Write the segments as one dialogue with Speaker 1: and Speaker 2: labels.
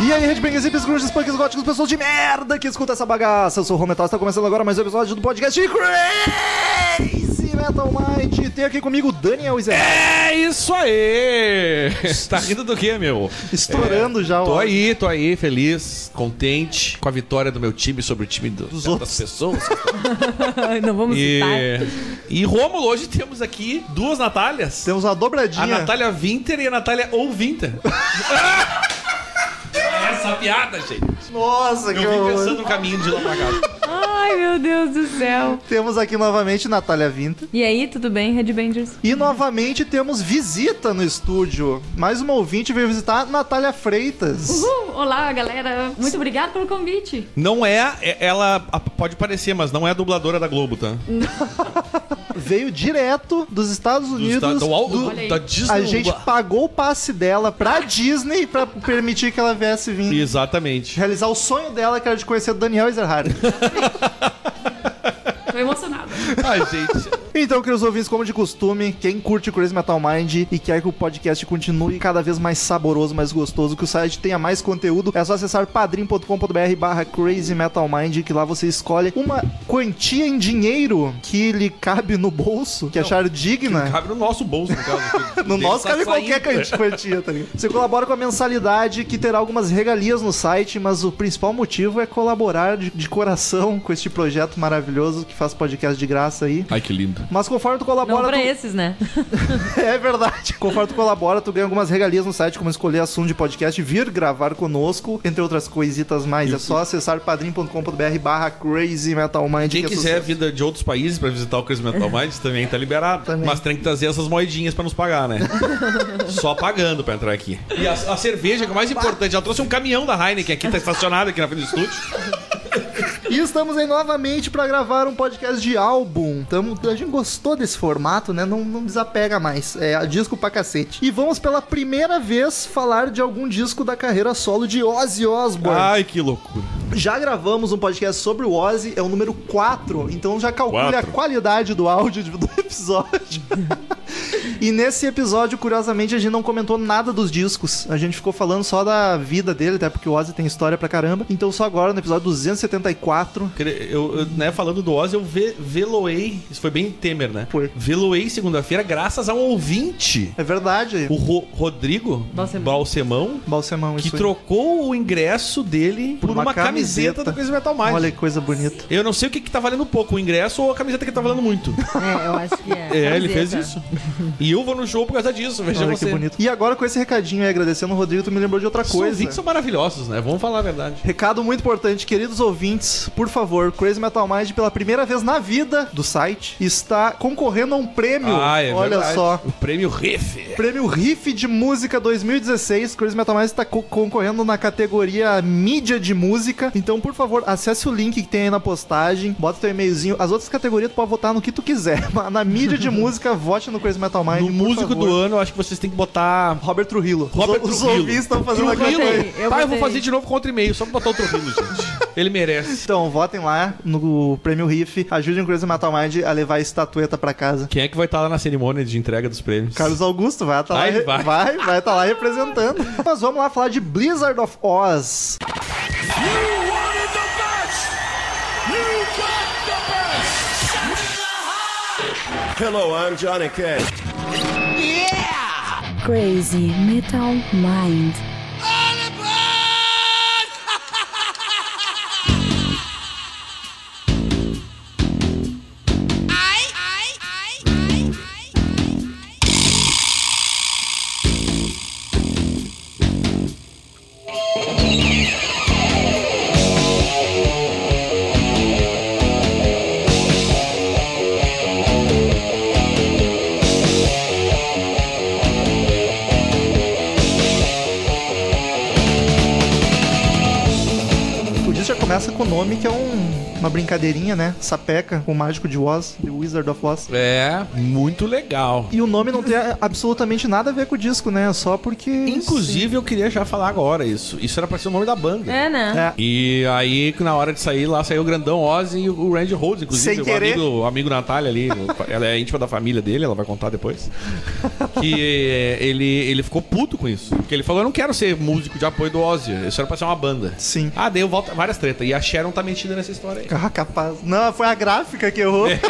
Speaker 1: E aí, headbangers, hippies, grunges, punks, góticos, pessoas de merda que escuta essa bagaça. Eu sou o Rometal, está começando agora mais um episódio do podcast Crazy Metal Mind. Tem aqui comigo o Daniel Zé.
Speaker 2: É isso aí! tá rindo do quê, meu?
Speaker 1: Estourando já
Speaker 2: Tô
Speaker 1: o...
Speaker 2: aí, tô aí, feliz, contente com a vitória do meu time sobre o time do- das
Speaker 1: outros.
Speaker 2: pessoas.
Speaker 3: Ai, Não vamos
Speaker 2: E,
Speaker 3: citar.
Speaker 2: e Rômulo, hoje temos aqui duas Natálias.
Speaker 1: Temos uma
Speaker 2: A
Speaker 1: dobradinha.
Speaker 2: Natália Winter e a Natália Ouvinter. É Essa piada, gente.
Speaker 1: Nossa, que
Speaker 2: Eu vim
Speaker 1: horror.
Speaker 2: pensando no caminho de lá pra casa.
Speaker 3: Ai, meu Deus do céu.
Speaker 1: Temos aqui novamente Natália Vinta.
Speaker 3: E aí, tudo bem, Headbangers?
Speaker 1: E novamente temos visita no estúdio. Mais uma ouvinte veio visitar Natália Freitas.
Speaker 3: Uhul! Olá, galera. Muito obrigada pelo convite.
Speaker 2: Não é, é- ela a- pode parecer, mas não é a dubladora da Globo, tá?
Speaker 1: Veio direto dos Estados
Speaker 2: Dos
Speaker 1: Unidos.
Speaker 2: da, do-
Speaker 1: do-
Speaker 3: Olha aí.
Speaker 2: da Disney.
Speaker 1: A gente pagou o passe dela pra Disney pra permitir que ela viesse vir.
Speaker 2: Exatamente.
Speaker 1: Realizar o sonho dela, que era de conhecer o Daniel Ezerhard.
Speaker 3: Tô emocionada.
Speaker 2: Ai, gente.
Speaker 1: então, queridos ouvintes, como de costume, quem curte Crazy Metal Mind e quer que o podcast continue cada vez mais saboroso, mais gostoso, que o site tenha mais conteúdo, é só acessar padrim.com.br barra Crazy Metal Mind, que lá você escolhe uma quantia em dinheiro que lhe cabe no bolso, que achar digna.
Speaker 2: Cabe no nosso bolso, no caso.
Speaker 1: No nosso
Speaker 2: Tá
Speaker 1: cabe qualquer
Speaker 2: saindo.
Speaker 1: quanti- quantia, tá ligado? Você colabora com a mensalidade, que terá algumas regalias no site, mas o principal motivo é colaborar de, de coração com este projeto maravilhoso que faz podcast de graça aí.
Speaker 2: Ai, que lindo.
Speaker 1: Mas conforme tu
Speaker 3: Não
Speaker 1: colabora.
Speaker 3: pra
Speaker 1: tu-
Speaker 3: esses, né?
Speaker 1: É verdade. Conforme tu colabora, tu ganha algumas regalias no site, como escolher assunto de podcast, vir gravar conosco, entre outras coisitas mais. É só acessar padrim.com.br barra Crazy Metal Mind.
Speaker 2: Quem
Speaker 1: que é
Speaker 2: quiser
Speaker 1: sucesso.
Speaker 2: vir de outros países pra visitar o Crazy Metal Mind também tá liberado.
Speaker 1: Também.
Speaker 2: Mas tem que trazer essas moedinhas pra nos pagar, né? Só pagando pra entrar aqui. E a, a cerveja, que é o mais importante, ela trouxe um caminhão da Heineken aqui, tá estacionado aqui na frente do estúdio.
Speaker 1: E estamos aí novamente pra gravar um podcast de álbum. Tamo, a gente gostou desse formato, né? Não, não desapega mais. É disco pra cacete. E vamos pela primeira vez falar de algum disco da carreira solo de Ozzy Osbourne.
Speaker 2: Ai, que loucura.
Speaker 1: Já gravamos um podcast sobre o Ozzy, é o número 4, então já calcule a
Speaker 2: Quatro.
Speaker 1: qualidade do áudio do episódio. E nesse episódio, curiosamente, a gente não comentou nada dos discos. A gente ficou falando só da vida dele, até porque o Ozzy tem história pra caramba. Então só agora, no episódio 274,
Speaker 2: Eu, eu, né, falando do Ozzy, eu ve, veloei. Isso foi bem Temer, né?
Speaker 1: Foi.
Speaker 2: Veloei segunda-feira, graças a um ouvinte.
Speaker 1: É verdade.
Speaker 2: O Ro- Rodrigo
Speaker 3: Balsemão.
Speaker 2: Balsemão
Speaker 1: Balsemão,
Speaker 2: que
Speaker 1: isso aí.
Speaker 2: trocou o ingresso dele por, uma, camiseta, do Crazy Metal Mind.
Speaker 1: Olha que coisa bonita.
Speaker 2: Eu não sei o que, que tá valendo pouco, o ingresso ou a camiseta que tá valendo muito.
Speaker 3: É, eu acho que é.
Speaker 2: É, ele fez isso. E eu vou no show por causa disso, veja
Speaker 1: Olha
Speaker 2: você.
Speaker 1: que bonito. E agora, com esse recadinho aí, agradecendo o Rodrigo, tu me lembrou de outra
Speaker 2: Os
Speaker 1: coisa.
Speaker 2: ouvintes são maravilhosos, né? Vamos falar a verdade.
Speaker 1: Recado muito importante, queridos ouvintes, por favor, Crazy Metal Mind, pela primeira vez na vida do site, está concorrendo a um prêmio. Olha
Speaker 2: Ah, é verdade.
Speaker 1: só.
Speaker 2: O prêmio Riff.
Speaker 1: Prêmio Riff de Música 2016. Crazy Metal Mind está co- concorrendo na categoria Mídia de Música. Então, por favor, acesse o link que tem aí na postagem, bota teu e-mailzinho. As outras categorias tu pode votar no que tu quiser, mas na mídia de música, vote no Crazy Metal Mind.
Speaker 2: No
Speaker 1: por
Speaker 2: músico
Speaker 1: favor.
Speaker 2: do ano, eu acho que vocês têm que botar.
Speaker 1: Robert Trujillo.
Speaker 2: Robert
Speaker 1: os, os
Speaker 2: Trujillo.
Speaker 1: ouvintes estão fazendo a
Speaker 2: Trujillo.
Speaker 1: campanha.
Speaker 3: botei, eu
Speaker 2: tá, eu vou
Speaker 3: botei.
Speaker 2: fazer de novo contra e-mail, só pra botar o Trujillo, gente. Ele merece.
Speaker 1: Então, votem lá no Prêmio Riff. Ajudem o Crazy Metal Mind a levar a estatueta pra casa.
Speaker 2: Quem é que vai estar lá na cerimônia de entrega dos prêmios?
Speaker 1: Carlos Augusto vai estar lá,
Speaker 2: Vai, vai.
Speaker 1: vai, vai tá lá representando. Mas vamos lá falar de Blizzard of Oz.
Speaker 4: Hello, I'm Johnny Cash.
Speaker 5: Crazy Metal Mind.
Speaker 1: O disco já começa com o nome que é um uma brincadeirinha, né? Sapeca com o Mágico de Oz, The Wizard of Oz.
Speaker 2: É, muito legal.
Speaker 1: E o nome não tem a- absolutamente nada a ver com o disco, né? Só porque.
Speaker 2: Inclusive, eu queria já falar agora isso. Isso era pra ser o nome da banda.
Speaker 6: É, né?
Speaker 1: É.
Speaker 2: E aí, que na hora de sair lá, saiu o grandão Oz e o Randy Rhodes, inclusive.
Speaker 1: Sem
Speaker 2: o
Speaker 1: querer.
Speaker 2: amigo, o amigo Natália ali, o- ela é íntima da família dele, ela vai contar depois. Que eh, ele, ele ficou puto com isso. Porque ele falou: Eu não quero ser músico de apoio do Ozzy, isso era pra ser uma banda.
Speaker 1: Sim.
Speaker 2: Ah, deu volta, várias tretas. E a Sharon tá metida nessa história aí.
Speaker 1: Ah, capaz. Não, foi a gráfica que errou.
Speaker 2: É,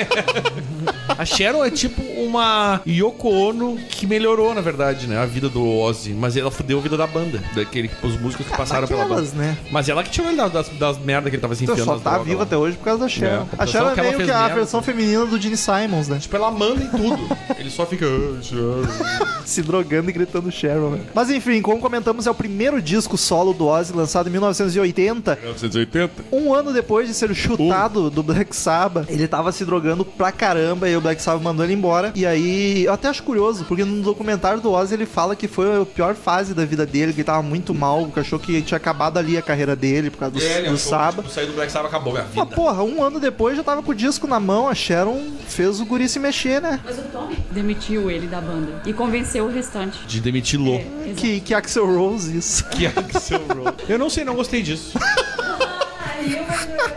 Speaker 2: A Sharon é tipo uma Yoko Ono que melhorou, na verdade, né? A vida do Ozzy. Mas ela fudeu a vida da banda. Daquele, os músicos que passaram pela
Speaker 1: Aquelas,
Speaker 2: banda.
Speaker 1: né?
Speaker 2: Mas ela que tirou ele da- das, das merdas que ele tava se
Speaker 1: Então,
Speaker 2: enfiando.
Speaker 1: só
Speaker 2: nas
Speaker 1: tá
Speaker 2: drogas
Speaker 1: viva
Speaker 2: lá.
Speaker 1: até hoje por causa da
Speaker 2: É, a
Speaker 1: Sharon. a
Speaker 2: população
Speaker 1: Sharon
Speaker 2: que
Speaker 1: é
Speaker 2: ela
Speaker 1: meio
Speaker 2: fez
Speaker 1: que a
Speaker 2: merda.
Speaker 1: versão feminina do Gene Simons, né?
Speaker 2: Tipo, ela manda em tudo. Ele só fica. "Ah, Sharon."
Speaker 1: se drogando e gritando Sharon. né? Mas enfim, como comentamos, é o primeiro disco solo do Ozzy lançado em 1980.
Speaker 2: 1980?
Speaker 1: Um ano depois de ser chutado
Speaker 2: Uh.
Speaker 1: do Black Sabbath, ele tava se drogando pra caramba e o Black Sabbath mandou ele embora. E aí, eu até acho curioso, porque no documentário do Ozzy ele fala que foi a pior fase da vida dele, que ele tava muito mal, que achou que tinha acabado ali a carreira dele por causa do,
Speaker 2: É, ele
Speaker 1: do
Speaker 2: achou,
Speaker 1: Sabbath.
Speaker 2: Tipo, sair do Black Sabbath acabou minha
Speaker 1: Mas
Speaker 2: vida.
Speaker 1: porra, um ano depois já tava com o disco na mão, a Sharon fez o guri se mexer, né?
Speaker 3: Mas o Tommy
Speaker 2: É.
Speaker 3: demitiu ele da banda e convenceu o restante.
Speaker 2: De demitir louco.
Speaker 3: É, exato.
Speaker 1: Que, que Axel Rose isso.
Speaker 2: Que Axel Rose. Eu não sei, não gostei disso.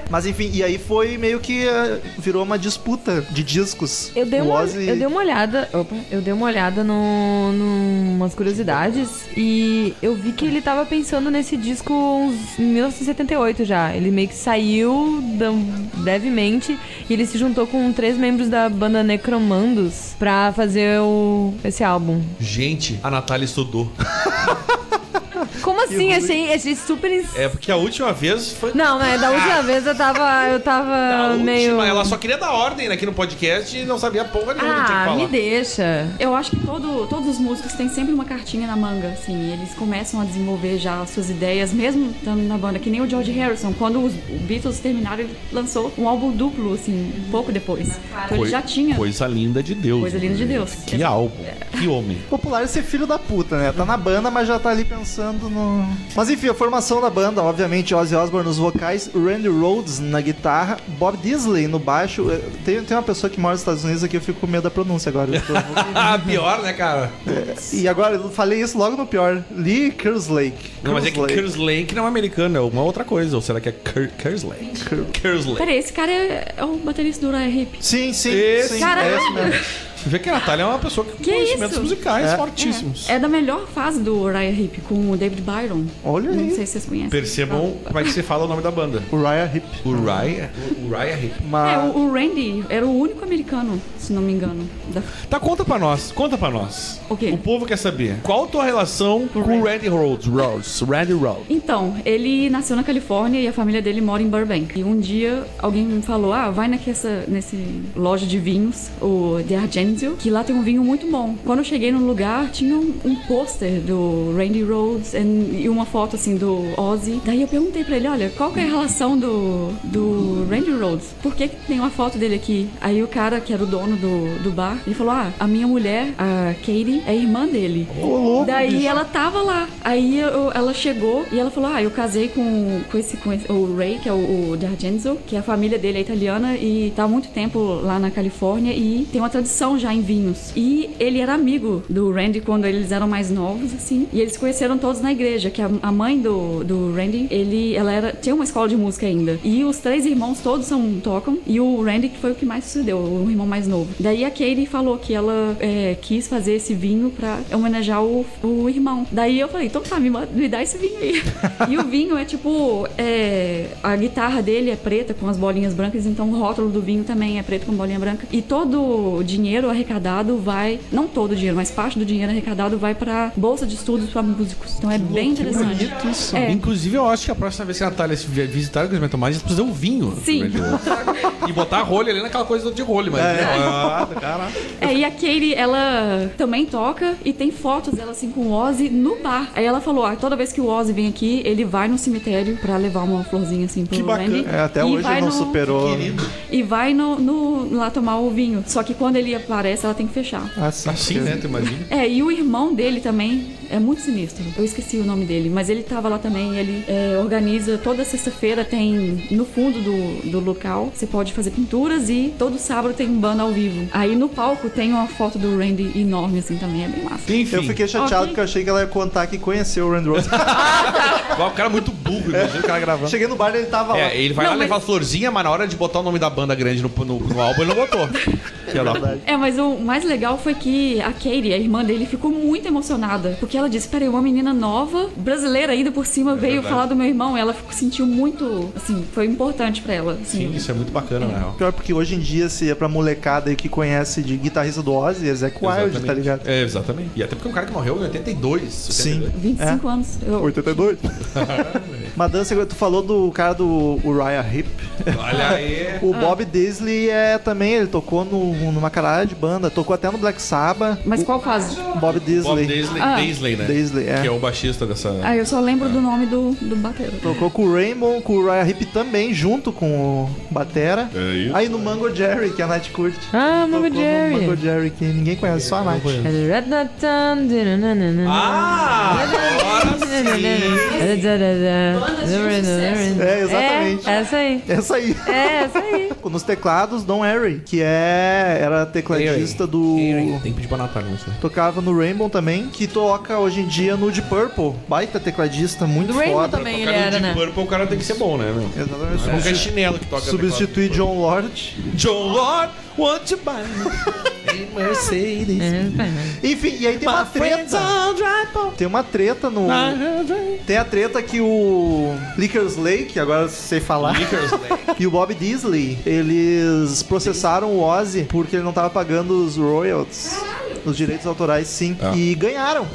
Speaker 1: Mas enfim, e aí foi meio que eh, virou uma disputa de discos.
Speaker 6: Eu dei,
Speaker 1: O
Speaker 6: uma,
Speaker 1: Ozzy-
Speaker 6: eu dei uma olhada. Opa, eu dei uma olhada no, no- umas curiosidades e eu vi que ele tava pensando nesse disco uns, em 1978 já. Ele meio que saiu da- levemente e ele se juntou com três membros da banda Necromandos pra fazer o, esse álbum.
Speaker 2: Gente, a Natália estudou.
Speaker 6: Como assim? Achei, achei super. ins-
Speaker 2: É porque a última vez foi.
Speaker 6: Não, mas da última vez eu tava. Eu
Speaker 2: A
Speaker 6: tava
Speaker 2: Ah. última,
Speaker 6: meio.
Speaker 2: ela só queria dar ordem né, aqui no podcast e não sabia porra nenhuma do que tinha que
Speaker 6: Ah,
Speaker 2: falar.
Speaker 6: me deixa.
Speaker 3: Eu acho que todo, todos os músicos têm sempre uma cartinha na manga, assim. e Eles começam a desenvolver já as suas ideias, mesmo estando na banda, que nem o George Harrison. Quando os Beatles terminaram, ele lançou um álbum duplo, assim, um pouco depois. Então ele
Speaker 2: Coi-
Speaker 3: já tinha
Speaker 2: Coisa linda de Deus. né?
Speaker 3: Coisa linda de Deus.
Speaker 2: Que álbum. Que homem.
Speaker 1: Popular é ser filho da puta, né? Tá na banda, mas já tá ali pensando no. Mas enfim, a formação da banda, obviamente, Ozzy Osbourne nos vocais, Randy Rhodes na guitarra, Bob Disley no baixo. Eh, Tem, tem uma pessoa que mora nos Estados Unidos aqui, eu fico com medo da pronúncia agora. eu tô-
Speaker 2: Ah, pior, né, cara?
Speaker 1: e agora, eu falei isso logo no pior. Lee Kerslake.
Speaker 2: Não, mas é que
Speaker 1: Kerslake.
Speaker 2: Kerslake não é americano, é uma outra coisa. Ou será que é Ker- Kerslake? Kerslake.
Speaker 3: Peraí, esse cara é, é o baterista do Uriah Heep.
Speaker 1: Sim, sim,
Speaker 2: Esse- um-
Speaker 1: sim.
Speaker 6: Caralho!
Speaker 1: é esse mesmo.
Speaker 2: Vê que a Natália é uma pessoa que, com
Speaker 3: Que
Speaker 2: conhecimentos
Speaker 3: isso?
Speaker 2: musicais
Speaker 1: É.
Speaker 2: fortíssimos.
Speaker 3: É da melhor fase do Uriah Heep com o David Byron.
Speaker 1: Olha
Speaker 3: Não
Speaker 1: aí.
Speaker 3: sei se vocês conhecem.
Speaker 2: Percebam como é que se fala o nome da banda.
Speaker 1: O Ryan Hip.
Speaker 2: Uriah, Uriah Heep.
Speaker 1: Uma...
Speaker 3: É, o, o Randy era o único americano, se não me engano. da-
Speaker 2: Tá, conta pra nós, conta pra nós.
Speaker 3: O quê?
Speaker 2: O povo quer saber. Qual a tua relação com o Randy Rhodes? Rhodes, Randy Rhodes.
Speaker 3: Então, ele nasceu na Califórnia e a família dele mora em Burbank. E um dia alguém me falou: ah, vai naquela nesse loja de vinhos, o The Argentio, que lá tem um vinho muito bom. Quando eu cheguei no lugar, tinha um, um pôster do Randy Rhodes and- e uma foto assim do Ozzy. Daí eu perguntei pra ele: olha, qual que é a relação do, do Randy Rhodes? Por que, que tem uma foto dele aqui? Aí o cara, que era o dono do, do bar, ele falou: ah, a minha mulher, a Katie, é irmã dele.
Speaker 1: Ô, louco,
Speaker 3: Daí
Speaker 1: bicho.
Speaker 3: ela tava lá. Aí eu- ela chegou e ela falou: Ah, eu casei com, com, esse, com esse- o Ray, que é o, o D'Argenzo, que a família dele é italiana e tá há muito tempo lá na Califórnia e tem uma tradição já em vinhos. E ele era amigo do Randy quando eles eram mais novos, assim. E eles se conheceram todos na igreja, que a, a mãe do, do Randy, ele, ela era, tinha uma escola de música ainda. E os três irmãos todos são, tocam. E o Randy, que foi o que mais sucedeu, o irmão mais novo. Daí a Katie falou que ela é, quis fazer esse vinho pra homenagear o, o irmão. Daí eu falei, então tá, me, manda- me dá esse vinho aí. e o vinho é tipo. é, a guitarra dele é preta com as bolinhas brancas, então o rótulo do vinho também é preto com bolinha branca. E todo o dinheiro arrecadado vai. Não todo o dinheiro, mas parte do dinheiro arrecadado vai pra bolsa de estudos pra músicos. Então é bem interessante.
Speaker 2: né?
Speaker 3: É.
Speaker 2: Inclusive, eu acho que a próxima vez que a Natália se vi- visitar o Crescimento Mais, eles precisam de um vinho. do
Speaker 3: Sim.
Speaker 2: Randy Rhodes. e botar a rolha ali naquela coisa de rolha, mas. Ah, caraca.
Speaker 3: É, e a Katie, ela também toca e tem fotos dela assim com o Ozzy no bar. Aí ela falou: ah, toda vez que o Ozzy vem aqui, ele vai no cemitério pra levar uma florzinha assim pro
Speaker 2: Que bacana.
Speaker 3: Randy.
Speaker 1: É, até
Speaker 3: e
Speaker 1: hoje
Speaker 3: vai
Speaker 1: não
Speaker 3: no-
Speaker 1: superou.
Speaker 2: Querido.
Speaker 3: E vai no, no- lá tomar o vinho. Só que quando ele ia pa- floresta, ela tem que fechar.
Speaker 1: Ah, sim.
Speaker 2: Assim, né? Tu imagina?
Speaker 3: É, e o irmão dele também é muito sinistro. Eu esqueci o nome dele, mas ele tava lá também. Ele é, organiza toda sexta-feira, tem no fundo do, do local, você pode fazer pinturas e todo sábado tem um bando ao vivo. Aí no palco tem uma foto do Randy enorme, assim, também é bem massa.
Speaker 2: Enfim,
Speaker 1: Eu fiquei chateado
Speaker 3: Ok.
Speaker 1: porque eu achei que ela ia contar que conheceu o Randy Rhoads.
Speaker 2: o cara é muito burro, imagina o cara gravando.
Speaker 1: Cheguei no bar e ele tava lá.
Speaker 2: É, ele vai
Speaker 3: Não,
Speaker 2: lá
Speaker 3: mas-
Speaker 2: levar a florzinha, mas na hora de botar o nome da banda grande no, no, no álbum, ele não botou. Filha da puta.
Speaker 3: É, mas o mais legal foi que a Katie, a irmã dele, ficou muito emocionada. Porque ela disse: peraí, uma menina nova, brasileira ainda por cima, veio
Speaker 2: É verdade.
Speaker 3: falar do meu irmão. Ela ficou, sentiu muito, assim, foi importante pra ela. assim.
Speaker 2: Sim, isso é muito bacana, na real.
Speaker 1: Pior porque hoje em dia, se é pra molecada aí que conhece de guitarrista do Ozzy, é Zac Wild,
Speaker 2: Exatamente.
Speaker 1: tá ligado?
Speaker 2: É, exatamente. E até porque é um cara que morreu em 82.
Speaker 1: Sim.
Speaker 2: 82.
Speaker 3: 25 anos. Eu,
Speaker 1: 82?
Speaker 2: né?
Speaker 1: Madan, você- tu falou do cara do Uriah Heep.
Speaker 2: Olha aí.
Speaker 1: O Bob Disley é também, ele tocou no, numa caralho de banda, tocou até no Black Sabbath.
Speaker 3: mas qual fase?
Speaker 1: Bob Disley.
Speaker 2: Bob Daisley,
Speaker 3: Ah.
Speaker 2: Daisley, né?
Speaker 1: Daisley, é.
Speaker 2: Que é o baixista dessa.
Speaker 3: Ah, eu só lembro do nome do, do batero.
Speaker 1: Tocou com o Raymond, com o Uriah Heep também, junto com o Batera.
Speaker 2: É isso.
Speaker 1: Aí no Mango Jerry, que a Night curte.
Speaker 6: Ah,
Speaker 1: Tocou
Speaker 6: Mama
Speaker 1: no Mango
Speaker 6: Jerry.
Speaker 1: Jerry, que ninguém conhece, só a Night.
Speaker 2: Ah! Agora
Speaker 1: É, exatamente.
Speaker 6: É, essa aí.
Speaker 1: Essa aí.
Speaker 6: É, essa aí.
Speaker 1: Nos teclados, Don Airy, que é era tecladista do.
Speaker 2: Tem que pedir pra Natália, não sei.
Speaker 1: Tocava no Rainbow também, que toca hoje em dia no Deep Purple. Baita tecladista, muito
Speaker 6: Do
Speaker 1: foda.
Speaker 6: Rainbow também ele
Speaker 2: Tocar no
Speaker 6: era,
Speaker 2: Deep
Speaker 6: né?
Speaker 2: um Purple, o cara tem que ser bom, né, meu?
Speaker 1: Exatamente.
Speaker 2: Não é qualquer
Speaker 1: Substitu-
Speaker 2: chinelo que toca.
Speaker 1: Substituir
Speaker 2: teclado.
Speaker 1: John Lord.
Speaker 2: John Lord, want to buy me a Mercedes.
Speaker 6: É, né?
Speaker 1: Enfim, e aí tem uma treta. Tem uma treta no. Tem a treta que o Lickers Lake, agora eu sei falar. E o Bob Disley, eles processaram o Ozzy porque ele não tava pagando os royalties, os direitos autorais, sim.
Speaker 2: Ah.
Speaker 1: E ganharam.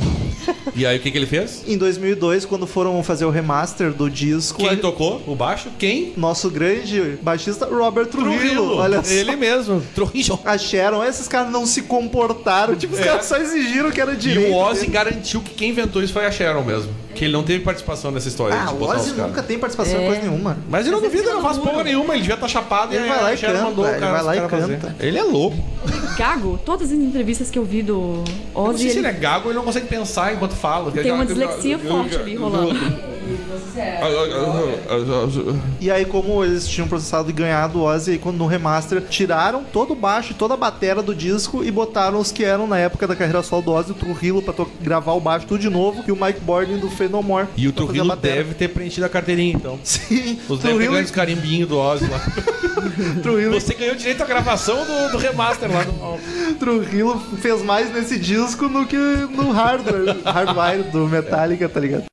Speaker 2: E aí, o que, que ele fez?
Speaker 1: Em 2002, quando foram fazer o remaster do disco,
Speaker 2: Quem
Speaker 1: ele-
Speaker 2: tocou o baixo? Quem?
Speaker 1: nosso grande baixista Robert Trujillo. Olha só.
Speaker 2: Ele mesmo. Trujillo.
Speaker 1: Acharam, esses caras não se comportaram. Tipo, os caras só exigiram que era
Speaker 2: É. E
Speaker 1: direito. né?
Speaker 2: o Ozzy
Speaker 1: dele.
Speaker 2: garantiu que quem inventou isso foi a Sharon mesmo. Que ele não teve participação nessa história.
Speaker 1: Ah,
Speaker 2: de
Speaker 1: o
Speaker 2: botar
Speaker 1: Ozzy
Speaker 2: os caras.
Speaker 1: nunca tem participação em
Speaker 6: É.
Speaker 1: coisa nenhuma.
Speaker 2: Mas eu não duvido, ele não faz porra nenhuma. Ele devia estar chapado
Speaker 1: Ele
Speaker 2: e
Speaker 1: vai
Speaker 2: a
Speaker 1: lá e
Speaker 2: Sharon
Speaker 1: canta,
Speaker 2: mandou
Speaker 1: ele
Speaker 2: o cara,
Speaker 1: vai lá
Speaker 2: os
Speaker 1: e
Speaker 2: caras
Speaker 1: canta.
Speaker 2: fazer. Ele é louco.
Speaker 3: Gago, todas as entrevistas que eu vi do
Speaker 2: Eu não
Speaker 3: Ozzy,
Speaker 2: sei se
Speaker 3: ele-
Speaker 2: ele é gago ou ele não consegue pensar enquanto fala. é
Speaker 3: Tem uma dislexia forte ali rolando.
Speaker 1: é. E aí, como eles tinham processado e ganhado o Ozzy, aí quando no remaster, tiraram todo o baixo e toda a batera do disco e botaram os que eram na época da carreira solo do Ozzy, o Trujillo, pra to- gravar o baixo tudo de novo, e o Mike Borden do Fenomore.
Speaker 2: E o
Speaker 1: pra fazer a
Speaker 2: Trujillo
Speaker 1: batera.
Speaker 2: deve ter preenchido a carteirinha, então.
Speaker 1: Sim,
Speaker 2: Os deve ter
Speaker 1: Trujillo,
Speaker 2: ganho os carimbinhos do Ozzy lá.
Speaker 1: Trujillo,
Speaker 2: Você ganhou direito à gravação do, do remaster lá do álbum.
Speaker 1: Trujillo fez mais nesse disco do que no hardware, hardware do Metallica, tá ligado?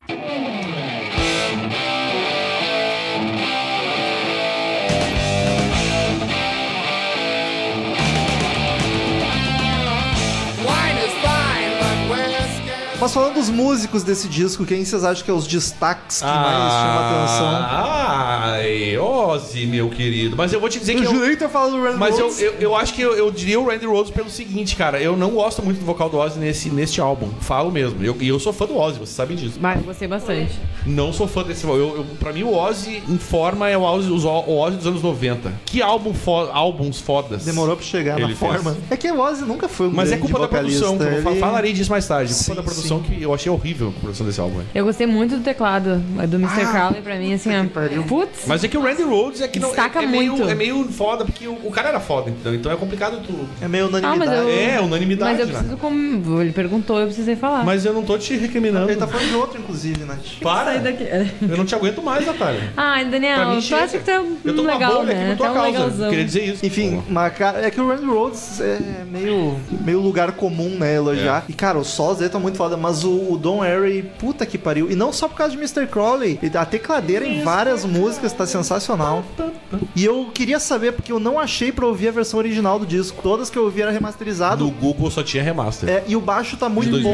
Speaker 1: Mas falando dos músicos desse disco, quem vocês acham que é os destaques que
Speaker 2: Ah.
Speaker 1: mais chamam a atenção?
Speaker 2: Ai, Ozzy, meu querido. Mas eu vou te dizer É que
Speaker 1: Eu
Speaker 2: eu,
Speaker 1: jurei que eu falo do Randy
Speaker 2: Mas eu,
Speaker 1: Rhoads.
Speaker 2: eu, eu acho que eu, eu diria o Randy Rhoads pelo seguinte, cara. Eu não gosto muito do vocal do Ozzy nesse, neste álbum. Falo mesmo. Eu- E eu, sou fã do Ozzy, vocês sabem disso.
Speaker 6: Mas eu gostei bastante.
Speaker 2: Não sou fã desse vocal. Eu, eu, pra mim, o Ozzy em forma é o Ozzy, os- o Ozzy dos anos 90. Que álbum fo- álbuns fodas.
Speaker 1: Demorou pra chegar
Speaker 2: Ele
Speaker 1: na
Speaker 2: fez.
Speaker 1: forma. É que o Ozzy nunca foi um
Speaker 2: Mas é
Speaker 1: grande
Speaker 2: culpa da
Speaker 1: vocalista.
Speaker 2: produção. que eu vou fa-
Speaker 1: Ele-
Speaker 2: Falarei disso mais tarde. É
Speaker 1: Sim,
Speaker 2: Culpa da produção que eu achei horrível a produção desse álbum. né?
Speaker 6: Eu gostei muito do teclado do
Speaker 2: Ah,
Speaker 6: Mr. Crowley pra mim, assim, ó. Putz,
Speaker 2: Mas é que o Randy Rhoads é que não.
Speaker 6: Destaca
Speaker 2: é, é meio-
Speaker 6: muito.
Speaker 2: é meio foda, porque o, o cara era foda, então. Então é complicado tu.
Speaker 1: É meio
Speaker 6: Ah, mas
Speaker 1: unanimidade.
Speaker 6: eu-
Speaker 2: É, unanimidade.
Speaker 6: mas eu
Speaker 2: né?
Speaker 6: preciso. Com... Ele perguntou, eu precisei falar.
Speaker 2: Mas eu não tô te recriminando.
Speaker 1: Ele tá falando de outro, inclusive, né? Nath.
Speaker 2: Para! Eu não te aguento mais, Natália.
Speaker 6: É. Ai,
Speaker 2: Pra mim,
Speaker 6: Daniel, tu
Speaker 2: chega.
Speaker 6: acha que tu é um
Speaker 2: Eu tô com uma
Speaker 6: legal,
Speaker 2: bolha aqui
Speaker 6: né?
Speaker 2: por
Speaker 6: Tu é
Speaker 2: tua
Speaker 6: um
Speaker 2: causa.
Speaker 6: legalzão.
Speaker 2: Queria dizer isso.
Speaker 1: Enfim,
Speaker 2: Pô.
Speaker 1: mas, cara, é que o Randy Rhodes é meio, meio lugar comum, né?
Speaker 2: É.
Speaker 1: Elogiar. E, cara, os solos dele tá muito foda, mas o, o Don Airy, puta que pariu. E não só por causa de Mr. Crowley, ele- a tecladeira em várias músicas tá sensacional. E eu queria saber, porque eu não achei pra ouvir a versão original do disco. Todas que eu ouvi era
Speaker 2: no
Speaker 1: remasterizado.
Speaker 2: Google só tinha remaster.
Speaker 1: É, e o baixo tá
Speaker 2: de
Speaker 1: muito bom.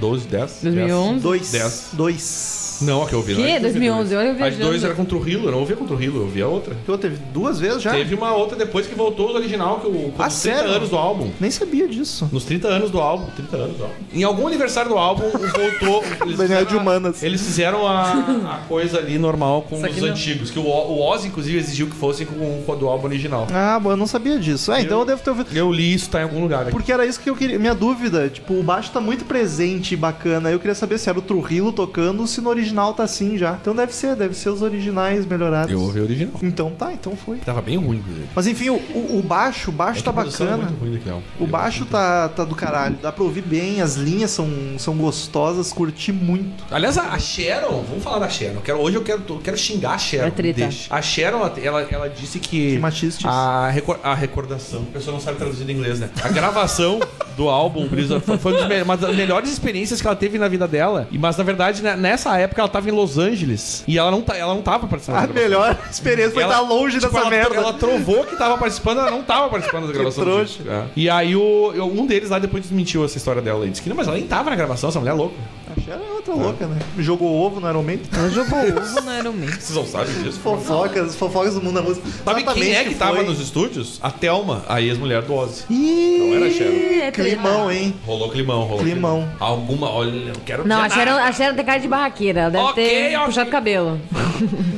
Speaker 2: 2012, 10?
Speaker 6: 2011?
Speaker 1: Dois.
Speaker 2: Dez.
Speaker 1: Dois.
Speaker 2: Não, a que eu ouvi. não
Speaker 6: Que?
Speaker 2: era de
Speaker 6: 2011, olha eu
Speaker 2: As
Speaker 6: viajando.
Speaker 2: duas era contra o Hilo, eu não ouvia contra o Hilo, eu ouvia outra.
Speaker 1: Então teve duas vezes já?
Speaker 2: Teve uma outra depois que voltou os original, que o com
Speaker 1: Ah,
Speaker 2: os 30
Speaker 1: sério?
Speaker 2: anos do álbum.
Speaker 1: Nem sabia disso.
Speaker 2: Nos 30 anos do álbum, 30 anos do álbum. Em algum aniversário do álbum, voltou.
Speaker 1: Daniel
Speaker 2: Eles fizeram
Speaker 1: de
Speaker 2: a-
Speaker 1: Humanas.
Speaker 2: Eles fizeram a, a coisa ali normal com
Speaker 6: Isso aqui
Speaker 2: os
Speaker 6: não.
Speaker 2: antigos. Que o, o Oz, inclusive, exigiu que fosse com, com a do álbum original.
Speaker 1: Ah, bom, eu não sabia disso. É, então eu devo ter ouvido.
Speaker 2: Eu li isso, tá em algum lugar aqui.
Speaker 1: Porque era isso que eu queria. Minha dúvida, tipo, o baixo tá muito presente e bacana. Eu queria saber se era o Trujillo tocando ou se no original tá assim já. Então deve ser, deve ser os originais melhorados.
Speaker 2: Eu ouvi o original.
Speaker 1: Então tá, então foi.
Speaker 2: Tava bem ruim, inclusive.
Speaker 1: Mas enfim, o, o- o baixo, o baixo
Speaker 2: É que
Speaker 1: tá
Speaker 2: a produção é
Speaker 1: bacana.
Speaker 2: muito ruim daquele álbum.
Speaker 1: O baixo tá, tá do caralho, dá pra ouvir bem, as linhas são, são gostosas, curti muito.
Speaker 2: Aliás, a a Sharon, vamos falar da Sharon. Eu Quero, hoje eu quero, eu quero xingar a Sharon.
Speaker 6: É treta.
Speaker 2: Deixa. A Sharon, ela- ela, ela disse que.
Speaker 1: Que machista.
Speaker 2: A, recor- a recordação. A pessoa não sabe traduzir do inglês, né? A gravação do álbum Brisa foi- foi uma das me- uma das melhores experiências que ela teve na vida dela. E- Mas na verdade, né, nessa época, ela tava em Los Angeles. E ela não, tá, ela não tava participando. da
Speaker 1: A
Speaker 2: gravação.
Speaker 1: melhor experiência Ah, foi
Speaker 2: Ela-
Speaker 1: estar longe
Speaker 2: tipo,
Speaker 1: dessa
Speaker 2: ela,
Speaker 1: merda.
Speaker 2: Ela trovou que tava participando, ela não tava participando da gravação. do
Speaker 1: trouxa.
Speaker 2: disco, é. E aí o, eu- um deles lá depois desmentiu essa história dela. Ele disse que não, mas ela nem tava na gravação, essa mulher é louca.
Speaker 1: A Cher é outra louca, né? Jogou ovo no Iron Man.
Speaker 6: Ela jogou ovo no Iron Man.
Speaker 2: Vocês não sabem disso.
Speaker 1: Fofocas, fofocas do mundo da música.
Speaker 2: Sabe quem é que tava
Speaker 1: foi.
Speaker 2: nos estúdios? A Thelma, a ex-mulher do Ozzy.
Speaker 1: Ih,
Speaker 2: Não era a Sharon.
Speaker 6: Ih, é treta.
Speaker 1: Climão, hein?
Speaker 2: Rolou climão, rolou
Speaker 1: Climão.
Speaker 2: Alguma, olha, eu não quero
Speaker 7: Não,
Speaker 2: dizer
Speaker 7: a Sharon,
Speaker 2: nada.
Speaker 7: a Sharon tem cara de barraqueira. Ela deve
Speaker 2: Ok,
Speaker 7: ter
Speaker 2: ok.
Speaker 7: puxado o cabelo.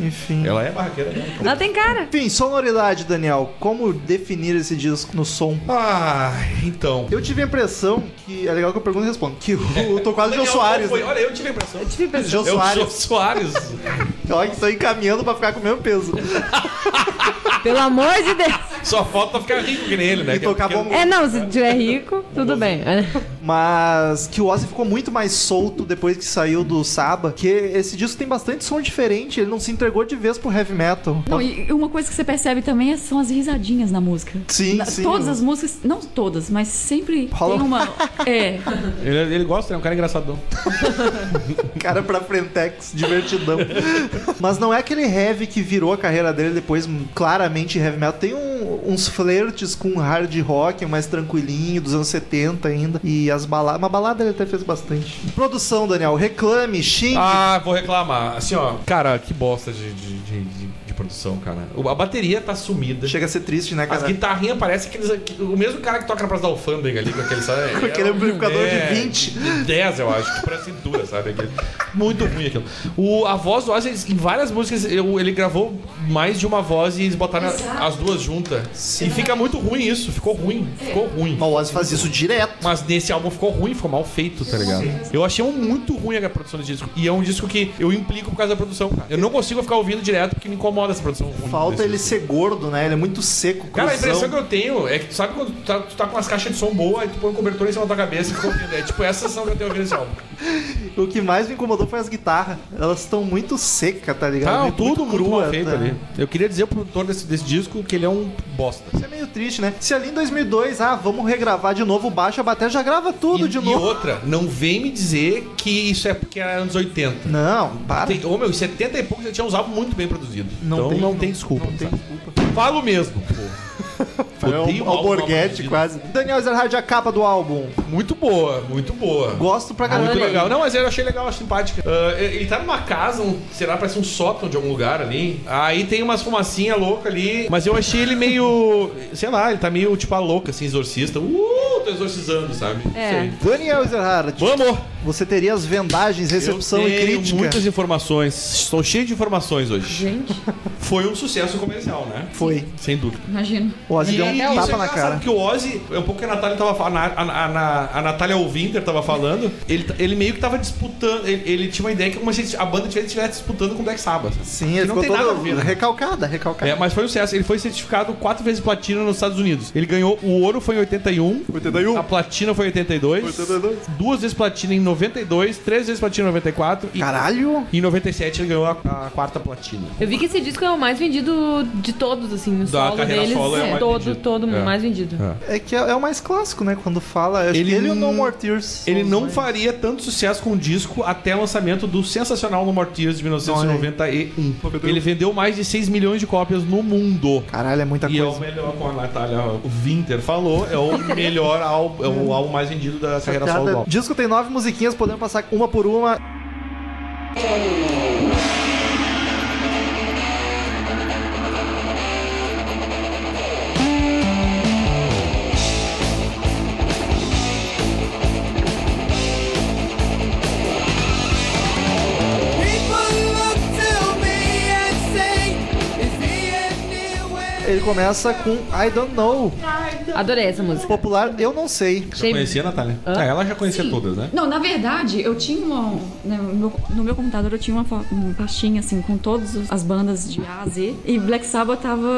Speaker 1: Enfim.
Speaker 2: Ela é barraqueira. né?
Speaker 7: Ela tem cara.
Speaker 1: Enfim, sonoridade, Daniel. Como definir esse disco no som?
Speaker 2: Ah, então.
Speaker 1: Eu tive a impressão que. É legal que eu pergunto e respondo. Que o Tô quase Jô
Speaker 2: Daniel,
Speaker 1: Soares.
Speaker 2: foi-
Speaker 1: Né?
Speaker 2: Olha, eu tive a impressão. Eu tive
Speaker 1: Jô Soares.
Speaker 2: Soares.
Speaker 1: Olha que estou encaminhando pra ficar com o mesmo peso.
Speaker 7: Pelo amor de Deus.
Speaker 2: Só falta ficar rico que nem ele, né?
Speaker 1: E tocar
Speaker 2: Porque-
Speaker 1: bom
Speaker 7: É, não, se tiver rico, tudo bem. É.
Speaker 1: Mas que o Ozzy ficou muito mais solto depois que saiu do Saba. Que esse disco tem bastante som diferente. Ele não se entregou de vez pro heavy metal.
Speaker 3: Não, e uma coisa que você percebe também é- são as risadinhas na música.
Speaker 1: Sim,
Speaker 3: Na-
Speaker 1: sim.
Speaker 3: Todas as músicas, não todas, mas sempre
Speaker 1: Rola
Speaker 3: tem
Speaker 1: um-
Speaker 3: uma. É.
Speaker 2: Ele, ele gosta, né? É um cara engraçadão.
Speaker 1: Cara pra frentex, divertidão. Mas não é aquele heavy que virou a carreira dele depois, hum, claramente heavy metal. Tem um- uns flertes com hard rock, mais tranquilinho, dos anos 70 ainda. E as baladas. Uma balada ele até fez bastante. Produção, Daniel. Reclame, xingue.
Speaker 2: Ah, vou reclamar. Assim, ó. Cara, que bosta de, de, de- de- de produção, cara. O- A bateria tá sumida.
Speaker 1: Chega a ser triste, né,
Speaker 2: As
Speaker 1: cara?
Speaker 2: guitarrinhas parecem aqueles. O mesmo cara que toca na Praça da Alfândega ali, com aquele. Sabe,
Speaker 1: Com aquele
Speaker 2: É,
Speaker 1: amplificador de
Speaker 2: é,
Speaker 1: 20.
Speaker 2: De 10, eu acho, que parece dura, sabe? Aquele- Muito ruim aquilo. O, a voz do Ozzy, eles- em várias músicas, eu- ele gravou mais de uma voz e eles botaram as duas juntas. E fica muito ruim isso, ficou ruim, ficou ruim.
Speaker 1: Mas o Ozzy faz isso direto.
Speaker 2: Mas nesse álbum ficou ruim, ficou mal feito, tá ligado? Eu achei um muito ruim a produção do disco. E é um disco que eu implico por causa da produção, cara. Eu não consigo ficar ouvindo direto porque me incomoda essa produção ruim.
Speaker 1: Falta
Speaker 2: desse
Speaker 1: ele
Speaker 2: disco.
Speaker 1: ser gordo, né? Ele é muito seco.
Speaker 2: Cara, a
Speaker 1: cruzão.
Speaker 2: impressão que eu tenho é que tu sabe quando tu tá, tu tá com as caixas de som boa e tu põe um cobertor em cima da tua cabeça e fica ouvindo. É tipo essa sessão que eu tenho ouvindo esse álbum.
Speaker 1: O que mais me incomodou foi as guitarras. Elas estão muito secas, tá ligado?
Speaker 2: Tá,
Speaker 1: Muito-
Speaker 2: tudo muito mal
Speaker 1: crua,
Speaker 2: feito
Speaker 1: tá?
Speaker 2: ali. Eu queria dizer pro produtor desse, desse disco que ele é um bosta.
Speaker 1: Isso é meio triste, né? Se ali em 2002, ah, vamos regravar de novo o baixo, a bateria já grava tudo
Speaker 2: e,
Speaker 1: de
Speaker 2: e
Speaker 1: novo.
Speaker 2: outra, não vem me dizer que isso é porque era anos 80.
Speaker 1: Não, para.
Speaker 2: Tem, ô meu, em 70 e pouco já tinha uns álbuns muito bem produzidos.
Speaker 1: Não
Speaker 2: então
Speaker 1: tem-
Speaker 2: não
Speaker 1: não-
Speaker 2: tem desculpa.
Speaker 1: não tem
Speaker 2: sabe? Falo mesmo, pô.
Speaker 1: É o
Speaker 2: Odeio
Speaker 1: o
Speaker 2: álbum mal
Speaker 1: Alborguete,
Speaker 2: produzido.
Speaker 1: quase. Daniel Zerhard, a capa do álbum.
Speaker 2: Muito boa, muito boa.
Speaker 1: Gosto pra caramba.
Speaker 2: Muito legal. Não, mas eu achei legal, achei simpática. Ah, ele tá numa casa, um, sei lá, parece um sótão de algum lugar ali. Aí tem umas fumacinhas loucas ali. Mas eu achei ele meio. sei lá, ele tá meio tipo a louca, assim, exorcista. Uh, tô exorcizando, sabe?
Speaker 6: É.
Speaker 2: Sei.
Speaker 1: Daniel Zerhard,
Speaker 2: Vamos!
Speaker 1: você teria as vendagens, recepção
Speaker 2: eu
Speaker 1: e
Speaker 2: tenho
Speaker 1: crítica.
Speaker 2: muitas informações. Estou cheio de informações hoje.
Speaker 6: Gente,
Speaker 2: Foi um sucesso comercial, né?
Speaker 1: Foi.
Speaker 2: Sem dúvida.
Speaker 3: Imagino.
Speaker 1: O Ozzy deu um
Speaker 2: isso é
Speaker 1: tapa na
Speaker 2: engraçado,
Speaker 1: cara.
Speaker 2: Porque o Ozzy, é um pouco que a Natália tava falando, a, a, a, a Natália Alvinder tava falando, ele, t- ele meio que tava disputando, ele, ele tinha uma ideia que como se a banda tivesse estivesse disputando com o Black Sabbath.
Speaker 1: Sim,
Speaker 2: Que
Speaker 1: ele
Speaker 2: não
Speaker 1: ficou
Speaker 2: tem nada a
Speaker 1: todo
Speaker 2: ver, né?
Speaker 1: recalcada, recalcada.
Speaker 2: É, mas foi um sucesso. Ele foi certificado quatro vezes platina nos Estados Unidos. Ele ganhou o ouro foi em 81,
Speaker 1: 81.
Speaker 2: a platina foi em 82,
Speaker 1: 82.
Speaker 2: duas vezes platina em 92, três vezes platina em 94 e
Speaker 1: Caralho.
Speaker 2: e em 97 ele ganhou a, a quarta platina.
Speaker 6: eu vi que esse disco é o mais vendido de todos, assim, o
Speaker 2: Da
Speaker 6: solo
Speaker 2: carreira
Speaker 6: deles.
Speaker 2: solo é o mais
Speaker 6: todo,
Speaker 2: vendido.
Speaker 6: todo mundo
Speaker 2: É.
Speaker 6: mais vendido.
Speaker 1: É que é, é o mais clássico, né? Quando fala. Ele,
Speaker 2: Ele
Speaker 1: ele ou No
Speaker 2: não-
Speaker 1: More Tears.
Speaker 2: Ele
Speaker 1: são os
Speaker 2: não
Speaker 1: mais-
Speaker 2: faria tanto sucesso com o disco até o lançamento do sensacional No More Tears de 1991. Ele vendeu mais de 6 milhões de cópias no mundo.
Speaker 1: Caralho, é muita
Speaker 2: e é o
Speaker 1: coisa.
Speaker 2: melhor, como a Natália Winter falou, é o melhor álbum, é o álbum mais vendido da carreira solo do
Speaker 1: Cada
Speaker 2: álbum.
Speaker 1: disco tem nove musiquinhas, podemos passar uma por uma. ele começa com I Don't Know,
Speaker 7: Adorei essa música.
Speaker 1: popular Eu Não Sei.
Speaker 2: Já conhecia a Natália? Ah, ela já conhecia todas, né?
Speaker 3: Não, na verdade, eu tinha uma. né, no, meu, no meu computador eu tinha uma, fa- uma pastinha, assim, com todas os- as bandas de A a Z. E Black Sabbath tava.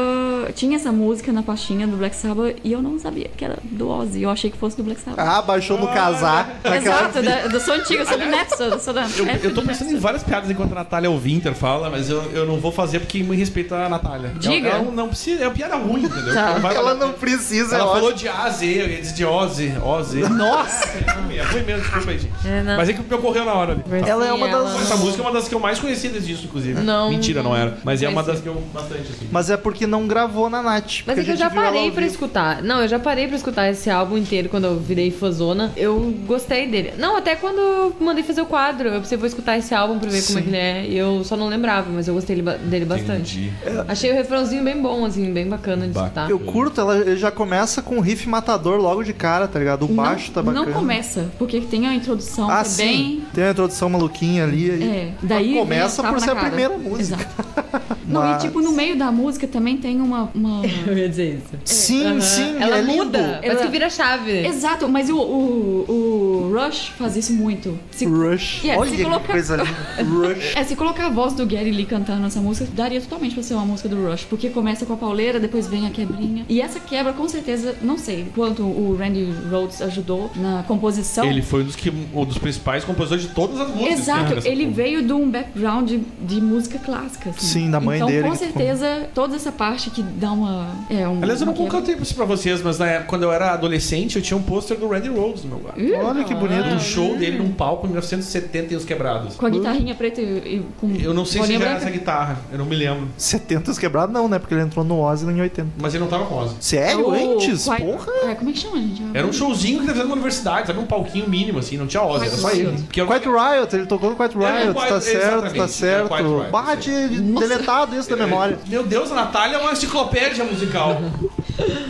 Speaker 3: Tinha essa música na pastinha do Black Sabbath e eu não sabia que era do Ozzy. Eu achei que fosse do Black Sabbath.
Speaker 1: Ah, baixou no casaco. Naquela...
Speaker 3: Ah, Exato, da, eu sou antiga, eu sou do Napster, eu sou da.
Speaker 2: Eu, eu tô pensando em várias piadas enquanto a Natália Winter fala, mas eu, eu não vou fazer porque me respeita a Natália.
Speaker 3: Diga.
Speaker 2: Ela, ela não precisa, é uma piada ruim, entendeu?
Speaker 7: Tá.
Speaker 2: Não vai
Speaker 1: Ela
Speaker 2: valer-
Speaker 1: não precisa, é
Speaker 2: Ela
Speaker 1: ela
Speaker 2: falou de AZ, eu ia dizer de OZ, OZ. Nossa! É ruim mesmo, desculpa aí, gente.
Speaker 6: É, não.
Speaker 2: Mas é que me ocorreu na hora ali.
Speaker 1: Ela é uma
Speaker 7: Ela-
Speaker 1: das.
Speaker 2: Essa música é uma das que eu mais conhecia disso, inclusive.
Speaker 6: Não.
Speaker 2: Mentira, não era. Mas é uma
Speaker 6: Conhecia.
Speaker 2: das que eu bastante, assim.
Speaker 1: Mas é porque não gravou na Nath.
Speaker 7: Mas
Speaker 1: porque
Speaker 7: é que eu
Speaker 1: a gente
Speaker 7: já
Speaker 1: viu ela
Speaker 7: parei
Speaker 1: ao
Speaker 7: pra
Speaker 1: vivo.
Speaker 7: escutar. Não, eu já parei pra escutar esse álbum inteiro quando eu virei fãzona. Eu gostei dele. Não, até quando eu mandei fazer o quadro. Eu pensei, vou escutar esse álbum pra ver como é que ele é. E eu só não lembrava, mas eu gostei dele ba- dele bastante.
Speaker 2: Entendi.
Speaker 7: Achei o refrãozinho bem bom, assim, bem bacana de escutar.
Speaker 1: Eu curto, ela ele já começa com o riff matador logo de cara, tá ligado? O baixo tá bacana.
Speaker 3: Não começa, porque tem a introdução
Speaker 1: Ah,
Speaker 3: que é
Speaker 1: sim.
Speaker 3: bem.
Speaker 1: Tem a introdução maluquinha ali. aí-
Speaker 3: É, daí vem
Speaker 1: começa
Speaker 3: tapa
Speaker 1: por
Speaker 3: na
Speaker 1: ser a
Speaker 3: cara.
Speaker 1: primeira música.
Speaker 3: Exato. Não,
Speaker 1: Mas-
Speaker 3: e tipo, no meio da música também tem uma. uma-
Speaker 7: Eu ia dizer isso.
Speaker 1: Sim, sim,
Speaker 7: Ela
Speaker 1: é lindo.
Speaker 7: muda. Parece
Speaker 3: É. Ela-
Speaker 7: que vira chave.
Speaker 3: Exato, mas o, o, o Rush faz isso muito. Se-
Speaker 1: Rush.
Speaker 3: Yeah,
Speaker 1: Olha
Speaker 3: se
Speaker 1: que
Speaker 3: colocar-
Speaker 1: coisa linda. Rush.
Speaker 3: É, se colocar a voz do Gary Lee cantando essa música, daria totalmente pra ser uma música do Rush, porque começa com a pauleira, depois vem a quebrinha. E essa quebra, com certeza, não sei quanto o Randy Rhodes ajudou na composição.
Speaker 2: Ele foi um dos, que, um dos principais compositores de todas as músicas. né,
Speaker 3: Exato,
Speaker 2: dessa
Speaker 3: ele
Speaker 2: porra.
Speaker 3: veio de um background de, de música clássica. assim.
Speaker 1: Sim, da mãe
Speaker 3: então,
Speaker 1: dele,
Speaker 3: Com
Speaker 1: que-
Speaker 3: certeza, toda essa parte que dá uma. É, um,
Speaker 2: Aliás, eu não
Speaker 3: uma quebra.
Speaker 2: contei isso pra vocês, mas na época, quando eu era adolescente, eu tinha um pôster do Randy Rhodes no meu lugar.
Speaker 3: Hum?
Speaker 1: Olha que bonito.
Speaker 2: Um show dele num palco em 1970 e os quebrados.
Speaker 3: Com a guitarrinha preta e, e com.
Speaker 2: Eu não sei se
Speaker 3: bolinha
Speaker 2: já era
Speaker 3: branca.
Speaker 2: essa guitarra, eu não me lembro.
Speaker 1: 70 os quebrados não, né? Porque ele entrou no Ozzy em 80.
Speaker 2: Mas ele não tava com Ozzy.
Speaker 1: Sério?
Speaker 3: É O-
Speaker 1: Antes?
Speaker 3: Quai-
Speaker 1: Porra.
Speaker 3: É, como é que chama, gente?
Speaker 2: Era um showzinho que tava fazendo uma universidade, sabe? Um palquinho mínimo, assim, não tinha Ozzy, era só ele. Porque eu-
Speaker 1: Quiet Riot, ele tocou no Quiet
Speaker 2: É,
Speaker 1: Riot,
Speaker 2: Quiet-
Speaker 1: tá certo,
Speaker 2: exatamente,
Speaker 1: tá
Speaker 2: é,
Speaker 1: certo.
Speaker 2: Quiet Riot,
Speaker 1: Bah,
Speaker 2: sim.
Speaker 1: tinha deletado isso da memória.
Speaker 2: Meu Deus, a Natália é uma enciclopédia musical.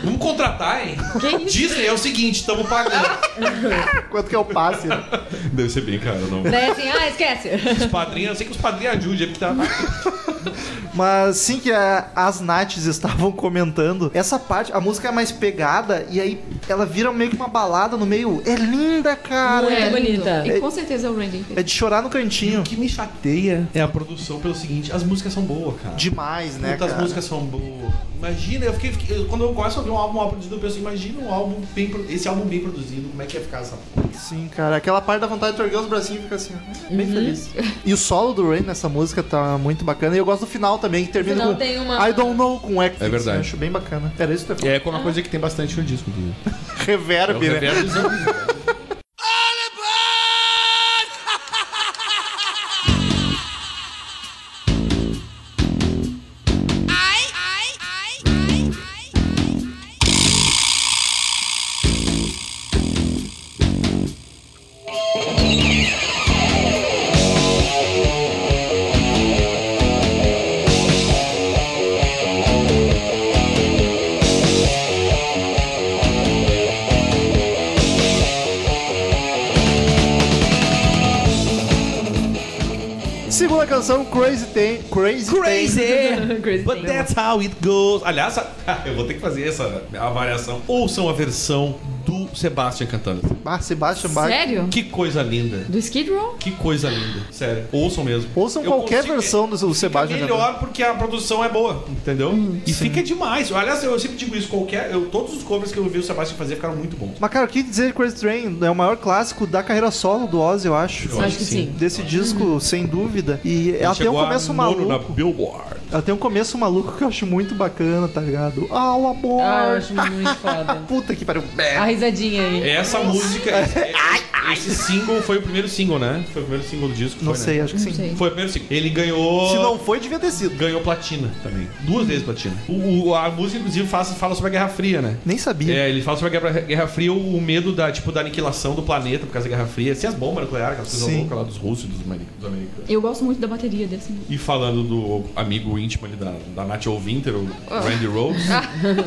Speaker 2: Vamos contratar, hein? Disney é o seguinte, estamos pagando.
Speaker 1: Quanto que é o passe?
Speaker 2: Deve ser bem caro, não.
Speaker 7: Daí assim, ah, esquece.
Speaker 2: Os padrinhos, eu sei que os padrinhos ajudem, é porque tá.
Speaker 1: Mas sim que a- as Nats estavam comentando, essa parte, a música é mais pegada e aí ela vira meio que uma balada no meio. É linda, cara.
Speaker 3: É,
Speaker 7: Muito bonita.
Speaker 3: lindo. E com certeza é o Randy.
Speaker 1: É de chorar no
Speaker 2: E o
Speaker 1: cantinho.
Speaker 2: que me chateia é a produção pelo seguinte, as músicas são boas, cara.
Speaker 1: Demais, né,
Speaker 2: Puta, as
Speaker 1: cara?
Speaker 2: músicas são boas. Imagina, eu fiquei, fiquei- eu- quando eu começo a ouvir um álbum, um álbum produzido, eu penso, imagina um álbum bem, pro- esse álbum bem produzido, como é que ia ficar essa porra?
Speaker 1: Sim, cara. Aquela parte da vontade de erguer os bracinhos e ficar assim, ó, bem
Speaker 2: Uhum.
Speaker 1: feliz. E o solo do Rain nessa música tá muito bacana. E eu gosto do final também, que termina
Speaker 7: final
Speaker 1: com
Speaker 7: tem uma-
Speaker 1: I Don't Know com X.
Speaker 2: É verdade.
Speaker 1: Eu acho bem bacana. Era isso que eu ia falar.
Speaker 2: É uma coisa que tem bastante no disco, inclusive.
Speaker 1: Reverb, né?
Speaker 2: é
Speaker 1: Segunda canção, Crazy Tem. Crazy,
Speaker 2: Crazy!
Speaker 7: Crazy
Speaker 2: But that's how it goes. Aliás, a- eu vou ter que fazer essa avaliação. Ouçam a versão do Sebastian cantando.
Speaker 1: Tem. Ah, Sebastian Bach.
Speaker 3: Sério?
Speaker 2: Que coisa linda.
Speaker 3: Do Skid Row?
Speaker 2: Que coisa linda. Sério, ouçam mesmo.
Speaker 1: Ouçam
Speaker 2: Eu
Speaker 1: qualquer
Speaker 2: consigo-
Speaker 1: versão do do
Speaker 2: Fica
Speaker 1: Sebastian Hum,
Speaker 2: melhor porque a produção é boa, entendeu? e fica demais. Aliás, eu sempre digo isso, qualquer. Eu, todos os covers que eu vi o Sebastian fazer ficaram muito bons.
Speaker 1: Mas, cara, o que dizer de Crazy Train? É o maior clássico da carreira solo do Ozzy, eu acho.
Speaker 2: Eu acho que sim.
Speaker 1: Desse disco, sem dúvida. E ela tem um
Speaker 2: Chegou a
Speaker 1: começo maluco.
Speaker 2: nono na Billboard.
Speaker 1: Ela tem um começo maluco que eu acho muito bacana, tá ligado? All aboard!
Speaker 7: Ah, eu acho muito foda.
Speaker 1: Puta que pariu.
Speaker 7: A risadinha
Speaker 1: É.
Speaker 7: aí.
Speaker 2: Essa música, esse, esse single foi o primeiro single, né? Foi o primeiro single do disco.
Speaker 1: Não
Speaker 2: foi, né?
Speaker 1: sei, acho que sim.
Speaker 2: Foi o primeiro single. Ele ganhou.
Speaker 1: Se não foi, devia ter sido.
Speaker 2: Ganhou platina também. Duas vezes platina. O, o- a música, inclusive, faz- fala sobre a Guerra Fria, né?
Speaker 1: Nem sabia.
Speaker 2: É, ele fala sobre a Guerra, Guerra Fria, o medo da, tipo, da aniquilação do planeta por causa da Guerra Fria. Assim, as bombas nucleares, aquelas coisas
Speaker 1: Sim.
Speaker 2: loucas lá dos russos e dos, ameri- dos americanos.
Speaker 3: Eu gosto muito da bateria desse.
Speaker 2: E falando do amigo íntimo ali da, da Nath Ovinter, o Randy Rhodes,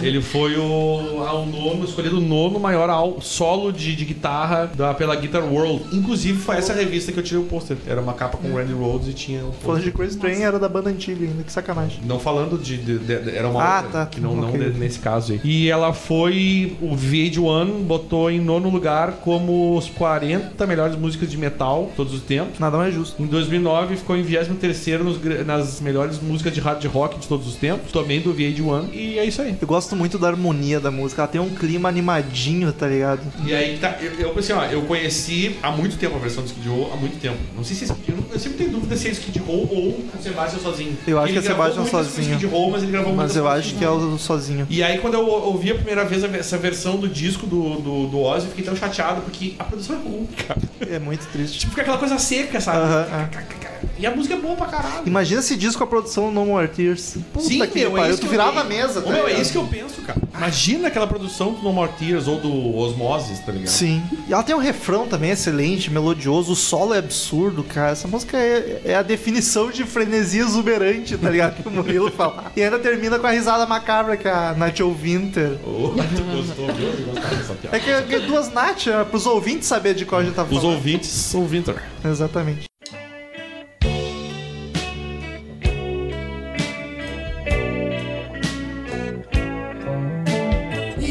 Speaker 2: ele foi o, ao nono, escolhido o nono maior ao, solo de, de guitarra da, pela Guild Guitar World. Inclusive, foi essa revista que eu tirei o pôster. Era uma capa com Randy Rhodes e tinha um
Speaker 1: Falando de
Speaker 2: pôster.
Speaker 1: Crazy Train era da banda antiga ainda, que sacanagem.
Speaker 2: Não falando de, de- de- de- Era uma
Speaker 1: Ah, tá.
Speaker 2: Que não, não
Speaker 1: Ok.
Speaker 2: de- nesse caso aí. E ela foi. O VH1 botou em nono lugar como os 40 melhores músicas de metal todos os tempos.
Speaker 1: Nada mais justo.
Speaker 2: Em 2009 ficou em 23 nos, gra- nas melhores músicas de hard rock de todos os tempos, também do VH1, e é isso aí.
Speaker 1: Eu gosto muito da harmonia da música, ela tem um clima animadinho, tá ligado?
Speaker 2: E aí tá, eu, eu assim, ó, eu conheci há muito tempo a versão do Skid Row, há muito tempo. Não sei se é Skid Row, eu sempre tenho dúvida se é Skid Row ou o Sebastian sozinho.
Speaker 1: Eu acho
Speaker 2: Ele
Speaker 1: que é
Speaker 2: gravou
Speaker 1: Sebastian
Speaker 2: muitas com
Speaker 1: sozinho.
Speaker 2: Skid Row, mas ele gravou
Speaker 1: Mas
Speaker 2: muitas
Speaker 1: eu
Speaker 2: com
Speaker 1: acho que é o sozinho.
Speaker 2: E aí, quando eu ouvi a primeira vez a ve- essa versão do disco do, do, do Ozzy, eu fiquei tão chateado porque a produção é ruim, cara.
Speaker 1: É muito triste.
Speaker 2: Tipo, fica aquela coisa seca, sabe?
Speaker 1: Aham,
Speaker 2: E a música é boa pra caralho.
Speaker 1: Imagina esse disco com a produção No More Tears. Puta que
Speaker 2: é
Speaker 1: pariu, tu virava a mesa,
Speaker 2: Ô,
Speaker 1: tá
Speaker 2: meu, é
Speaker 1: ligado?
Speaker 2: isso que eu penso, cara. Imagina aquela produção do No More Tears ou do Osmosis, tá ligado?
Speaker 1: Sim. E ela tem um refrão também excelente, melodioso, o solo é absurdo, cara. Essa música é, é a definição de frenesia exuberante, tá ligado? Que o Murilo fala. E ainda termina com a risada macabra que é a Nacho Winter.
Speaker 2: Ô, tu gostou, viu? Eu gostava dessa piada.
Speaker 1: É que é duas Nath, é pros ouvintes saber de qual a gente tá
Speaker 2: Os
Speaker 1: falando.
Speaker 2: ouvintes, ouvinter.
Speaker 1: Exatamente.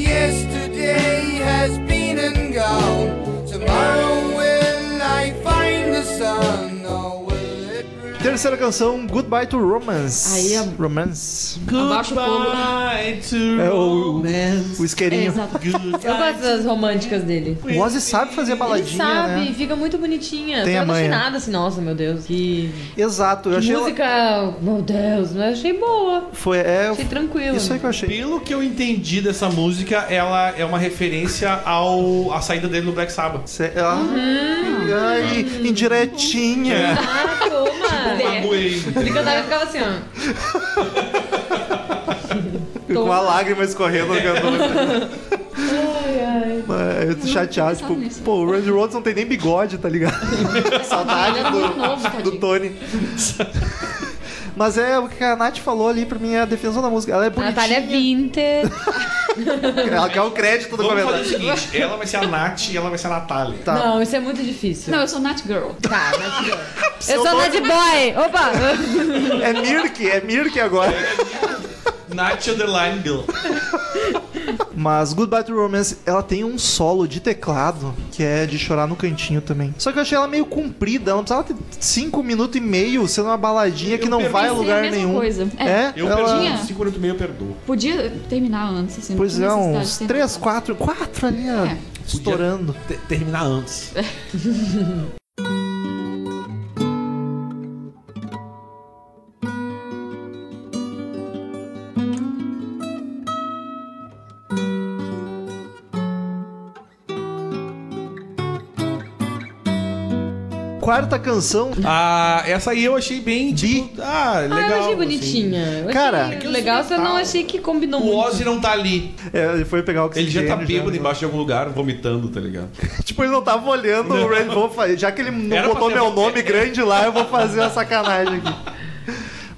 Speaker 8: Yesterday has been and gone. Tomorrow will I find the sun, or will it rain?
Speaker 1: Terceira canção, Goodbye to Romance.
Speaker 3: Aí é-
Speaker 1: Romance.
Speaker 3: Abaixa o fogo. né?
Speaker 2: to
Speaker 1: É o, o
Speaker 3: É,
Speaker 1: isqueirinho.
Speaker 3: exato.
Speaker 7: Eu gosto das românticas dele.
Speaker 1: o Ozzy sabe fazer
Speaker 7: Ele
Speaker 1: baladinha,
Speaker 7: sabe,
Speaker 1: né?
Speaker 7: fica muito bonitinha.
Speaker 1: Tem
Speaker 7: Tem
Speaker 1: a
Speaker 7: toda
Speaker 1: manha.
Speaker 7: afinada, assim, nossa, meu Deus. Que,
Speaker 1: Exato, eu
Speaker 7: que
Speaker 1: achei.
Speaker 7: música, meu Deus, mas eu achei boa.
Speaker 1: Foi, é,
Speaker 7: Achei tranquila.
Speaker 1: isso aí que eu achei.
Speaker 2: Pelo que eu entendi dessa música, ela é uma referência ao à saída dele no Black Sabbath.
Speaker 1: Cê- ah,
Speaker 3: Uhum.
Speaker 1: Ai,
Speaker 2: É,
Speaker 1: indiretinha.
Speaker 7: Hum, Ah, toma! Ele cantava e ficava assim, ó. É.
Speaker 1: Com a lágrima escorrendo no cantor.
Speaker 7: Ai, ai.
Speaker 1: É, Eu tô chateado,
Speaker 3: pensado
Speaker 1: tipo,
Speaker 3: nisso.
Speaker 1: pô, o Randy Rhodes não tem nem bigode, tá ligado? Saudade
Speaker 3: Ele é muito novo,
Speaker 1: do,
Speaker 3: tadinho.
Speaker 1: do Tony. Mas é o que a Nath falou ali pra mim, é a definição da música. Ela é bonitinha.
Speaker 7: Natália Winter.
Speaker 1: Ela quer o crédito do
Speaker 2: Vamos fazer o
Speaker 1: comentário.
Speaker 2: seguinte, ela vai ser a Nath e ela vai ser a Natália.
Speaker 1: Tá.
Speaker 7: Não, isso é muito difícil.
Speaker 3: Não, eu sou Nat Girl.
Speaker 7: Tá, mas... Eu sou Nath Boy. Opa! Ah,
Speaker 1: É Mirk, é Mirk agora.
Speaker 2: Nath Underline Girl.
Speaker 1: Mas Goodbye to Romance, ela tem um solo de teclado que é de chorar no cantinho também. Só que eu achei ela meio comprida, ela precisava ter 5 minutos e meio sendo uma baladinha que não
Speaker 2: Eu
Speaker 1: vai a
Speaker 3: pensei é a
Speaker 1: lugar
Speaker 3: mesma
Speaker 1: nenhum.
Speaker 3: coisa.
Speaker 1: É,
Speaker 3: É,
Speaker 2: Eu
Speaker 1: ela...
Speaker 2: perdoo,
Speaker 3: Tinha?
Speaker 2: 5 minutos e meio eu perdoo.
Speaker 3: Podia terminar antes, assim. não
Speaker 1: Pois
Speaker 3: tinha
Speaker 1: é,
Speaker 3: necessidade
Speaker 1: uns
Speaker 3: de ter
Speaker 1: 3, 4,
Speaker 3: terminado.
Speaker 1: 4 ali, ó,
Speaker 3: É.
Speaker 1: estourando.
Speaker 2: Te- terminar antes.
Speaker 1: Quarta canção,
Speaker 2: Ah, essa aí eu achei bem, tipo, ah, legal.
Speaker 7: Ah, eu achei
Speaker 2: assim.
Speaker 7: bonitinha. Eu achei
Speaker 1: Cara,
Speaker 7: legal, só não achei que combinou
Speaker 2: O
Speaker 7: muito.
Speaker 2: Ozzy não tá ali.
Speaker 1: é, ele foi pegar o
Speaker 2: Ele
Speaker 1: oxigênio.
Speaker 2: já tá bêbado embaixo de algum lugar, vomitando, tá ligado?
Speaker 1: Tipo, ele não tava olhando o Randy vou fazer. Já que ele não
Speaker 2: Era pra
Speaker 1: botou
Speaker 2: ser-
Speaker 1: meu nome grande lá, eu vou fazer uma sacanagem aqui.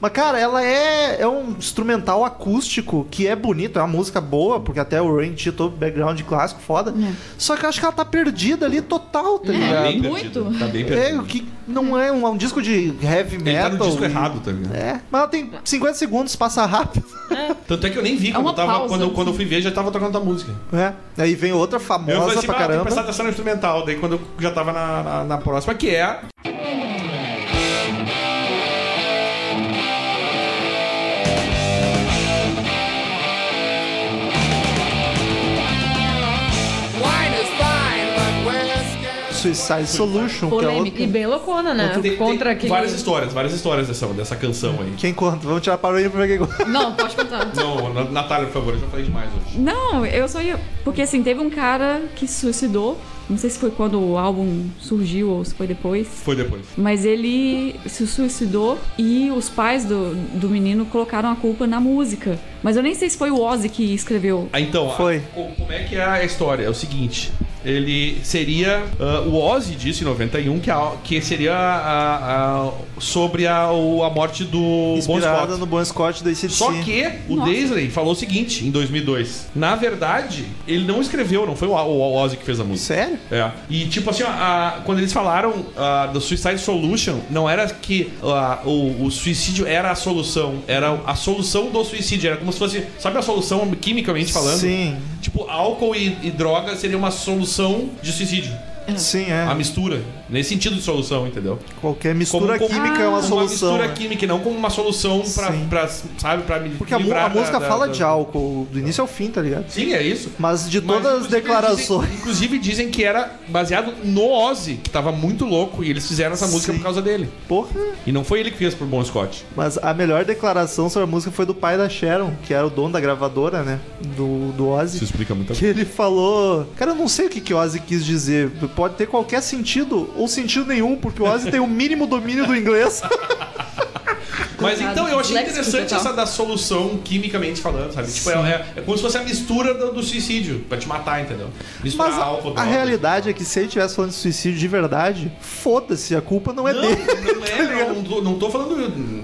Speaker 1: Mas, cara, ela é, é um instrumental acústico que é bonito, é uma música boa, porque até o Rain tinha todo o background clássico foda.
Speaker 3: É.
Speaker 1: Só que eu acho que ela tá perdida ali total, tá
Speaker 2: Tá
Speaker 1: ligado?
Speaker 2: bem
Speaker 3: muito.
Speaker 2: perdido, Tá bem
Speaker 1: É,
Speaker 2: perdido.
Speaker 1: o que não é um, é um disco de heavy
Speaker 2: Ele tá
Speaker 1: metal.
Speaker 2: no disco
Speaker 1: e-
Speaker 2: errado, tá ligado?
Speaker 1: É, mas ela tem 50 segundos, passa rápido.
Speaker 2: Tanto é que eu nem vi,
Speaker 3: É
Speaker 2: quando,
Speaker 3: uma
Speaker 2: eu tava,
Speaker 3: pausa.
Speaker 2: quando, eu- quando eu fui ver, já tava tocando a música.
Speaker 1: né? Aí vem outra
Speaker 2: Eu
Speaker 1: famosa
Speaker 2: falei assim,
Speaker 1: pra
Speaker 2: ah, tem que
Speaker 1: caramba.
Speaker 2: prestar atenção no instrumental. Daí quando eu já tava na, na, na próxima, que é...
Speaker 8: Wine is fine, but whiskey.
Speaker 1: Suicide Solution, que é outro.
Speaker 7: E bem loucona, né?
Speaker 6: É,
Speaker 2: Tem- tem
Speaker 7: Contra aquele...
Speaker 2: Várias histórias, várias histórias dessa, dessa canção aí.
Speaker 1: Quem conta? Vamos tirar a parodia pra ver quem conta.
Speaker 3: Não, pode contar.
Speaker 2: Não, Na- Natália, por favor, eu já falei demais hoje.
Speaker 3: Não, eu só ia. Porque assim, teve um cara que suicidou. Não sei se foi quando o álbum surgiu ou se foi depois.
Speaker 2: Foi depois.
Speaker 3: Mas ele se suicidou e os pais do, do menino colocaram a culpa na música. Mas eu nem sei se foi o Ozzy que escreveu.
Speaker 2: Ah, então,
Speaker 1: Foi.
Speaker 2: a- co- como é que é a história? É o seguinte: ele seria ah, o Ozzy disse em 91 que, a- que seria a- a- sobre a, o- a morte do Bon
Speaker 1: Inspirada
Speaker 2: Scott.
Speaker 1: no Bon Scott do ACDC.
Speaker 2: Só que o
Speaker 3: Nossa.
Speaker 2: Daisley falou o seguinte em 2002. Na verdade, ele não escreveu, não foi o, o Ozzy que fez a música.
Speaker 1: Sério?
Speaker 2: É. E tipo assim, ó, a- quando eles falaram ah, do Suicide Solution, não era que ah, o, o suicídio era a solução, era a solução do suicídio, era como se fosse, sabe a solução quimicamente falando?
Speaker 1: Sim,
Speaker 2: Tipo, álcool e, e droga seria uma solução de suicídio.
Speaker 1: sim, é.
Speaker 2: A mistura, nesse sentido de solução, entendeu?
Speaker 1: Qualquer
Speaker 2: Como-
Speaker 1: mistura
Speaker 2: como- Ah,
Speaker 1: química é uma solução.
Speaker 2: mistura
Speaker 1: né?
Speaker 2: química, não como uma solução pra,
Speaker 1: Sim.
Speaker 2: pra, sabe, pra me
Speaker 1: Porque a, mu-
Speaker 2: livrar
Speaker 1: a
Speaker 2: da-
Speaker 1: música
Speaker 2: da-
Speaker 1: fala
Speaker 2: da-
Speaker 1: de álcool, do início ao fim, tá ligado?
Speaker 2: Sim, é isso.
Speaker 1: Mas de
Speaker 2: Mas,
Speaker 1: todas as
Speaker 2: inclusive,
Speaker 1: declarações.
Speaker 2: dizem- inclusive dizem que era baseado no Ozzy, que tava muito louco, e eles fizeram essa música
Speaker 1: Sim.
Speaker 2: por causa dele.
Speaker 1: Porra!
Speaker 2: E não foi ele que fez por Bon Scott.
Speaker 1: Mas a melhor declaração sobre a música foi do pai da Sharon, que era o dono da gravadora, né? Do, do Ozzy.
Speaker 2: Isso explica muita
Speaker 1: Que
Speaker 2: coisa.
Speaker 1: ele falou. Cara, eu não sei o que, que o Ozzy quis dizer. Pode ter qualquer sentido ou sentido nenhum, porque o Ozzy tem o mínimo domínio do inglês.
Speaker 2: Mas então eu achei
Speaker 7: Léxico
Speaker 2: interessante
Speaker 7: total.
Speaker 2: essa da solução quimicamente falando, sabe? Tipo, é, é- é como se fosse a mistura do, do suicídio, pra te matar, entendeu? Misturar
Speaker 1: Mas a,
Speaker 2: álcool,
Speaker 1: a
Speaker 2: droga. então.
Speaker 1: realidade é que se ele estivesse falando de suicídio de verdade, foda-se, a culpa não é
Speaker 2: Não,
Speaker 1: dele.
Speaker 2: não é, não, tô- não tô falando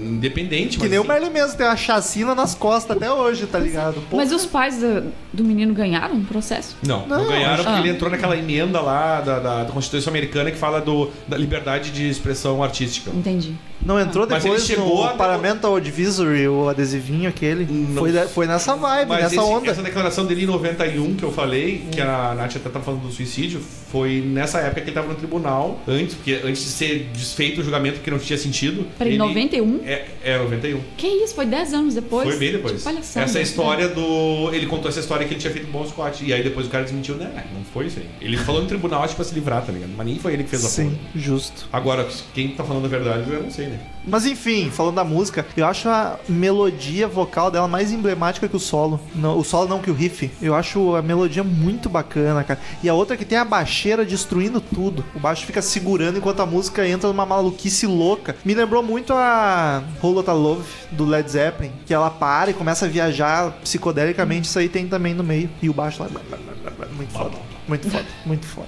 Speaker 2: independente,
Speaker 1: Que
Speaker 2: mas
Speaker 1: nem
Speaker 2: assim,
Speaker 1: o Merlin mesmo tem uma chacina nas costas até hoje, tá ligado? Pô,
Speaker 3: Mas os pais do, do menino ganharam o processo?
Speaker 2: Não, não,
Speaker 1: Não,
Speaker 2: ganharam
Speaker 1: acho
Speaker 2: porque
Speaker 3: que-
Speaker 2: ele entrou naquela emenda lá da, da- da Constituição Americana que fala do, da liberdade de expressão artística.
Speaker 3: Entendi.
Speaker 1: Não entrou
Speaker 2: Mas
Speaker 1: depois
Speaker 2: ele chegou
Speaker 1: no
Speaker 2: até o-
Speaker 1: Paramount Advisory, o adesivinho aquele?
Speaker 2: Não.
Speaker 1: Foi, da- foi nessa vibe,
Speaker 2: Mas
Speaker 1: nessa
Speaker 2: esse-
Speaker 1: onda.
Speaker 2: essa declaração dele em 91 que eu falei, que a Nath até tá falando do suicídio, foi nessa época que ele tava no tribunal, antes, porque antes de ser desfeito o julgamento, que não tinha sentido.
Speaker 3: Peraí, 91?
Speaker 2: É, é 91.
Speaker 3: Que isso? Foi 10 anos depois? né?
Speaker 2: foi bem depois.
Speaker 3: Que palhaçada.
Speaker 2: Essa história do. Ele contou essa história que ele tinha feito um bom squat. E aí depois o cara desmentiu, né? Não foi isso aí. Ele falou no tribunal, acho, pra se livrar, tá ligado? Mas nem foi ele que fez a
Speaker 1: Sim,
Speaker 2: porra.
Speaker 1: justo.
Speaker 2: Agora, quem tá falando a verdade, eu não sei, né?
Speaker 1: Mas enfim, falando da música, eu acho a melodia vocal dela mais emblemática que o solo. Não, o solo não, que o riff. Eu acho a melodia muito bacana, cara. E a outra é que tem a baixeira destruindo tudo. O baixo fica segurando enquanto a música entra numa maluquice louca. Me lembrou muito a Rolota Love do Led Zeppelin, que ela para e começa a viajar psicodelicamente. Isso aí tem também no meio. E o baixo lá. Muito foda. Muito foda, muito foda.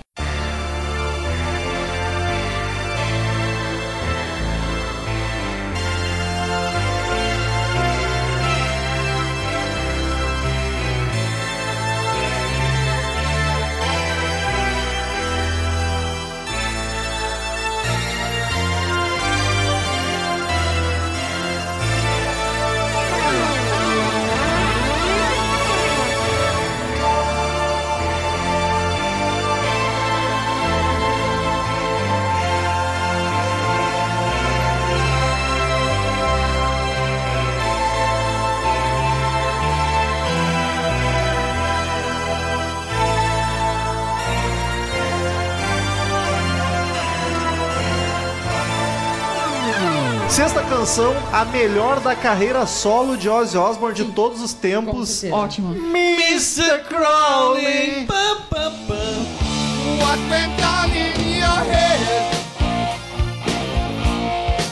Speaker 1: Sexta canção, a melhor da carreira solo de Ozzy Osbourne de todos os tempos.
Speaker 3: Ótimo.
Speaker 1: Mr. Crowley.
Speaker 8: What went on in your head?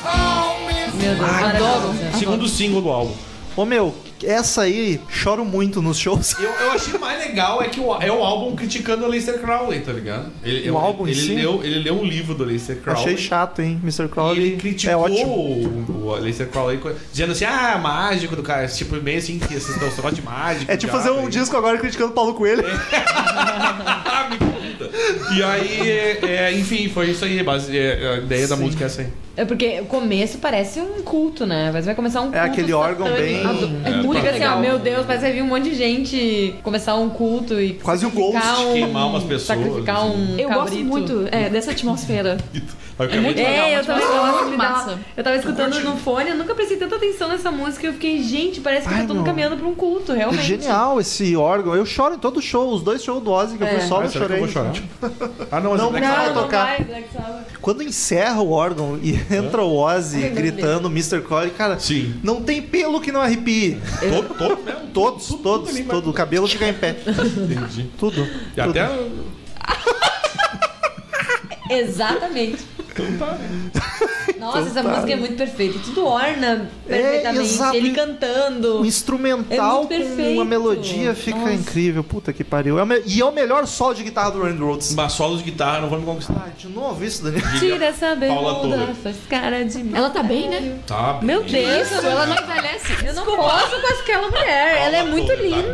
Speaker 8: Oh, Miss
Speaker 7: Meu Deus,
Speaker 3: Ah,
Speaker 7: maravilhosa.
Speaker 2: Segundo single do álbum.
Speaker 1: Ô meu, essa aí choro muito nos shows.
Speaker 2: Eu, eu achei mais legal é que o, é o álbum criticando a Lester Crowley, tá ligado? Ele,
Speaker 1: O álbum em
Speaker 2: ele,
Speaker 1: si?
Speaker 2: leu, ele leu um livro do Lester Crowley.
Speaker 1: Achei chato, hein? Mr.
Speaker 2: E
Speaker 1: Crowley
Speaker 2: ele criticou
Speaker 1: é ótimo.
Speaker 2: o, o Lester Crowley co- dizendo assim, ah, mágico do cara. Tipo, meio assim, que esses teus trotes mágicos.
Speaker 1: É tipo
Speaker 2: diabo,
Speaker 1: fazer um
Speaker 2: aí.
Speaker 1: disco agora criticando o Paulo Coelho.
Speaker 2: É. Ah, me conta. E aí, é, é, enfim, foi isso aí. Base, é, a ideia da música é essa aí.
Speaker 7: É porque o começo parece um culto, né? Mas vai começar um culto.
Speaker 1: É aquele órgão bem-
Speaker 7: satânico.
Speaker 2: É,
Speaker 7: É muito
Speaker 2: tá
Speaker 7: assim, ó,
Speaker 2: legal.
Speaker 7: meu Deus, parece que vai vir um monte de gente começar um culto e.
Speaker 1: Quase o
Speaker 7: sacrificar um-
Speaker 1: Ghost.
Speaker 2: Queimar umas pessoas,
Speaker 7: Sacrificar
Speaker 2: assim.
Speaker 7: um.
Speaker 3: Eu gosto
Speaker 7: cabrito.
Speaker 3: muito é, dessa atmosfera.
Speaker 2: É muito
Speaker 7: É, eu também gosto me dá-
Speaker 3: massa.
Speaker 7: Eu tava escutando no fone, eu nunca prestei tanta atenção nessa música. Eu fiquei, gente, parece que
Speaker 1: Ai,
Speaker 7: tá
Speaker 1: meu.
Speaker 7: todo mundo caminhando pra um culto,
Speaker 1: É
Speaker 7: realmente.
Speaker 1: genial esse órgão. Eu choro em todo show, os dois shows do Ozzy que eu fui
Speaker 7: É.
Speaker 1: solo,
Speaker 2: Ah,
Speaker 1: eu
Speaker 2: será que eu
Speaker 1: chorei.
Speaker 2: vou chorar? Ah, não, mas
Speaker 1: Não,
Speaker 2: é Black
Speaker 1: não,
Speaker 2: Sabbath.
Speaker 1: vai tocar.
Speaker 7: vai, Black Sabbath.
Speaker 1: Quando encerra o órgão e entra o Ozzy
Speaker 7: Ai, meu
Speaker 1: gritando Mr. Crowley, cara,
Speaker 2: Sim.
Speaker 1: não tem pelo que não arrepie.
Speaker 2: Todo, todo mesmo.
Speaker 1: Todos,
Speaker 2: Tudo, tudo
Speaker 1: todos,
Speaker 2: ali,
Speaker 1: todo. O cabelo fica em pé.
Speaker 2: Entendi.
Speaker 1: Tudo.
Speaker 6: É
Speaker 2: E até
Speaker 1: tudo.
Speaker 2: Então tá.
Speaker 7: Exatamente.
Speaker 6: Nossa, essa
Speaker 1: Então tá.
Speaker 6: música é muito perfeita. Tudo orna
Speaker 1: É,
Speaker 6: perfeitamente.
Speaker 1: exato.
Speaker 6: Ele cantando.
Speaker 1: O
Speaker 6: É
Speaker 1: instrumental
Speaker 6: muito
Speaker 1: com
Speaker 6: perfeito.
Speaker 1: a melodia fica
Speaker 6: Nossa.
Speaker 1: incrível. Puta que pariu. É o me- E é o melhor solo de guitarra do Randy Rhodes.
Speaker 2: Mas solos de guitarra não vão me conquistar.
Speaker 1: Ah, de novo isso, Daniel.
Speaker 6: Tira essa
Speaker 2: Paula
Speaker 6: bermuda,
Speaker 2: Toller.
Speaker 6: faz cara de...
Speaker 3: Ela tá bem, né?
Speaker 2: Tá,
Speaker 6: Meu
Speaker 2: bem.
Speaker 6: Deus,
Speaker 3: Ela não envelhece.
Speaker 6: eu não posso com aquela mulher. Ela é
Speaker 2: Paula
Speaker 6: muito
Speaker 2: Toller tá
Speaker 6: linda.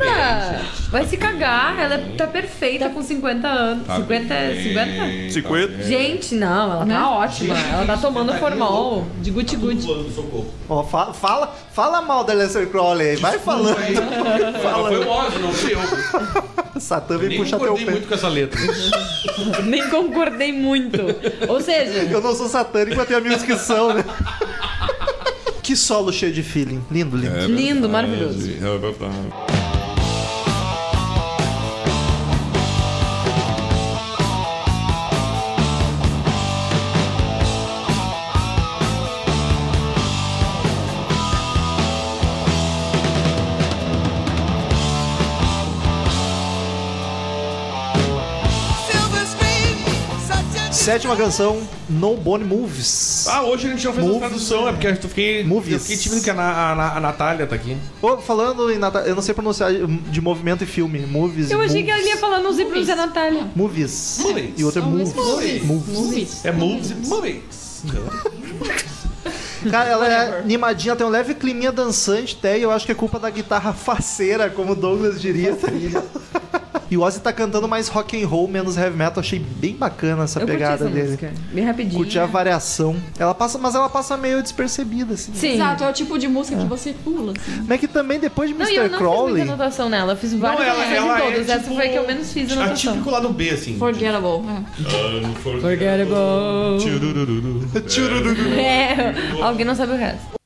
Speaker 2: bem,
Speaker 6: Vai se cagar. Ela tá perfeita com 50 anos.
Speaker 2: Tá
Speaker 6: 50,
Speaker 2: bem,
Speaker 6: 50?
Speaker 2: tá
Speaker 4: 50?
Speaker 2: bem.
Speaker 6: Gente, não, ela tá
Speaker 3: Né?
Speaker 6: ótima. Ela tá tomando formal de guti-guti.
Speaker 2: Pulando, socorro.
Speaker 1: Ó, fa- fala, fala mal da Lester Crowley aí. Vai falando.
Speaker 2: Mas Foi o ódio, não fui eu.
Speaker 1: Satã vem
Speaker 2: Nem
Speaker 1: puxar teu
Speaker 2: concordei
Speaker 1: pé.
Speaker 2: muito com essa letra.
Speaker 6: Nem concordei muito. Ou seja,
Speaker 1: É Eu não sou satânico, mas tenho amigos que são, né? que solo cheio de feeling. Lindo, lindo.
Speaker 6: lindo, maravilhoso.
Speaker 2: É verdade.
Speaker 1: Sétima canção, No Bone Moves.
Speaker 2: Ah, hoje a gente não fez
Speaker 1: Movies.
Speaker 2: a tradução, é porque eu fiquei,
Speaker 1: Movies.
Speaker 2: eu fiquei tímido que a, Na- a, Na- a Natália tá aqui.
Speaker 1: Ô, falando em Natal, eu não sei pronunciar hum, de movimento e filme. Movies.
Speaker 6: Eu achei que ela
Speaker 1: moves.
Speaker 6: ia falar, não sei pronunciar Natália.
Speaker 1: Movies.
Speaker 2: Movies.
Speaker 1: E outra é moves.
Speaker 2: Movies.
Speaker 3: Movies.
Speaker 2: É Moves e Movies.
Speaker 1: Cara, ela é animadinha, tem um leve climinha dançante até, e eu acho que é culpa da guitarra faceira, como o Douglas diria. tá ligado? E o Ozzy tá cantando mais rock and roll, menos heavy metal. Achei bem bacana essa
Speaker 9: Eu curti
Speaker 1: pegada
Speaker 9: essa
Speaker 1: dele.
Speaker 9: música. Bem rapidinho.
Speaker 1: Curti a variação. Ela passa, mas ela passa meio despercebida, assim.
Speaker 6: Sim.
Speaker 3: Exato, é o tipo de música que você pula, assim.
Speaker 1: Mas que também depois de
Speaker 6: Não, e eu
Speaker 1: Mr.
Speaker 6: não
Speaker 1: Crowley.
Speaker 6: fiz muita anotação nela. Eu fiz várias
Speaker 2: ela-
Speaker 6: anotações
Speaker 2: ela
Speaker 6: em
Speaker 2: é
Speaker 6: todas. Essa
Speaker 2: tipo
Speaker 6: foi a que eu menos fiz anotação.
Speaker 2: Atípico lado B, assim.
Speaker 3: Forgettable. é.
Speaker 6: Forgettable.
Speaker 2: Tchurururu.
Speaker 6: É, alguém não sabe o resto.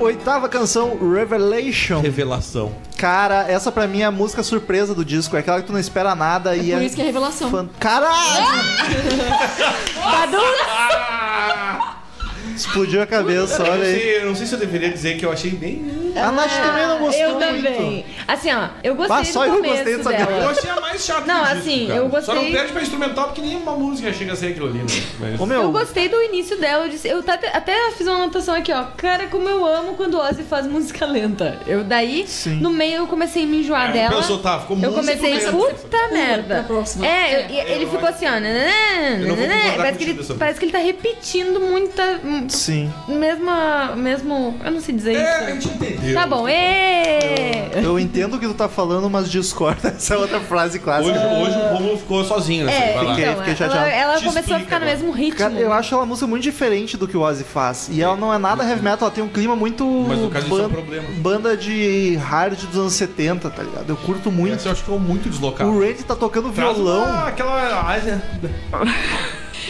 Speaker 1: Oitava canção, Revelation.
Speaker 2: É Revelação.
Speaker 1: Cara, essa pra mim é a música surpresa do disco. É aquela que tu não espera nada e
Speaker 3: Por
Speaker 1: é.
Speaker 3: isso que é revelação.
Speaker 1: fan- Caralho! Explodiu a cabeça,
Speaker 2: Eu não
Speaker 1: Ah, olha aí.
Speaker 2: sei- eu não sei se eu deveria dizer que eu achei bem.
Speaker 1: A Nath também não gostou.
Speaker 6: Ah, Eu
Speaker 1: muito.
Speaker 6: também. Assim, ó, eu gostei
Speaker 1: Mas só
Speaker 6: do
Speaker 1: eu
Speaker 6: começo
Speaker 1: gostei dessa
Speaker 2: Eu
Speaker 6: dela.
Speaker 2: achei a mais chata
Speaker 6: Não,
Speaker 2: do
Speaker 6: assim,
Speaker 2: disco, cara.
Speaker 6: eu gostei-
Speaker 2: Só não perde pra instrumental porque nenhuma música chega a ser aquilo ali, né? Mas-
Speaker 1: Ô meu,
Speaker 6: Eu gostei do início dela. Eu, disse, eu tá- até fiz uma anotação aqui, ó. Cara, como eu amo quando o Ozzy faz música lenta. Eu daí,
Speaker 1: Sim.
Speaker 6: no meio, eu comecei a me enjoar
Speaker 2: É,
Speaker 6: dela.
Speaker 2: pensou, tá, ficou
Speaker 6: eu
Speaker 2: muito
Speaker 6: comecei,
Speaker 2: lenta.
Speaker 6: puta
Speaker 3: pra
Speaker 6: merda.
Speaker 3: próxima.
Speaker 6: É, eu- e- ele
Speaker 2: eu
Speaker 6: ficou
Speaker 2: acho-
Speaker 6: assim, ó. né, né,
Speaker 2: Eu não vou
Speaker 6: né, né.
Speaker 2: concordar
Speaker 6: parece, que
Speaker 2: contigo
Speaker 6: ele,
Speaker 2: dessa
Speaker 6: parece que ele tá repetindo muita.
Speaker 1: sim.
Speaker 6: Mesma. Mesmo. Eu não sei
Speaker 2: É,
Speaker 6: dizer
Speaker 2: então. a
Speaker 6: isso.
Speaker 2: gente entendeu.
Speaker 6: Tá bom, ê!
Speaker 1: Eu entendo o que tu tá falando, mas discorda essa outra frase
Speaker 2: Hoje,
Speaker 1: clássica.
Speaker 2: hoje o Romulo ficou sozinho nessa.
Speaker 6: É,
Speaker 2: vai lá.
Speaker 1: Fiquei-
Speaker 6: então,
Speaker 1: fiquei chateado.
Speaker 6: ela, ela
Speaker 2: Te
Speaker 6: começou
Speaker 2: explica
Speaker 6: a ficar no
Speaker 2: agora.
Speaker 6: mesmo ritmo.
Speaker 1: Cara, eu acho ela música muito diferente do que o Ozzy faz. E ela não é nada heavy metal, ela tem um clima muito.
Speaker 2: Mas no caso isso é um
Speaker 1: ban-
Speaker 2: problema.
Speaker 1: Banda de hard dos anos 70, tá ligado? Eu curto muito.
Speaker 2: Essa eu acho que ficou muito deslocado.
Speaker 1: O Randy tá tocando
Speaker 2: Traz
Speaker 1: violão.
Speaker 2: uma- aquela. ah, é,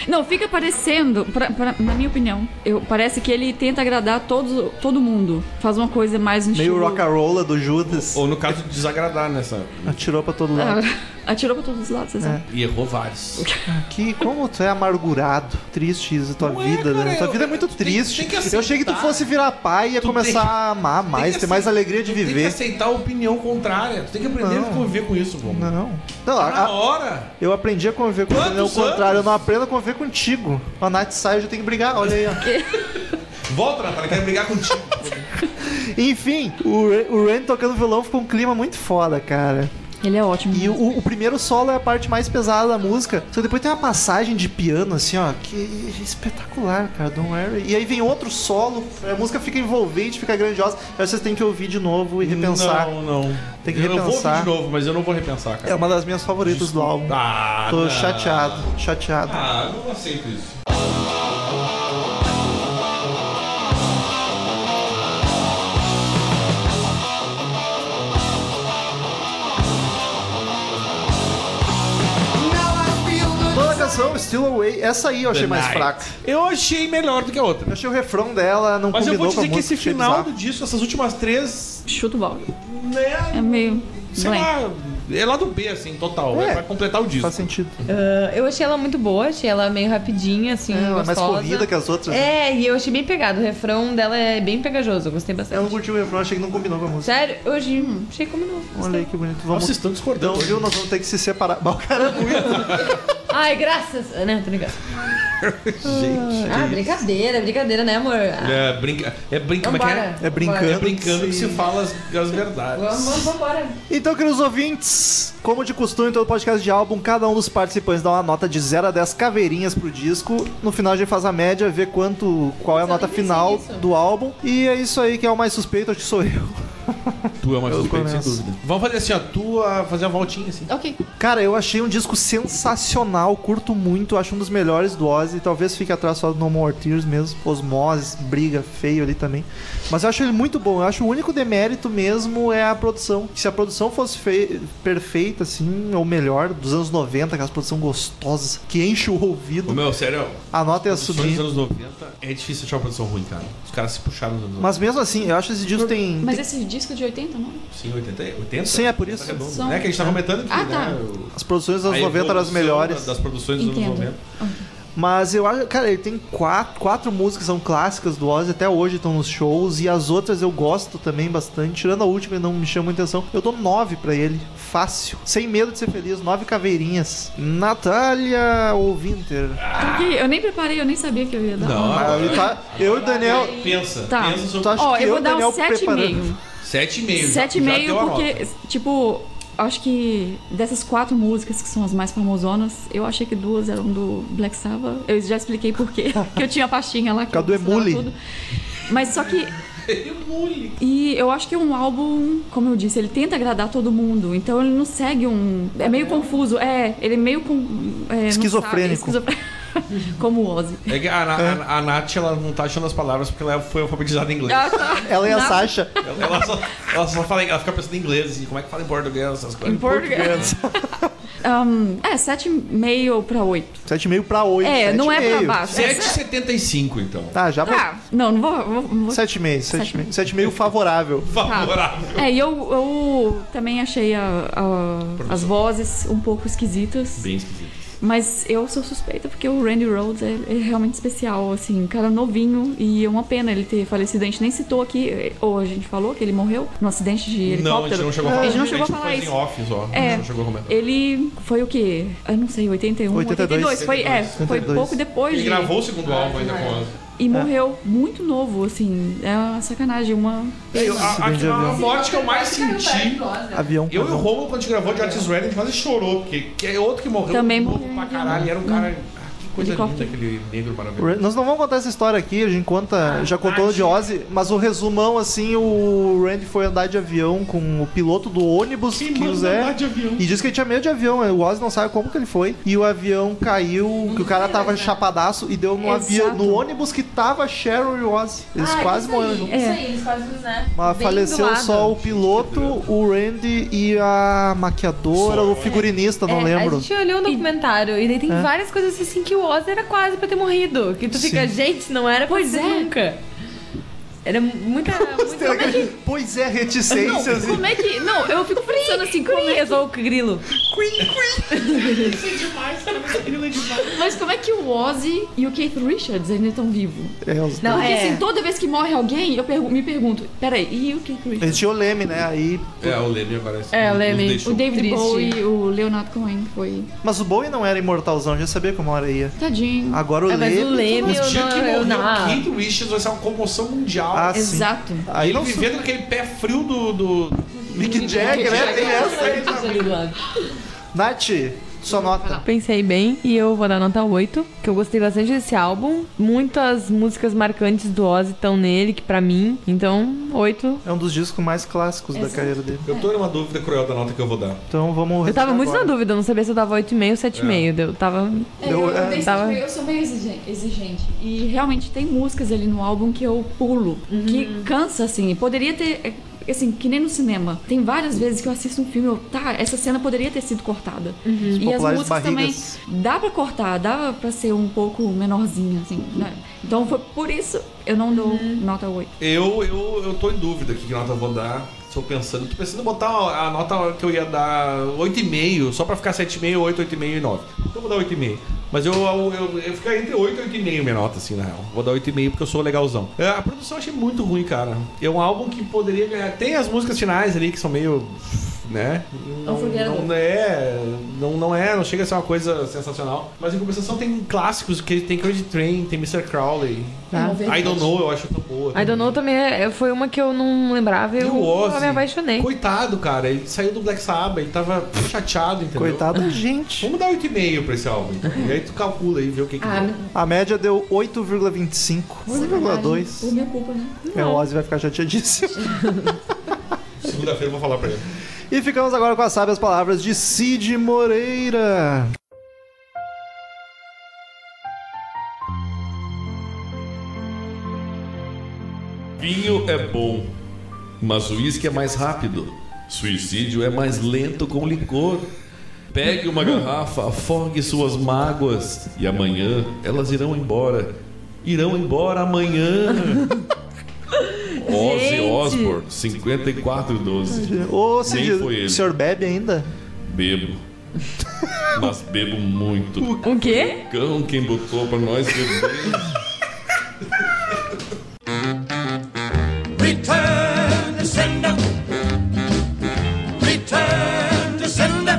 Speaker 3: Não, fica parecendo, pra- pra- na minha opinião, eu- parece que ele tenta agradar todos, todo mundo. Faz uma coisa mais no
Speaker 1: Meio
Speaker 3: estilo-
Speaker 1: rock and roll do Judas.
Speaker 2: Ou no caso, desagradar nessa.
Speaker 1: Atirou pra todo lado.
Speaker 3: Ah, Atirou pra todos os lados,
Speaker 1: É.
Speaker 3: vocês sabem.
Speaker 2: E errou vários.
Speaker 1: Que como tu é amargurado, triste isso, tua
Speaker 2: Não é,
Speaker 1: vida,
Speaker 2: cara,
Speaker 1: né? Tua
Speaker 2: eu-
Speaker 1: vida é muito
Speaker 2: tu tem-
Speaker 1: triste.
Speaker 2: tem que
Speaker 1: eu achei que tu
Speaker 2: aceitar.
Speaker 1: fosse virar pai e ia
Speaker 2: Tu
Speaker 1: começar
Speaker 2: tem-
Speaker 1: a amar mais, ter mais alegria de
Speaker 2: Tem que
Speaker 1: viver.
Speaker 2: aceitar a opinião contrária. Tu tem que aprender
Speaker 1: Não.
Speaker 2: a conviver com isso, pô. Tá
Speaker 1: Não. Não, a-
Speaker 2: Na
Speaker 1: a-
Speaker 2: hora.
Speaker 1: eu aprendi a conviver com
Speaker 2: Quantos
Speaker 1: você, ao contrário, eu
Speaker 2: anos?
Speaker 1: não aprendo a conviver contigo. A Nath sai, eu já tenho que brigar, olha aí, ó.
Speaker 2: Volta, Natália, quero brigar contigo.
Speaker 1: Enfim, o, Ra- o Randy tocando violão ficou um clima muito foda, cara.
Speaker 3: Ele é ótimo.
Speaker 1: E o, o primeiro solo é a parte mais pesada da música. Só que depois tem uma passagem de piano, assim, ó, que é espetacular, cara. Don't worry. E aí vem outro solo, a música fica envolvente, fica grandiosa. Aí vocês têm que ouvir de novo e repensar.
Speaker 2: Não, não.
Speaker 1: Tem que
Speaker 2: eu Eu vou
Speaker 1: repensar.
Speaker 2: ouvir de novo, mas eu não vou repensar,
Speaker 1: É
Speaker 2: cara.
Speaker 1: uma das minhas favoritas do álbum.
Speaker 2: Ah,
Speaker 1: Tô
Speaker 2: não.
Speaker 1: chateado, chateado.
Speaker 2: Ah, não aceito isso.
Speaker 1: Toda a canção, Still Away, essa aí eu achei
Speaker 2: The
Speaker 1: mais
Speaker 2: Night.
Speaker 1: fraca.
Speaker 2: Eu achei melhor do que a outra.
Speaker 1: Eu achei o refrão dela, não
Speaker 2: Mas eu
Speaker 1: combinou
Speaker 2: vou
Speaker 1: com a
Speaker 2: dizer que
Speaker 1: música,
Speaker 2: esse
Speaker 1: achei
Speaker 2: final
Speaker 1: bizarro.
Speaker 2: do disco, essas últimas três
Speaker 3: chuto o balde. É
Speaker 2: Né?
Speaker 3: meio
Speaker 2: Sei
Speaker 3: blank.
Speaker 2: lá, é lá do B, assim, total. É,
Speaker 1: É.
Speaker 2: pra completar o disco.
Speaker 1: Faz sentido.
Speaker 7: Ah, eu achei ela muito boa, achei ela meio rapidinha, assim,
Speaker 1: É, ela é
Speaker 7: gostosa.
Speaker 1: mais corrida que as outras. né?
Speaker 7: É, e eu achei bem pegado. O refrão dela é bem pegajoso, eu gostei
Speaker 1: Eu não
Speaker 7: bastante.
Speaker 1: curti o refrão, achei que não combinou com a música.
Speaker 7: Sério, hoje achei como não.
Speaker 1: Hum. Olha aí que bonito.
Speaker 2: Nossa,
Speaker 1: Vamos.
Speaker 2: vocês estão
Speaker 1: Então,
Speaker 2: discordando.
Speaker 1: viu? Nós vamos ter que se separar. Bah, o cara é muito.
Speaker 7: Ai, graças. Ah,
Speaker 6: né,
Speaker 7: Não, tô brincando.
Speaker 1: Gente.
Speaker 7: Ah, brincadeira, brincadeira, né, amor? Ah,
Speaker 2: É, brinca... é brinca... Como é que é?
Speaker 7: vambora.
Speaker 1: É brincando.
Speaker 2: É brincando que se fala as, as verdades.
Speaker 7: Vamos, vambora.
Speaker 1: Então, queridos ouvintes, como de costume, em todo podcast de álbum, cada um dos participantes dá uma nota de 0 a 10 caveirinhas pro disco. No final a gente faz a média, vê quanto, qual é a
Speaker 7: Nossa, eu
Speaker 1: nota
Speaker 7: nem pensei
Speaker 1: final
Speaker 7: nisso.
Speaker 1: do álbum. E é isso aí que é o mais suspeito, acho que sou eu.
Speaker 2: Tu é uma
Speaker 1: Eu
Speaker 2: suspeita, sem
Speaker 1: começo.
Speaker 2: dúvida. Vamos fazer assim, ó. Tu a fazer uma voltinha, assim.
Speaker 7: Ok.
Speaker 1: Cara, eu achei um disco sensacional, curto muito, acho um dos melhores do Ozzy. Talvez fique atrás só do No More Tears mesmo. Osmose, briga feio ali também. Mas eu acho ele muito bom. Eu acho o único demérito mesmo é a produção. Se a produção fosse fei- perfeita, assim, ou melhor, dos anos 90, aquela produção gostosa, que enche o Tá
Speaker 2: Ô,
Speaker 1: ouvido,
Speaker 2: meu, sério,
Speaker 1: a nota ia
Speaker 2: é? produções dos
Speaker 1: subir.
Speaker 2: anos 90 é difícil achar uma produção ruim, cara. Os caras se puxaram nos anos 90.
Speaker 1: Mas mesmo assim, eu acho que esse disco tem.
Speaker 3: Mas é-
Speaker 1: tem-
Speaker 3: esse disco de 80, não?
Speaker 2: Sim, 80, 80?
Speaker 1: Sim, é por isso.
Speaker 2: Tá redondo,
Speaker 3: São-
Speaker 2: né? Que a gente tá comentando aqui,
Speaker 3: Ah,
Speaker 2: né?
Speaker 3: tá.
Speaker 2: O-
Speaker 1: As produções dos
Speaker 2: a
Speaker 1: anos 90 eram as
Speaker 2: evolução
Speaker 1: melhores.
Speaker 2: da- Das produções dos anos
Speaker 3: Entendo.
Speaker 2: 90.
Speaker 1: Mas eu acho, cara, ele tem quatro, quatro músicas são clássicas do Ozzy, até hoje estão nos shows, e as outras eu gosto também bastante, tirando a última e não me chama muita atenção. Eu dou nove pra ele, fácil, sem medo de ser feliz, nove caveirinhas. Natália ou Winter?
Speaker 2: Ah.
Speaker 3: Ok, eu nem preparei, eu nem sabia que eu ia dar.
Speaker 2: Não,
Speaker 1: Ah, ele tá- eu e o Daniel.
Speaker 2: Pensa,
Speaker 3: Tá.
Speaker 2: pensa
Speaker 1: Tu
Speaker 2: sobre
Speaker 1: acha
Speaker 3: Ó,
Speaker 1: que
Speaker 3: eu
Speaker 1: eu
Speaker 3: vou
Speaker 1: e o
Speaker 3: dar
Speaker 1: Daniel
Speaker 3: um 7,5.
Speaker 1: preparando.
Speaker 2: 7,5. já- já
Speaker 3: 7,5
Speaker 2: deu a nota.
Speaker 3: porque, tipo, acho que dessas quatro músicas que são as mais famosonas, eu achei que duas eram do Black Sabbath. Eu já expliquei por quê. que eu tinha a pastinha lá. que
Speaker 1: causa do
Speaker 3: eu misturava
Speaker 1: emule.
Speaker 3: tudo. Mas só que
Speaker 2: É
Speaker 3: E eu acho que é um álbum, como eu disse, ele tenta agradar todo mundo. Então ele não segue um. É meio confuso. É, ele é meio. Com, é, não
Speaker 1: Esquizofrênico.
Speaker 3: sabe, esquizofre- como o Ozzy.
Speaker 2: É que a, Na- a, a Nath, ela não tá achando as palavras porque ela foi alfabetizada em inglês.
Speaker 3: Ah, tá.
Speaker 1: Ela e a
Speaker 3: Na-
Speaker 1: Sasha.
Speaker 2: Ela, ela só, ela só fala, em- ela fica pensando em inglês, assim, como é que fala em português, essas coisas.
Speaker 3: Em português. Ahn, é, 7,5 pra 8.
Speaker 1: Sete e meio pra oito.
Speaker 3: É,
Speaker 1: sete
Speaker 3: não
Speaker 1: e
Speaker 3: é pra
Speaker 1: meio.
Speaker 3: baixo. É,
Speaker 2: 7,75 então.
Speaker 1: Tá, já pra...
Speaker 3: tá. Não, não vou. vou- vou-
Speaker 1: Sete e meio, sete
Speaker 3: Sete
Speaker 1: e meio. Sete e meio favorável.
Speaker 2: Favorável.
Speaker 3: É, e eu, eu também achei a- a- as vozes um pouco esquisitas.
Speaker 2: Bem esquisito.
Speaker 3: Mas eu sou suspeita porque o Randy Rhodes é, é realmente especial, assim, um cara novinho e é uma pena ele ter falecido. A gente nem citou aqui, é, ou a gente falou que ele morreu num acidente de
Speaker 2: Não, a
Speaker 3: helicóptero.
Speaker 2: gente não chegou a falar.
Speaker 3: gente não chegou a falar
Speaker 2: fez em
Speaker 3: isso.
Speaker 2: off só. A gente
Speaker 3: É.
Speaker 2: não chegou a comentar.
Speaker 3: Ele foi o quê? Eu não sei, 81,
Speaker 1: 82.
Speaker 3: 82. foi, é, foi
Speaker 1: 82.
Speaker 3: pouco depois
Speaker 2: Ele
Speaker 3: de...
Speaker 2: gravou o segundo álbum ainda com ela.
Speaker 3: E morreu muito novo, assim, é uma sacanagem, uma...
Speaker 2: Eu- a- a-
Speaker 1: Acidente de
Speaker 2: A
Speaker 1: avião.
Speaker 2: morte que eu mais senti.
Speaker 1: Avião.
Speaker 2: Eu e o
Speaker 1: perdão.
Speaker 2: Romulo, quando a gente gravou de Artis Redding, quase chorou, porque que é outro que morreu
Speaker 3: Também
Speaker 2: novo
Speaker 3: morreu,
Speaker 2: pra
Speaker 3: né?
Speaker 2: caralho. Era um cara. Ah,
Speaker 7: Hum.
Speaker 2: que coisa linda,
Speaker 3: Helicóptero.
Speaker 2: aquele negro maravilhoso.
Speaker 1: Re- Nós não vamos contar essa história aqui, a gente
Speaker 7: Ah,
Speaker 1: conta, já contou de Ozzy, mas o resumão, assim, o Randy foi andar de avião com o piloto do ônibus que, o Zé. E disse que ele tinha medo de avião, né? o Ozzy não sabe como que ele foi. E o avião caiu, que o cara tava
Speaker 7: né?
Speaker 1: chapadaço e deu no
Speaker 3: Exato.
Speaker 1: avião, no ônibus que tava Cheryl e o Ozzy. Eles
Speaker 7: Ah,
Speaker 1: quase morreram juntos.
Speaker 3: É.
Speaker 7: eles quase, né?
Speaker 1: Mas
Speaker 7: bem do
Speaker 1: faleceu
Speaker 7: lado.
Speaker 1: só o piloto, o Randy e a maquiadora, o figurinista, não
Speaker 7: É,
Speaker 1: lembro. É.
Speaker 7: A gente olhou um documentário e daí tem várias coisas assim que o Ozzy era quase pra ter morrido. Que tu fica,
Speaker 1: Sim.
Speaker 7: gente, não era pra
Speaker 3: Pois
Speaker 7: ser
Speaker 3: é.
Speaker 7: nunca. Era muita. muita
Speaker 1: Será que a gente- Pois é, reticências. e-
Speaker 7: como é que. Não, eu fico pensando assim, como é que. o grilo.
Speaker 3: Mas como é que o Ozzy e o Keith Richards ainda estão vivos?
Speaker 1: É, os-
Speaker 7: Não,
Speaker 3: Porque,
Speaker 7: é.
Speaker 3: assim, toda vez que morre alguém, eu pergu- me pergunto, peraí, e o Keith Richards?
Speaker 1: Eles tinham o Leme, né? Aí
Speaker 2: É, o Leme agora.
Speaker 7: É, o
Speaker 2: nos
Speaker 7: Leme.
Speaker 2: deixou.
Speaker 3: O David
Speaker 7: Triste.
Speaker 3: Bowie, o Leonardo Cohen foi.
Speaker 1: Mas o Bowie não era imortalzão, já sabia como hora ia.
Speaker 3: Tadinho.
Speaker 1: Agora o
Speaker 6: Ah,
Speaker 7: É, mas
Speaker 1: Leme...
Speaker 7: o Leme,
Speaker 2: Mas
Speaker 7: eu
Speaker 2: dia
Speaker 7: não.
Speaker 2: que
Speaker 7: eu
Speaker 2: morreu
Speaker 7: não-
Speaker 2: o Keith Richards vai ser uma comoção mundial.
Speaker 1: Ah, sim.
Speaker 3: Exato.
Speaker 1: Aí
Speaker 2: ele
Speaker 1: não
Speaker 2: vivendo com aquele pé frio do. do...
Speaker 1: Mick Jagger, né? Tem essa.
Speaker 7: Ali do lado.
Speaker 1: Nath, sua nota.
Speaker 6: Pensei bem e eu vou dar nota 8, que eu gostei bastante desse álbum. Muitas músicas marcantes do Ozzy estão nele, que pra mim. Então, 8.
Speaker 1: É um dos discos mais clássicos da carreira dele.
Speaker 2: Eu tô numa dúvida cruel da nota que eu vou dar.
Speaker 1: Então vamos...
Speaker 6: Eu tava muito na
Speaker 1: agora.
Speaker 6: dúvida, eu não sabia se eu dava 8,5 ou
Speaker 2: É.
Speaker 6: 7,5. deu- Eu tava.
Speaker 1: Eu-
Speaker 3: eu,
Speaker 1: é,
Speaker 3: dei
Speaker 6: tava-
Speaker 3: esse meio- eu sou meio exigente, exigente. Uhum. E realmente tem músicas ali no álbum que eu pulo, que cansa, assim. Poderia ter. é, assim, que nem no cinema. Tem várias vezes que eu assisto um filme e eu, tá, essa cena poderia ter sido cortada. E as
Speaker 1: populares
Speaker 3: músicas
Speaker 1: barrigas.
Speaker 3: também dá pra cortar, dá pra ser um pouco menorzinha, assim, né? Então foi por isso eu não dou nota 8.
Speaker 2: Eu, eu, eu tô em dúvida aqui que nota eu vou dar. Estou pensando, tô pensando em botar a, a nota que eu ia dar 8,5, só pra ficar 7,5, 8, 8,5 e 9. Então eu vou dar 8,5. Mas eu, eu, eu, eu ficar entre 8 e 8,5 minha nota, assim, na real. Vou dar 8,5 porque eu sou legalzão. É, a produção eu achei muito ruim, cara. É um álbum que poderia ganhar. Tem as músicas finais ali que são meio. né? Não,
Speaker 7: Unforgettable.
Speaker 2: não é. Não, não é, não chega a ser uma coisa sensacional. Mas em compensação tem clássicos que tem Crazy Train, tem Mr. Crowley.
Speaker 3: Ah.
Speaker 2: I don't know, eu acho tão boa.
Speaker 7: I Don't Know também é- foi uma que eu não lembrava e
Speaker 2: E
Speaker 7: eu,
Speaker 2: o Ozzy?
Speaker 7: eu me apaixonei.
Speaker 2: Coitado, cara. Ele saiu do Black Sabbath, ele tava chateado, entendeu?
Speaker 1: Coitado da gente.
Speaker 2: Vamos dar 8,5 pra esse álbum. então. E aí tu calcula aí, vê o que que...
Speaker 7: Ah,
Speaker 2: deu.
Speaker 1: A média deu 8,25.
Speaker 3: Por
Speaker 1: 8,2.
Speaker 3: minha culpa, né?
Speaker 1: É, o Ozzy vai ficar chateadíssimo.
Speaker 2: Segunda-feira eu vou falar pra ele.
Speaker 1: E ficamos agora com as sábias palavras de Cid Moreira.
Speaker 2: Vinho é bom, mas o uísque é mais rápido. Suicídio é mais lento com licor. Pegue uma garrafa, afogue suas mágoas e amanhã elas irão embora. Irão embora amanhã. Ozzy
Speaker 7: Gente.
Speaker 2: Osbourne, 5412.
Speaker 1: Ô,
Speaker 2: Nem foi
Speaker 1: Cid, o
Speaker 2: ele.
Speaker 1: senhor bebe ainda?
Speaker 2: Bebo. Mas bebo muito. O
Speaker 7: O quê?
Speaker 2: cão quem botou pra nós beber.
Speaker 8: Return to sender. Return to sender.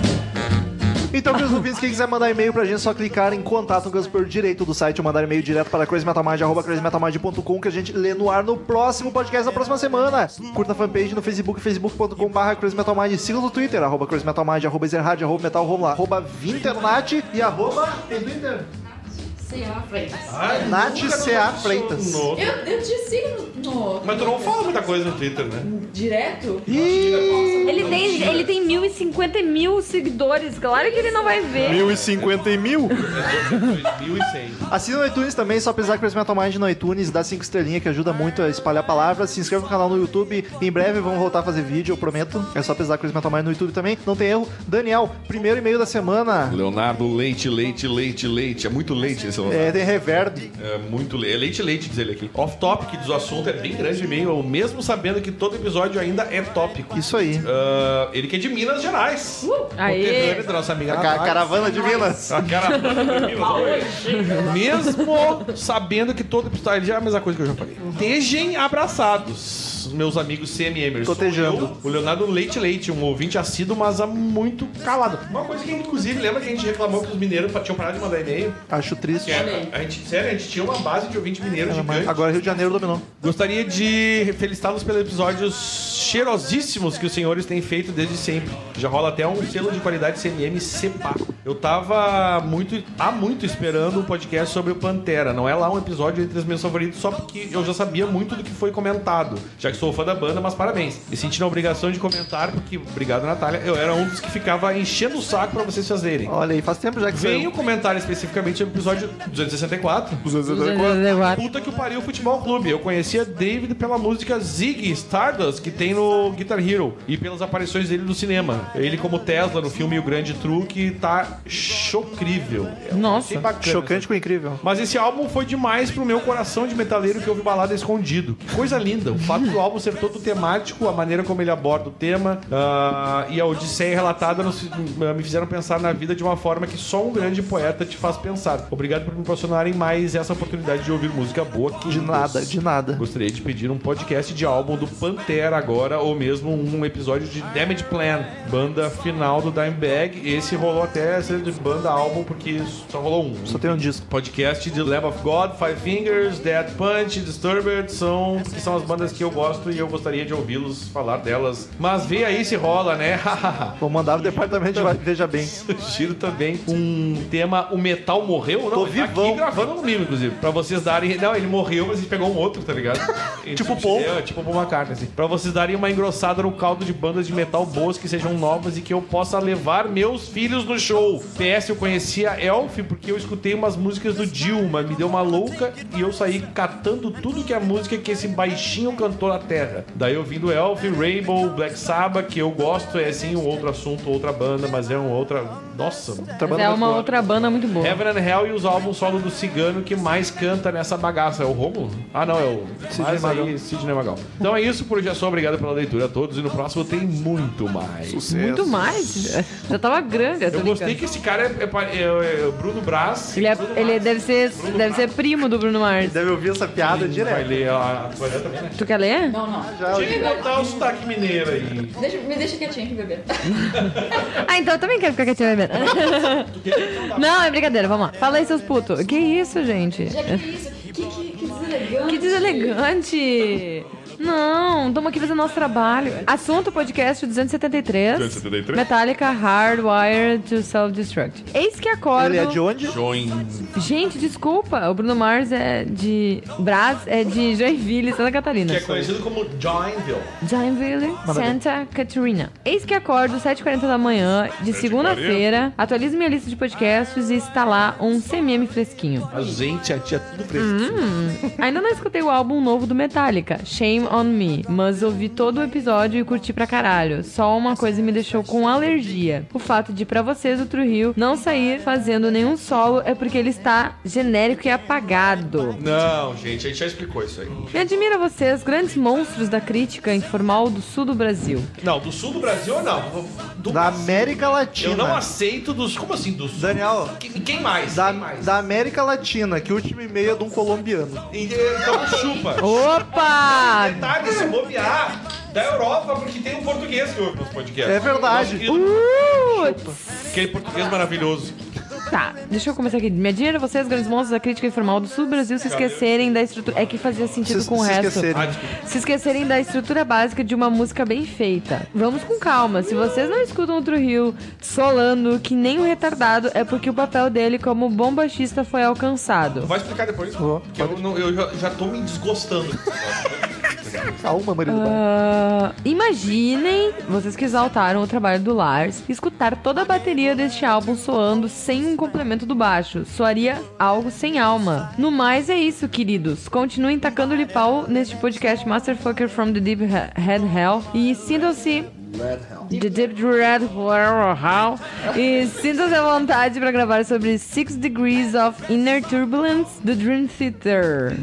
Speaker 1: Então, meus ouvintes, quem quiser mandar e-mail pra gente, é só clicar em contato no canto superior direito do site ou mandar e-mail direto para crazymetalmind, arroba crazymetalmind.com, que a gente lê no ar no próximo podcast da próxima semana. Curta a fanpage no Facebook, facebook.com barra crazymetalmind, siga no Twitter, arroba crazymetalmind, arroba zerhard, arroba metalromla, arroba vinternat e arroba Twitter, Nath C.A. Freitas.
Speaker 3: Eu, eu te sigo no,
Speaker 2: um Mas tu não fala muita coisa no Twitter, né?
Speaker 3: direto.
Speaker 7: Ele tem, ele tem 1.050 mil seguidores, claro que ele não vai ver.
Speaker 1: 1050 e mil.
Speaker 2: 2100.
Speaker 1: Assina no iTunes também, só pesquisar Crazy Metal Mind no iTunes, dá 5 estrelinhas que ajuda muito a espalhar a palavra. Se inscreva no canal no YouTube, em breve vamos voltar a fazer vídeo, eu prometo. É só pesquisar Crazy Metal Mind no YouTube também, não tem erro. Daniel, primeiro e-mail da semana.
Speaker 2: Leonardo, leite, leite, leite, leite. É muito leite esse Leonardo.
Speaker 1: É, tem reverb.
Speaker 2: É muito leite. É leite, leite, diz ele aqui. Off-topic do assunto é bem grande e-mail, mesmo sabendo que todo episódio ainda é tópico.
Speaker 1: Isso aí.
Speaker 2: Ah, ele que é de Minas Gerais.
Speaker 7: Uh, aê.
Speaker 2: Conterrâneo da nossa amiga
Speaker 1: A ca-
Speaker 2: Natália.
Speaker 1: caravana de Minas.
Speaker 2: A caravana de Minas. Mesmo sabendo que todo episódio já é a mesma coisa que eu já falei. Tejem abraçados, meus amigos CMMers.
Speaker 1: Tô tejando.
Speaker 2: Eu, O Leonardo Leite Leite, um ouvinte assíduo, mas há muito calado. Uma coisa que, inclusive, lembra que a gente reclamou que os mineiros tinham parado de mandar e-mail?
Speaker 1: Acho triste.
Speaker 2: Que a, a gente, sério, a gente tinha uma base de ouvinte mineiro
Speaker 1: Era mais-
Speaker 2: gigante.
Speaker 1: Agora Rio de Janeiro dominou.
Speaker 2: Gostaria de felicitá-los pelos episódios cheirosíssimos que os senhores têm feito desde sempre. Já rola até um selo de qualidade CNM CEPA. Eu tava muito, há muito esperando um podcast sobre o Pantera. Não é lá um episódio entre os meus favoritos, só porque eu já sabia muito do que foi comentado. Já que sou fã da banda, mas parabéns. Me senti na obrigação de comentar, porque, obrigado Natália, eu era um dos que ficava enchendo o saco pra vocês fazerem.
Speaker 1: Olha aí, faz tempo já que
Speaker 2: Vem
Speaker 1: saiu.
Speaker 2: o comentário especificamente sobre o episódio 264, Puta que o pariu o Futebol Clube. Eu conhecia David pela música Zig Stardust que tem no Guitar Hero e pelas aparições dele no cinema. Ele como Tesla no filme O Grande Truque tá chocrível.
Speaker 6: Nossa.
Speaker 2: Achei bacana.
Speaker 1: Chocante com incrível.
Speaker 2: Mas esse álbum foi demais pro meu coração de metaleiro que ouve balada escondido. Que coisa linda. O fato do álbum ser todo temático, a maneira como ele aborda o tema ah, e a odisseia relatada nos- ah, me fizeram pensar na vida de uma forma que só um grande poeta te faz pensar. Obrigado por me proporcionarem mais essa oportunidade de ouvir música boa.
Speaker 1: De
Speaker 2: queridos.
Speaker 1: nada, de nada.
Speaker 2: Gostaria de pedir um podcast de álbum do Pantera agora, ou mesmo um episódio de Damage Plan, banda final do Dimebag. Esse rolou até ser de banda álbum, porque só rolou um.
Speaker 1: Só tem um disco.
Speaker 2: Podcast de Lamb of God, Five Fingers, Dead Punch, Disturbed são, que são as bandas que eu gosto e eu gostaria de ouvi-los falar delas. Mas vê aí se rola, né?
Speaker 1: Vou mandar pro departamento de vai- Veja Bem.
Speaker 2: Sugiro também um tema O Metal Morreu, não?
Speaker 1: Tô
Speaker 2: ele tá
Speaker 1: vivão.
Speaker 2: aqui gravando um livro, inclusive. Pra vocês darem. Não, ele morreu, mas a gente pegou um outro, tá ligado? Ele
Speaker 1: Tipo
Speaker 2: substituiu-
Speaker 1: Paul.
Speaker 2: é, Tipo Paul McCartney, assim. Pra vocês darem uma engrossada no caldo de bandas de metal boas que sejam novas e que eu possa levar meus filhos no show. PS, eu conhecia Elf porque eu escutei umas músicas do Dilma, me deu uma louca e eu saí catando tudo que é música que esse baixinho cantor Inglaterra. Daí eu vim do Elf, Rainbow, Black Sabbath, que eu gosto, é sim um outro assunto, outra banda, mas é um outra. Nossa,
Speaker 6: Mas é uma outra banda muito boa.
Speaker 2: Heaven and Hell e os álbuns solo do Cigano que mais canta nessa bagaça. É o Rômulo? Ah, não, é o Sidney Magal. Sidney Magal. Então é isso por hoje. É só obrigado pela leitura a todos e no próximo tem muito mais.
Speaker 10: Sucesso.
Speaker 6: Muito mais. Já tava grande, eu tô
Speaker 2: Eu gostei
Speaker 6: brincando.
Speaker 2: que esse cara é, é pa- é- é o Bruno Brás.
Speaker 6: Ele, é-
Speaker 2: Bruno
Speaker 6: ele
Speaker 2: Brás.
Speaker 6: deve ser, deve ser primo do Bruno Mars.
Speaker 1: Deve ouvir essa piada
Speaker 2: Vai
Speaker 1: é direto.
Speaker 2: ler a tu vai ler também, né?
Speaker 6: Tu quer ler?
Speaker 3: Não, não.
Speaker 1: Já,
Speaker 2: Tinha que botar o sotaque mineiro aí.
Speaker 3: Deixa- me deixa quietinha aqui, bebê.
Speaker 6: Ah, então eu também quero ficar quietinho bebendo. Não, é brincadeira, vamos lá. Fala aí, seus putos. Que isso, gente?
Speaker 3: Já que isso? Que, que, que deselegante.
Speaker 6: Que deselegante. Não, estamos aqui fazendo nosso trabalho. Assunto podcast 273.
Speaker 10: 273.
Speaker 6: Metallica Hardwired to Self-Destruct. Eis que acordo...
Speaker 1: Ele é de onde?
Speaker 6: Gente, desculpa. O Bruno Mars é de... Brás é de Joinville, Santa Catarina.
Speaker 2: Que é conhecido como Joinville.
Speaker 6: Joinville,
Speaker 1: Manda
Speaker 6: Santa Catarina. Eis que acordo 7h40 da manhã de segunda-feira, atualizo minha lista de podcasts e está lá um CMM fresquinho. Hum,
Speaker 2: A gente tinha tudo preso.
Speaker 6: Ainda não escutei o álbum novo do Metallica, Shame On Me, mas ouvi todo o episódio e curti pra caralho. Só uma coisa me deixou com alergia. O fato de pra vocês o True Hill não sair fazendo nenhum solo é porque ele está genérico e apagado.
Speaker 2: Não, gente, a gente já explicou isso aí.
Speaker 6: Me admira vocês, grandes monstros da crítica informal do sul do Brasil.
Speaker 2: Não, do sul do Brasil não. Do
Speaker 1: Da
Speaker 2: Brasil.
Speaker 1: América Latina.
Speaker 2: Eu não aceito dos. Como assim dos.
Speaker 1: Daniel,
Speaker 2: Quem, quem mais?
Speaker 1: da,
Speaker 2: Quem mais?
Speaker 1: da América Latina, que o último e-mail é de um colombiano.
Speaker 2: Então chupa.
Speaker 6: Opa!
Speaker 2: Detalhe, Tá, se bobear da Europa, porque tem um português que ouve nosso podcast.
Speaker 1: É verdade.
Speaker 2: Nosso querido-
Speaker 6: Putz!
Speaker 2: Aquele português maravilhoso.
Speaker 6: Tá, deixa eu começar aqui. Me admira vocês, grandes monstros da crítica informal do sul do Brasil, se esquecerem da estrutura. É que fazia sentido
Speaker 1: Se-
Speaker 6: com o
Speaker 1: se
Speaker 6: resto.
Speaker 1: esquecerem.
Speaker 2: Ah, desculpa.
Speaker 6: Se esquecerem da estrutura básica de uma música bem feita. Vamos com calma. Se vocês não escutam outro Rio solando que nem um retardado, é porque o papel dele como bom baixista foi alcançado.
Speaker 2: Vai explicar depois? Porque eu, não- eu já, já tô me desgostando.
Speaker 1: Calma, Maria do Bairro.
Speaker 6: Ah, imaginem, vocês que exaltaram o trabalho do Lars, escutar toda a bateria deste álbum soando sem um complemento do baixo. Soaria algo sem alma. No mais é isso, queridos. Continuem tacando-lhe pau neste podcast Masterfucker from the Deep He- Head Hell e sintam-se. The Deep Red Hell. E sintam-se à vontade para gravar sobre Six Degrees of Inner Turbulence do Dream Theater.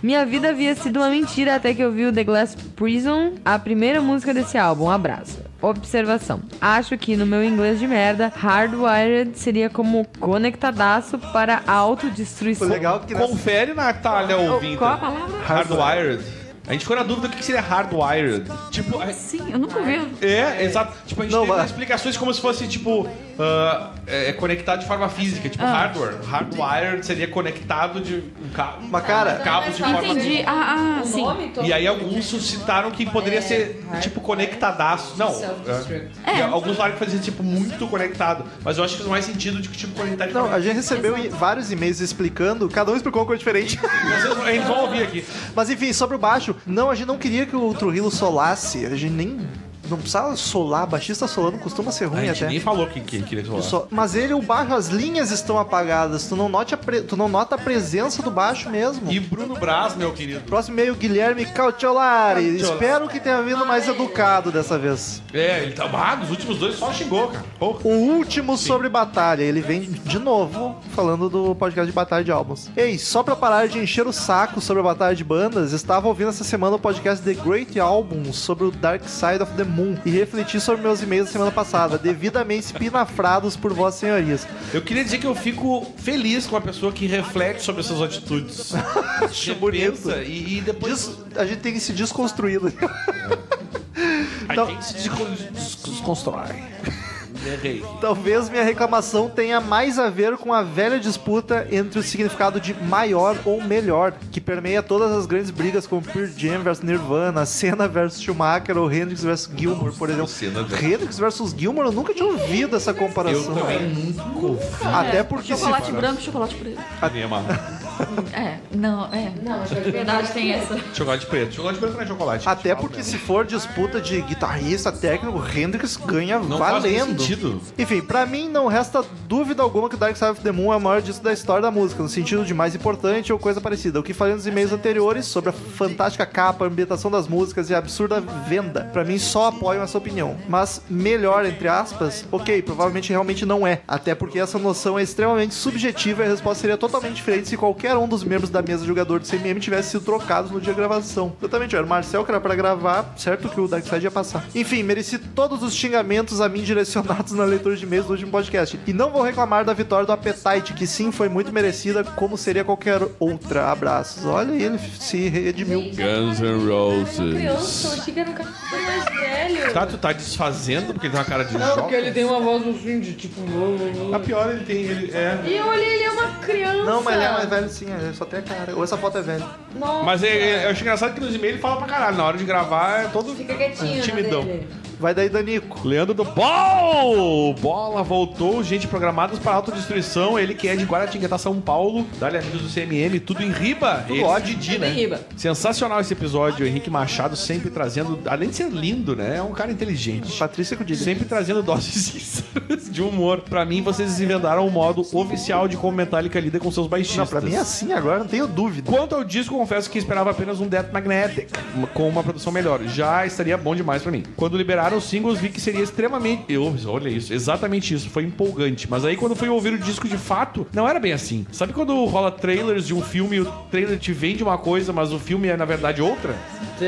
Speaker 6: Minha vida havia sido uma mentira até que eu vi o The Glass Prison, a primeira música desse álbum. Um abraço. Observação. Acho que no meu inglês de merda, hardwired seria como conectadaço para a autodestruição.
Speaker 1: Foi legal que nessa...
Speaker 2: Confere, Natália, ouvindo.
Speaker 6: Qual a palavra?
Speaker 2: Hardwired. A gente ficou na dúvida do que seria hardwired. Tipo, a-
Speaker 3: Sim, eu nunca ouvi.
Speaker 2: é, exato. Tipo, a gente
Speaker 1: Não,
Speaker 2: teve
Speaker 1: vai.
Speaker 2: explicações como se fosse, tipo, ah, é, é conectado de forma física,
Speaker 6: Ah.
Speaker 2: tipo hardware. Hardwired seria conectado de um cabo.
Speaker 1: Mas,
Speaker 6: Ah,
Speaker 1: cara,
Speaker 2: Cabos
Speaker 3: tá,
Speaker 2: de forma
Speaker 3: Entendi. Ah, ah, sim.
Speaker 2: E aí alguns suscitaram que é poderia ser tipo conectadaço. Não. É. E Alguns falaram que fazia tipo muito conectado. Mas eu acho que faz mais sentido de que tipo conectar de
Speaker 1: Não,
Speaker 2: forma-
Speaker 1: a gente recebeu e- vários e-mails explicando, cada um explicou uma coisa diferente.
Speaker 2: Vocês- a gente vai ouvir aqui.
Speaker 1: Mas enfim, sobre o baixo, não, a gente não queria que o Trujillo solasse, a gente nem. Não precisava solar, baixista solando costuma ser
Speaker 2: A
Speaker 1: ruim
Speaker 2: gente
Speaker 1: até.
Speaker 2: nem falou que, que queria falar.
Speaker 1: Só- mas ele, o baixo, as linhas estão apagadas, tu não, note a pre- tu não nota a presença do baixo mesmo.
Speaker 2: E Bruno Braz, meu querido.
Speaker 1: Próximo e-mail, Guilherme Cautiolari.
Speaker 2: Cautiolari.
Speaker 1: Espero que tenha vindo mais educado dessa vez.
Speaker 2: É, ele tá ah, nos últimos dois só xingou, cara. Porra.
Speaker 1: O último sobre batalha. Ele vem de novo falando do podcast de batalha de álbuns. Ei, só pra parar de encher o saco sobre a batalha de bandas, estava ouvindo essa semana o podcast The Great Albums sobre o Dark Side of the Moon e refleti sobre meus e-mails da semana passada, devidamente espinafrados por vossas senhorias.
Speaker 2: Eu queria dizer que eu fico feliz com a pessoa que reflete sobre essas atitudes. Acho
Speaker 1: é bonito.
Speaker 2: E, e depois.
Speaker 1: Des- a gente tem que se desconstruir. Daniel.
Speaker 2: a
Speaker 1: Não.
Speaker 2: gente se descon- desconstrói. Errei.
Speaker 1: Talvez minha reclamação tenha mais a ver com a velha disputa entre o significado de maior ou melhor, que permeia todas as grandes brigas como Pearl Jam versus Nirvana, Senna versus Schumacher ou Hendrix versus Gilmore, por exemplo.
Speaker 2: Senna versus-
Speaker 1: Hendrix versus Gilmore, eu nunca tinha ouvido essa
Speaker 2: Eu
Speaker 1: comparação.
Speaker 2: também nunca ouvi.
Speaker 1: Até porque se
Speaker 3: Chocolate branco, chocolate preto.
Speaker 2: Minha mano.
Speaker 3: É, não, é. Não, acho que de verdade tem essa.
Speaker 2: Chocolate preto. Chocolate preto não é chocolate.
Speaker 1: Até porque se for disputa de guitarrista técnico, Hendrix ganha
Speaker 2: Não faz nem
Speaker 1: valendo.
Speaker 2: sentido.
Speaker 1: Enfim, pra mim não resta dúvida alguma que Dark Side of the Moon é o maior disco da história da música, no sentido de mais importante ou coisa parecida. O que falei nos e-mails anteriores sobre a fantástica capa, a ambientação das músicas e a absurda venda. Pra mim só apoiam essa opinião. Mas melhor, entre aspas, ok, provavelmente realmente não é. Até porque essa noção é extremamente subjetiva e a resposta seria totalmente diferente se qualquer um dos membros da mesa de jogador do CMM tivesse sido trocado no dia da gravação. Exatamente, era o Marcel que era pra gravar, certo que o Dark Side ia passar. Enfim, mereci todos os xingamentos a mim direcionados na leitura de e-mails do último podcast. E não vou reclamar da vitória do Appetite, que sim foi muito merecida, como seria qualquer outra. Abraços. Olha, ele se redimiu.
Speaker 2: Guns N'
Speaker 7: Criança, eu
Speaker 2: Roses.
Speaker 7: achei que era um cara super mais velho.
Speaker 2: Tá, tu tá desfazendo porque ele tem uma cara de
Speaker 10: Não, porque
Speaker 2: choque.
Speaker 10: ele tem uma voz assim de tipo. "Oh, oh,
Speaker 2: A pior ele tem, ele é.
Speaker 7: E eu olhei, ele é uma criança.
Speaker 1: Não, mas ele é mais velho sim, ele só tem a cara. Ou essa foto é velha.
Speaker 7: Nossa.
Speaker 2: Mas é, é, eu acho engraçado que nos e-mails ele fala pra caralho. Na hora de gravar é todo
Speaker 7: Fica quietinho, né,
Speaker 2: timidão.
Speaker 7: dele.
Speaker 1: Vai daí, Danico.
Speaker 2: Leandro do Bol! Bola voltou, gente programados para autodestruição. Ele que é de Guaratinguetá, São Paulo. Dali amigos do CMM, tudo em riba. Tudo
Speaker 1: ótimo.
Speaker 2: Didi, né?
Speaker 7: em riba.
Speaker 2: Sensacional esse episódio. O Henrique Machado sempre trazendo, além de ser lindo, né? É um cara inteligente.
Speaker 1: Patrícia Cudilha.
Speaker 2: Sempre trazendo doses sinceras de humor. Pra mim, vocês desenvendaram o modo oficial de como Metallica lida com seus baixistas.
Speaker 1: Não, pra mim é assim agora, não tenho dúvida.
Speaker 2: Quanto ao disco, confesso que esperava apenas um Death Magnetic uma- com uma produção melhor. Já estaria bom demais pra mim. Quando liberaram os singles, vi que seria extremamente. Eu, olha isso, exatamente isso. Foi empolgante. Mas aí, quando fui ouvir o disco de fato, não era bem assim. Sabe quando rola trailers de um filme e o trailer te vende uma coisa, mas o filme é na verdade outra?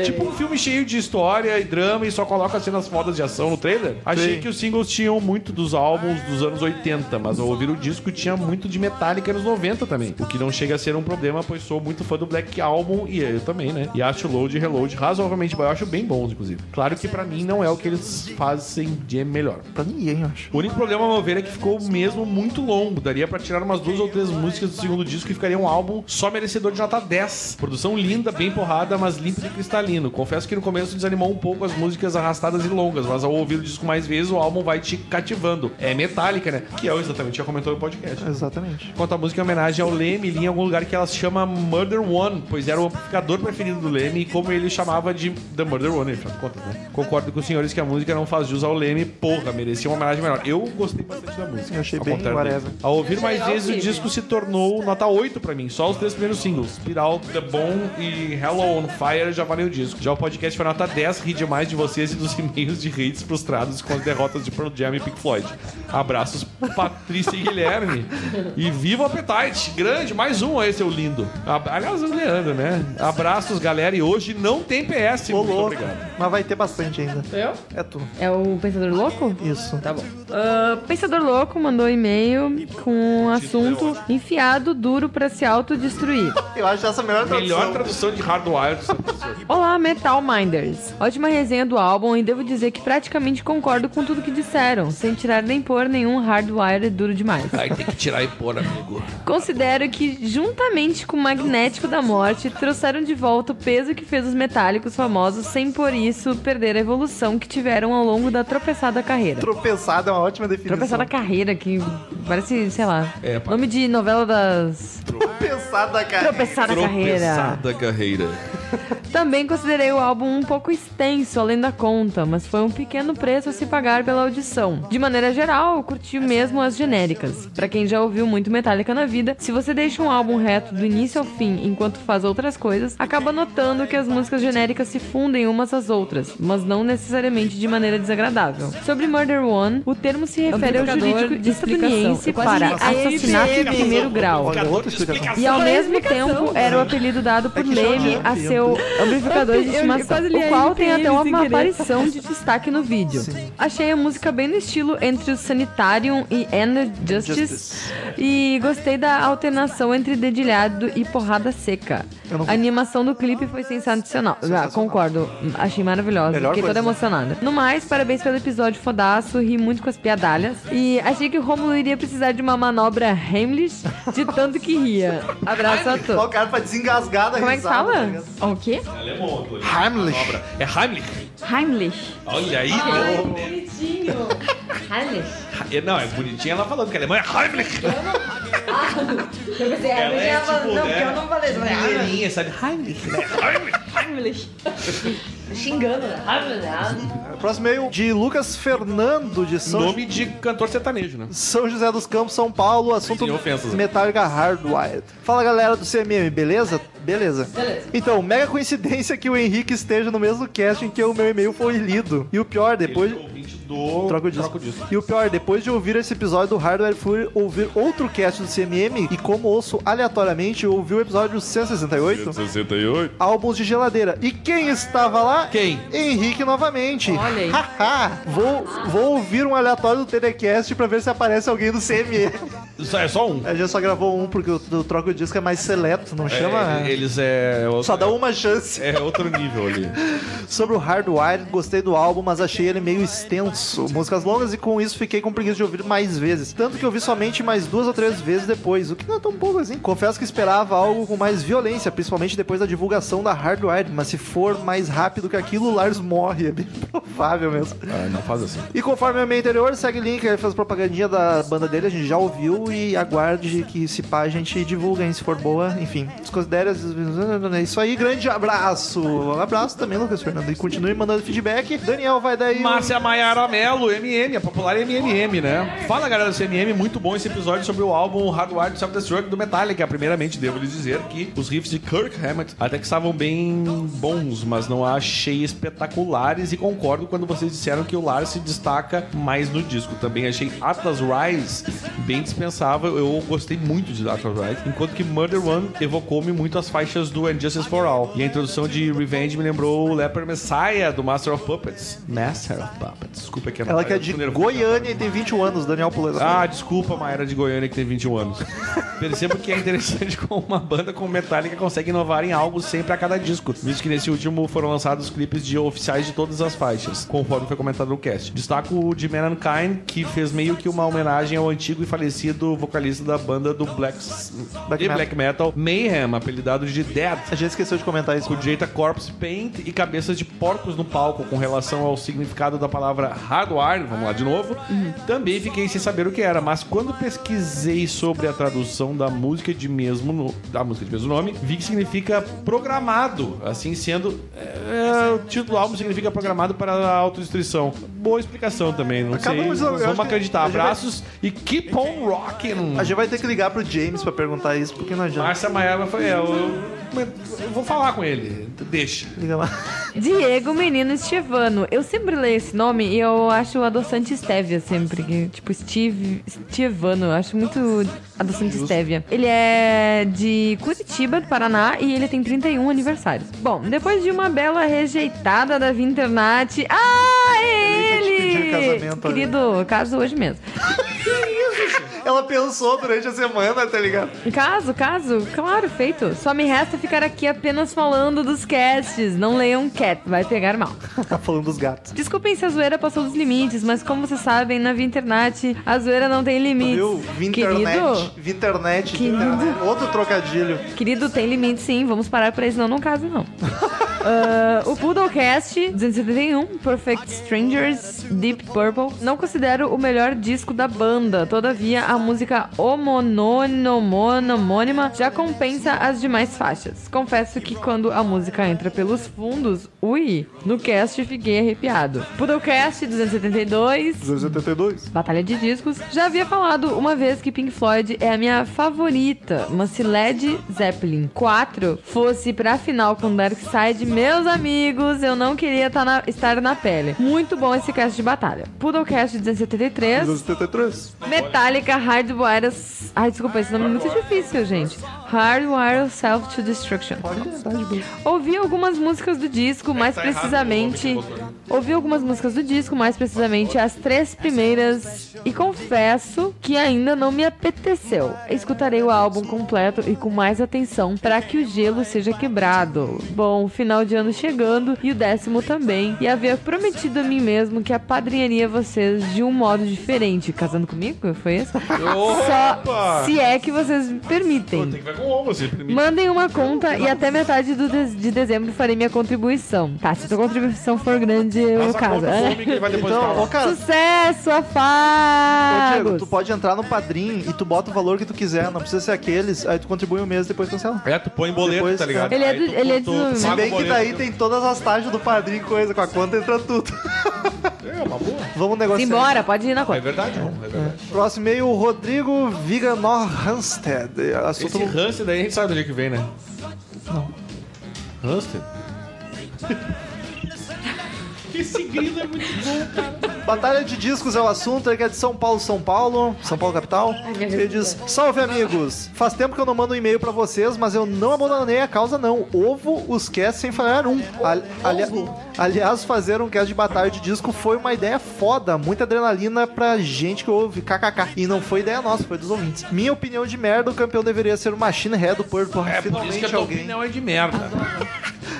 Speaker 2: Tipo um filme cheio de história e drama e só coloca cenas fodas de ação no trailer? Achei
Speaker 1: Sim.
Speaker 2: que os singles tinham muito dos álbuns dos anos 80, mas ao ouvir o disco tinha muito de Metallica nos 90 também. O que não chega a ser um problema, pois sou muito fã do Black Album e eu também, né? E acho Load e Reload razoavelmente bom. Eu acho bem bons, inclusive. Claro que pra mim não é o que eles fazem de melhor.
Speaker 1: Pra ninguém, eu acho.
Speaker 2: O único problema, a meu ver, é que ficou mesmo muito longo. Daria pra tirar umas duas ou três músicas do segundo disco e ficaria um álbum só merecedor de nota 10. Produção linda, bem porrada, mas límpido e cristalino. Confesso que no começo desanimou um pouco as músicas arrastadas e longas, mas ao ouvir o disco mais vezes, o álbum vai te cativando. É Metallica, né? Que eu exatamente já comentou no podcast.
Speaker 1: Exatamente.
Speaker 2: Quanto à música, é uma homenagem ao Leme, li em algum lugar que ela se chama Murder One, pois era o amplificador preferido do Leme e como ele chamava de The Murder One, ele faz conta, né? Concordo com os senhores que a música não faz jus ao Leme, porra, merecia uma homenagem melhor. Eu gostei bastante da música.
Speaker 1: Eu achei
Speaker 2: ao
Speaker 1: bem
Speaker 2: contrário
Speaker 1: whatever.
Speaker 2: dele. Ao ouvir mais vezes, o disco se tornou nota 8 pra mim, só os três primeiros singles. Spiral, The Bone e Hello on Fire já valeu o disco. Já o podcast foi nota 10, ri demais de vocês e dos e-mails de hates frustrados com as derrotas de Pearl Jam e Pink Floyd. Abraços, Patrícia e Guilherme. E viva o Appetite! Grande, mais um aí, seu lindo. Ab- Aliás, o Leandro, né? Abraços, galera, e hoje não tem PS.
Speaker 1: Ô,
Speaker 2: Muito
Speaker 1: louco.
Speaker 2: obrigado.
Speaker 1: Mas vai ter bastante ainda.
Speaker 10: Eu?
Speaker 1: É tu.
Speaker 6: É o Pensador Louco?
Speaker 1: Isso.
Speaker 10: Tá bom.
Speaker 6: Ah, Pensador Louco mandou e-mail com o
Speaker 1: é
Speaker 6: assunto enfiado duro pra se autodestruir.
Speaker 1: Eu acho essa a melhor tradução.
Speaker 2: Melhor tradução de Hardwire.
Speaker 6: Olá, Metal Minders! Ótima resenha do álbum e devo dizer que praticamente concordo com tudo que disseram, sem tirar nem pôr nenhum hardwire duro demais.
Speaker 2: Aí tem que tirar e pôr, amigo.
Speaker 6: Considero que, juntamente com o Magnético da Morte, trouxeram de volta o peso que fez os metálicos famosos, sem por isso perder a evolução que tiveram ao longo da tropeçada carreira.
Speaker 1: Tropeçada é uma ótima definição.
Speaker 6: Tropeçada carreira, que parece, sei lá,
Speaker 2: É, pá.
Speaker 6: nome de novela das...
Speaker 1: Tropeçada, cara.
Speaker 6: Tropeçada carreira.
Speaker 2: carreira.
Speaker 6: Também considerei o álbum um pouco extenso, além da conta, mas foi um pequeno preço a se pagar pela audição. De maneira geral, eu curti mesmo as genéricas. Pra quem já ouviu muito Metallica na vida, se você deixa um álbum reto do início ao fim enquanto faz outras coisas, acaba notando que as músicas genéricas se fundem umas às outras, mas não necessariamente de maneira desagradável. Sobre Murder One, o termo se refere ao
Speaker 7: Amplificador
Speaker 6: jurídico
Speaker 7: de explicação.
Speaker 6: estadunidense
Speaker 7: Eu quase
Speaker 6: para
Speaker 7: li a
Speaker 6: assassinato em primeiro grau.
Speaker 1: Olha, É outra explicação.
Speaker 6: E ao mesmo tempo era o apelido dado por
Speaker 1: É que chama
Speaker 6: Leme
Speaker 1: de
Speaker 6: a seu amplificador de
Speaker 7: Eu- eu
Speaker 6: estimação,
Speaker 7: quase li
Speaker 6: o qual
Speaker 7: aí, um
Speaker 6: tem até
Speaker 7: sem
Speaker 6: uma
Speaker 7: querer.
Speaker 6: aparição de destaque no vídeo. Achei a música bem no estilo entre o Sanitarium e End Justice,
Speaker 1: Justice.
Speaker 6: e gostei da alternação entre dedilhado e porrada seca.
Speaker 1: Eu não-
Speaker 6: A animação do clipe foi sensacional. Ah,
Speaker 1: Sensacional.
Speaker 6: concordo, achei maravilhosa.
Speaker 1: Melhor
Speaker 6: Fiquei
Speaker 1: coisa. né?
Speaker 6: toda emocionada. No mais, parabéns pelo episódio fodaço, ri muito com as piadalhas. E achei que o Romulo iria precisar de uma manobra Heimlich de tanto que ria. Abraço a
Speaker 1: Ó,
Speaker 6: todos.
Speaker 1: o cara pra desengasgar da
Speaker 6: Como é que
Speaker 1: risada, tá
Speaker 6: fala?
Speaker 1: ligado?
Speaker 3: O quê?
Speaker 1: Heimlich.
Speaker 2: É Heimlich.
Speaker 3: Heimlich.
Speaker 2: Olha aí.
Speaker 7: Bonitinho. Alice.
Speaker 2: É, Não, é bonitinha ela falando que alemão é Heimlich.
Speaker 7: Eu pensei, ah,
Speaker 2: Ela
Speaker 7: mas
Speaker 2: é
Speaker 7: ela
Speaker 2: tipo,
Speaker 7: não,
Speaker 2: né,
Speaker 7: porque eu não falei. Eu falei, ah,
Speaker 2: Mineirinha, sabe? Heimlich.
Speaker 7: Heimlich. Xingando, né? Heimlich, ah.
Speaker 1: Próximo e-mail de Lucas Fernando de São,
Speaker 2: Nome de cantor sertanejo, né?
Speaker 1: São José dos Campos, São Paulo. Assunto
Speaker 2: Sem ofensas.
Speaker 1: Metallica Hardwired. Fala galera do CMM, beleza? Beleza.
Speaker 7: Beleza.
Speaker 1: Então, mega coincidência que o Henrique esteja no mesmo cast em que o meu e-mail foi lido. E o pior, depois.
Speaker 2: Ele é ouvinte do...
Speaker 1: Troca o disco. E o pior, depois de ouvir esse episódio do Hardware, fui ouvir outro cast do CMM e como ouço aleatoriamente, eu ouvi o episódio 168,
Speaker 4: 68.
Speaker 1: Álbuns de Geladeira. E quem estava lá?
Speaker 2: Quem?
Speaker 1: Henrique novamente.
Speaker 6: Olha aí.
Speaker 1: Haha, vou, vou ouvir um aleatório do TDCast pra ver se aparece alguém do CMM.
Speaker 2: Só- É só um.
Speaker 1: A gente só gravou um porque o, o Troca o Disco é mais seleto, não chama...
Speaker 2: É, eles é... outro-
Speaker 1: Só dá uma chance.
Speaker 2: É outro nível ali.
Speaker 1: Sobre o Hardwired, gostei do álbum, mas achei ele meio extenso. Músicas longas e com isso fiquei com preguiça de ouvir mais vezes. Tanto que eu vi somente mais duas ou três vezes depois, o que não é tão pouco assim. Confesso que esperava algo com mais violência, principalmente depois da divulgação da Hardwired, mas se for mais rápido que aquilo, o Lars morre. É bem provável mesmo.
Speaker 2: Ah, não faz assim.
Speaker 1: E conforme o meu anterior, segue link, ele fez propagandinha da banda dele, a gente já ouviu e aguarde que se pá a gente divulga, hein, se for boa, enfim. Desconsidere, as- é isso aí, grande abraço. Um abraço também, Lucas Fernando, e continue mandando feedback. Daniel vai daí.
Speaker 2: Márcia Maiara Mello, MM, a popular MMM, né? Fala galera do CMM, muito bom esse episódio sobre o álbum Hardwired to Self-Destruct do Metallica. Primeiramente, devo lhes dizer que os riffs de Kirk Hammett até que estavam bem bons, mas não achei espetaculares e concordo quando vocês disseram que o Lars se destaca mais no disco. Também achei Atlas Rise bem dispensável, eu gostei muito de Atlas Rise, enquanto que Murder One evocou-me muito as faixas do And Justice for All. E a introdução de Revenge me lembrou o Leper Messiah do Master of Puppets. Master of Puppets, desculpa que
Speaker 1: Ela que é de Goiânia e tem 21 anos, Daniel Puleza.
Speaker 2: Ah, desculpa, Maera de Goiânia que tem 21 anos. Percebo que é interessante como uma banda como Metallica consegue inovar em algo sempre a cada disco, visto que nesse último foram lançados clipes de oficiais de todas as faixas, conforme foi comentado no cast. Destaco o de Mankind, que fez meio que uma homenagem ao antigo e falecido vocalista da banda do Black,
Speaker 1: Black
Speaker 2: de
Speaker 1: Metal.
Speaker 2: Black Metal, Mayhem, apelidado de Dead
Speaker 1: A gente esqueceu de comentar isso.
Speaker 2: com direito a corpse paint e cabeças de porcos no palco com relação ao significado da palavra hardware, vamos lá de novo. Também fiquei sem saber o que era, mas quando pesquisei sobre a tradução da música de mesmo no- da música de mesmo nome, vi que significa programado, assim sendo é, o título do álbum significa programado para a autodestruição. Boa explicação também, não
Speaker 1: Acabamos,
Speaker 2: sei.
Speaker 1: eu
Speaker 2: nós
Speaker 1: acho
Speaker 2: Vamos
Speaker 1: que
Speaker 2: acreditar.
Speaker 1: a gente vai-
Speaker 2: Abraços e keep on rocking.
Speaker 1: A gente vai ter que ligar pro James pra perguntar isso, porque não adianta.
Speaker 2: Márcia Maiava foi é, eu, eu- eu vou falar com ele. Deixa.
Speaker 1: Liga lá.
Speaker 6: Diego Menino Estevano. Eu sempre leio esse nome e eu acho o adoçante Stevia sempre. que- Tipo, Steve. Estevano. Eu acho muito adoçante Stevia. Ele é de Curitiba, do Paraná, e ele tem 31 aniversários. Bom, depois de uma bela rejeitada da Via Internet. Ah, é
Speaker 1: Ele que te pediu em
Speaker 6: ele!
Speaker 1: casamento,
Speaker 6: Querido, caso hoje mesmo.
Speaker 1: Ela pensou durante a semana, tá ligado?
Speaker 6: Caso, caso, claro, feito. Só me resta ficar aqui apenas falando dos casts. Não leiam cat, vai pegar mal.
Speaker 1: Tá falando dos gatos.
Speaker 6: Desculpem se a zoeira passou dos limites, mas como vocês sabem, na via internet a zoeira não tem limites.
Speaker 1: Viu? Vinternet.
Speaker 6: Querido,
Speaker 1: Vinternet.
Speaker 6: Querido.
Speaker 1: Internet. Outro trocadilho.
Speaker 6: querido, tem limite sim, vamos parar pra isso, não, não caso não. Ah, o Poodlecast 271, Perfect Strangers, Deep Purple, não considero o melhor disco da banda. Todavia, a música homonônima já compensa as demais faixas. Confesso que quando a música entra pelos fundos, ui, no cast fiquei arrepiado. Poodlecast 272,
Speaker 1: 272.
Speaker 6: Batalha de Discos. Já havia falado uma vez que Pink Floyd é a minha favorita, mas se Led Zeppelin 4 fosse pra final com Dark Side, meus amigos, eu não queria tá na- estar na pele. Muito bom esse cast de batalha. Poodlecast 273,
Speaker 1: 273.
Speaker 6: Metallica Hardwire... Ai, desculpa, esse nome é muito difícil, gente. Hardwire Self to Destruction. Ouvi algumas músicas do disco, mais precisamente. Ouvi algumas músicas do disco, mais precisamente as três primeiras, e confesso que ainda não me apeteceu. Escutarei o álbum completo e com mais atenção para que o gelo seja quebrado. Bom, final de ano chegando e o décimo também, e havia prometido a mim mesmo que apadrinharia vocês de um modo diferente. Casando comigo? Foi isso? Só se é que vocês me permitem.
Speaker 2: Tem que ver com assim, ovo, se permite.
Speaker 6: Mandem uma conta e até metade do de, de dezembro farei minha contribuição. Tá, se sua contribuição for grande
Speaker 11: de
Speaker 2: Faz
Speaker 11: o
Speaker 2: a
Speaker 11: caso.
Speaker 2: conta,
Speaker 11: É.
Speaker 2: some que ele vai depois
Speaker 1: Então,
Speaker 2: falar.
Speaker 1: ô cara,
Speaker 11: Sucesso,
Speaker 1: Ô, Diego,
Speaker 11: afagos!
Speaker 1: tu pode entrar no Padrim e tu bota o valor que tu quiser, não precisa ser aqueles, aí tu contribui um mês e depois cancela.
Speaker 2: É, tu põe boleto,
Speaker 1: Depois,
Speaker 2: tá ligado?
Speaker 6: Ele é
Speaker 2: Aí
Speaker 6: do-
Speaker 2: tu-
Speaker 6: ele é
Speaker 2: tu-
Speaker 6: do-
Speaker 2: tu
Speaker 6: Se
Speaker 1: Se
Speaker 2: paga
Speaker 1: bem
Speaker 2: o
Speaker 1: que
Speaker 2: boleto.
Speaker 1: daí tem todas as taxas do Padrim, coisa, com a conta entra tudo.
Speaker 2: É uma boa.
Speaker 1: Vamos negociar.
Speaker 6: Simbora, pode ir na
Speaker 2: É
Speaker 6: conta.
Speaker 2: verdade, bom, é verdade.
Speaker 1: Próximo e-mail, Rodrigo Viganor Hansted. Assunto...
Speaker 2: É. Esse Hansen daí a gente sabe do dia que vem, né? Não. Hansen? Esse grilo é muito bom.
Speaker 1: Batalha de discos é o assunto, ele é de São Paulo, São Paulo, São Paulo capital. Ele diz: Salve amigos! Faz tempo que eu não mando um e-mail pra vocês, mas eu não abandonei a causa, não. Ovo os cast sem falhar um. Ali- alia- Aliás, fazer um cast de batalha de disco foi uma ideia foda, muita adrenalina pra gente que ouve, kkk. E não foi ideia nossa, foi dos ouvintes. Minha opinião de merda, o campeão deveria ser o Machine Head do Porto.
Speaker 2: É, por isso que
Speaker 1: Finalmente
Speaker 2: a tua
Speaker 1: alguém.
Speaker 2: opinião é de merda.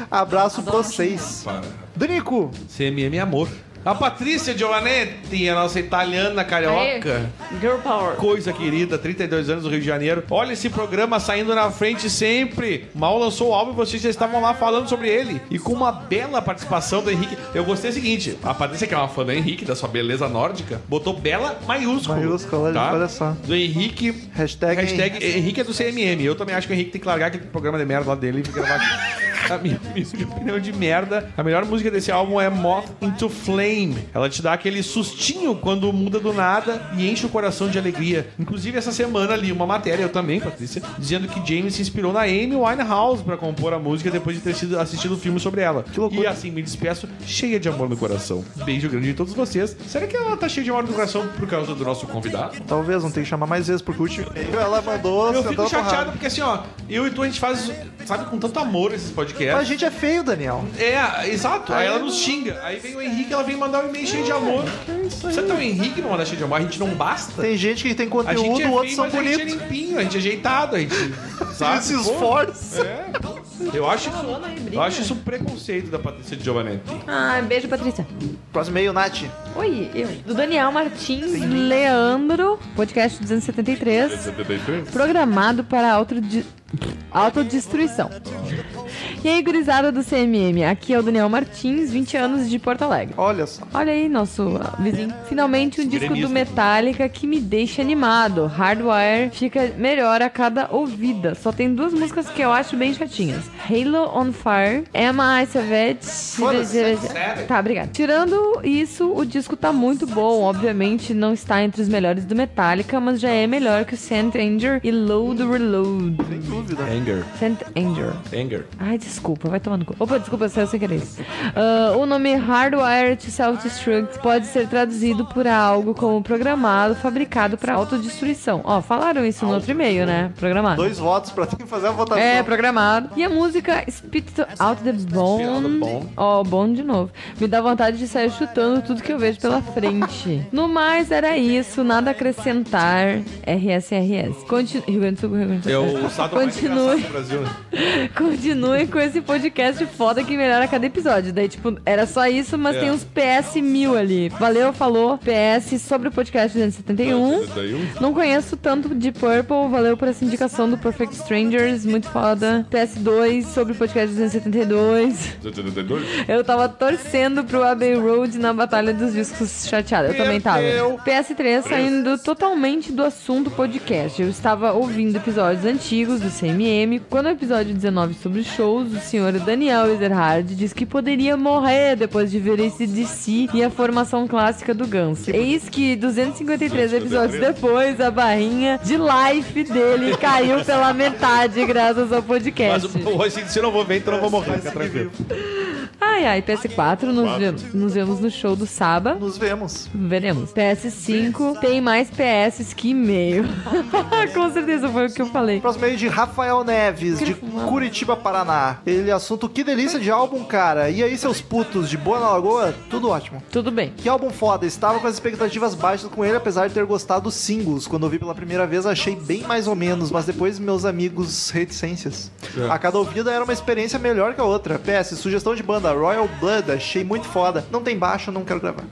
Speaker 1: Abraço pra vocês.
Speaker 2: Para.
Speaker 1: Danico,
Speaker 2: CMM é Amor. A Patrícia Giovanetti, a nossa italiana carioca.
Speaker 3: Girl Power.
Speaker 2: Coisa querida, 32 anos do Rio de Janeiro. Olha esse programa saindo na frente sempre. Mal lançou o álbum e vocês já estavam lá falando sobre ele. E com uma bela participação do Henrique. Eu gostei do seguinte: a Patrícia, que é uma fã do Henrique, da sua beleza nórdica, botou bela maiúsculo.
Speaker 1: Maiúsculo, olha- olha só.
Speaker 2: Do Henrique.
Speaker 1: Hashtag-
Speaker 2: Hashtag Henrique é do CMM. Eu também acho que o Henrique tem que largar aquele programa de merda lá dele e gravar aqui. A minha, minha opinião de merda. A melhor música desse álbum é Moth into Flame. Ela te dá aquele sustinho quando muda do nada e enche o coração de alegria. Inclusive, essa semana ali, uma matéria, eu também, Patrícia, dizendo que James se inspirou na Amy Winehouse pra compor a música depois de ter sido, assistido o filme sobre ela. Que
Speaker 1: loucura.
Speaker 2: E assim me despeço, cheia de amor no coração. Beijo grande de todos vocês. Será que ela tá cheia de amor no coração por causa do nosso convidado?
Speaker 1: talvez não tem que chamar mais vezes, porque o último e-mail ela mandou.
Speaker 2: Eu
Speaker 1: sentou
Speaker 2: fico
Speaker 1: a porrada.
Speaker 2: chateado porque assim, ó, eu e tu a gente faz, sabe, com tanto amor esses
Speaker 1: Mas a
Speaker 2: podcasts.
Speaker 1: gente é feio, Daniel.
Speaker 2: É, exato. Aí ela nos xinga. Aí vem o Henrique, ela vem mandar um e-mail
Speaker 1: É,
Speaker 2: cheio de amor. Você tem o Henrique não mandar cheio de amor, a gente não basta.
Speaker 1: Tem gente que tem
Speaker 2: a
Speaker 1: conteúdo,
Speaker 2: gente é
Speaker 1: outros
Speaker 2: feio,
Speaker 1: são
Speaker 2: mas a gente é
Speaker 1: bonitos.
Speaker 2: limpinho, a gente é ajeitado, a gente sabe.
Speaker 1: Ele se
Speaker 2: Pô,
Speaker 1: esforça.
Speaker 2: É. Eu acho isso,
Speaker 7: Falou, não, e briga.
Speaker 2: eu acho isso um preconceito da Patrícia Giovanetti.
Speaker 7: Ah, beijo, Patrícia.
Speaker 1: Próximo e-mail, Nath.
Speaker 7: Oi, eu. Do Daniel Martins.
Speaker 6: Leandro, podcast 273, programado para autodi- autodestruição. E aí, gurizada do CMM, aqui é o Daniel Martins, 20 anos de Porto Alegre.
Speaker 1: Olha só.
Speaker 6: Olha aí, nosso ah, vizinho. Finalmente um disco do
Speaker 2: Gremista.
Speaker 6: Metallica que me deixa animado. Hardwire fica melhor a cada ouvida. Só tem duas músicas que eu acho bem chatinhas. Halo on Fire, É Emma I Savage. Tá, obrigada. Tirando isso, o disco tá muito bom. Obviamente não está entre os melhores do Metallica, mas já é melhor que o Saint Anger e Load Reload.
Speaker 1: Sem dúvida.
Speaker 2: Anger.
Speaker 6: Saint Anger.
Speaker 2: Anger.
Speaker 6: Ai, desculpa, vai tomando cu. Opa, desculpa, saiu sem querer. Ah, o nome Hardwire to Self-Destruct pode ser traduzido por algo como programado, fabricado para autodestruição. Ó, falaram isso no outro e-mail, né? Programado.
Speaker 1: Dois votos pra ter que fazer a votação.
Speaker 6: É, programado. E a música Spit Out the Bone. Ó, bom de novo. Me dá vontade de sair chutando tudo que eu vejo pela frente. No mais, era isso. Nada a acrescentar. RS, RS. Continu... Rio Grande do Sul, Rio Grande do
Speaker 2: É
Speaker 6: Sul.
Speaker 2: o estado mais engraçado
Speaker 6: Continue.
Speaker 2: do Brasil. né?
Speaker 6: Continue com esse podcast foda que melhora a cada episódio. Daí, tipo, era só isso, mas
Speaker 2: É.
Speaker 6: tem uns PS mil ali. Valeu, falou. PS sobre o podcast 271. Não conheço tanto de Purple, valeu por essa indicação do Perfect Strangers, muito foda. PS2 sobre o podcast 272. Eu tava torcendo pro Abbey Road na Batalha dos Discos chateada. Eu também tava. PS3 saindo totalmente do assunto podcast. Eu estava ouvindo episódios antigos do CMM. Quando o episódio 19 sobre shows, o senhor Daniel Ezerhard disse que poderia morrer depois de ver esse DC e a formação clássica do Guns. Eis que 253 episódios depois, a barrinha de life dele caiu pela metade graças ao
Speaker 2: Mas
Speaker 6: podcast.
Speaker 2: o- assim, se eu não vou ver, então eu não vou morrer. Fica tranquilo.
Speaker 6: Ai, ai, PS4, nos, vemos, nos vemos no show do Saba.
Speaker 1: Nos vemos.
Speaker 6: Veremos. PS5 tem mais PS que e-mail. Com certeza foi o que eu falei.
Speaker 1: Próximo e-mail de Rafael Neves, de
Speaker 6: fumar.
Speaker 1: Curitiba, Paraná. Ele é assunto, que delícia de álbum, cara. E aí, seus putos, de boa na lagoa? Tudo ótimo.
Speaker 6: Tudo bem.
Speaker 1: Que álbum foda, estava com as expectativas baixas com ele, apesar de ter gostado dos singles. Quando eu vi pela primeira vez, achei bem mais ou menos, mas depois meus amigos reticências
Speaker 2: É.
Speaker 1: A cada ouvida era uma experiência melhor que a outra. PS, sugestão de banda, Royal Blood, achei muito foda. Não tem baixo, não quero gravar.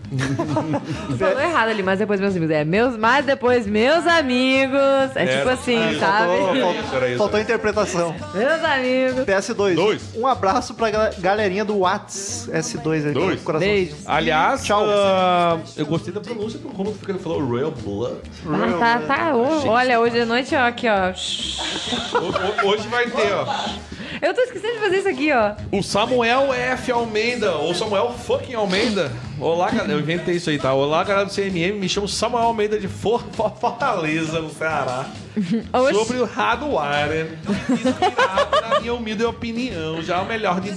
Speaker 6: Falou errado ali, mas depois meus amigos. É, meus, mas depois meus amigos. É,
Speaker 2: É,
Speaker 6: tipo assim,
Speaker 2: ah,
Speaker 6: sabe?
Speaker 1: Faltou,
Speaker 2: Isso,
Speaker 1: faltou-
Speaker 2: era isso.
Speaker 1: faltou a interpretação.
Speaker 6: Meus amigos.
Speaker 1: PS2.
Speaker 2: Dois.
Speaker 1: Um abraço pra ga- galerinha do Whats S2 aí.
Speaker 2: Dois.
Speaker 1: Coração.
Speaker 6: Beijo.
Speaker 2: Aliás,
Speaker 1: Tchau.
Speaker 2: ah, eu gostei da pronúncia do Romulo, porque ele falou Royal Blood.
Speaker 6: Ah, tá, tá. Ô, olha, hoje à noite, ó, aqui, ó.
Speaker 2: O- o- Hoje vai ter, ó.
Speaker 6: Eu tô esquecendo de fazer isso aqui, ó.
Speaker 2: O Samuel F. Almeida, ou Samuel fucking Almeida. Olá, galera. Eu inventei isso aí, tá? Olá, galera do CMM. Me chamo Samuel Almeida de For- For- Fortaleza, no Ceará.
Speaker 6: Oxi.
Speaker 2: Sobre o Hardwire. Inspirado, na minha humilde opinião, já o melhor de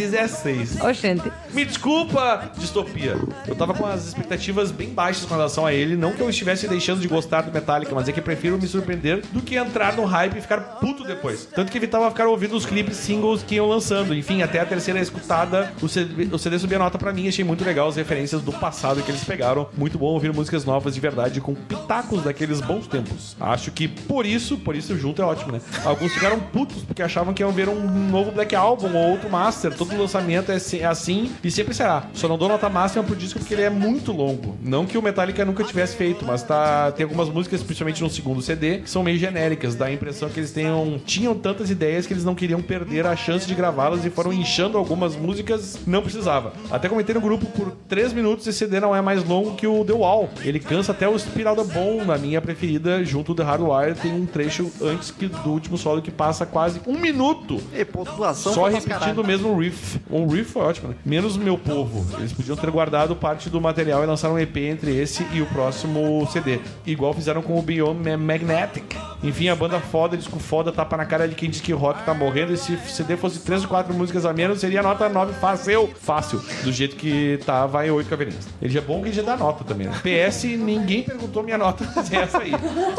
Speaker 2: 2016.
Speaker 6: Oxente.
Speaker 2: Me desculpa, distopia. Eu tava com as expectativas bem baixas com relação a ele. Não que eu estivesse deixando de gostar do Metallica, mas é que eu prefiro me surpreender do que entrar no hype e ficar puto depois. Tanto que evitava ficar ouvindo os clipes singles que iam lançando. Enfim, até a terceira escutada, o CD, o CD subia nota pra mim. Achei muito legal as referências do passado que eles pegaram. Muito bom ouvir músicas novas de verdade com pitacos daqueles bons tempos. Acho que por isso, por isso junto é ótimo, né? Alguns ficaram putos porque achavam que iam ver um novo Black Album ou outro Master. Todo lançamento é se- assim e sempre será. Só não dou nota máxima pro disco porque ele é muito longo. Não que o Metallica nunca tivesse feito, mas tá tem algumas músicas, principalmente no segundo CD, que são meio genéricas. Dá a impressão que eles tenham tinham tantas ideias que eles não queriam perder a chance de gravá-las e foram inchando algumas músicas não precisava. Até comentei no grupo por 3 minutos esse CD não é mais longo que o The Wall. Ele cansa até o Spiral da Bom, na minha preferida, junto do The Hardwire, tem um trecho antes que do último solo que passa quase um minuto
Speaker 1: E pontuação
Speaker 2: só
Speaker 1: pra
Speaker 2: repetindo
Speaker 1: caralho.
Speaker 2: o mesmo riff. Um riff foi ótimo, né? Menos meu povo. Eles podiam ter guardado parte do material e lançar um EP entre esse e o próximo CD. Igual fizeram com o Beyond Ma- Magnetic. Enfim, a banda foda, disco foda, tapa na cara de quem diz que rock tá morrendo. E se CD fosse 3 ou 4 músicas a menos, seria nota 9 fácil. Fácil. Do jeito que tá, vai 8 caveirinhas. Ele já é bom que já dá nota também, né? PS, ninguém perguntou minha nota, mas é essa aí.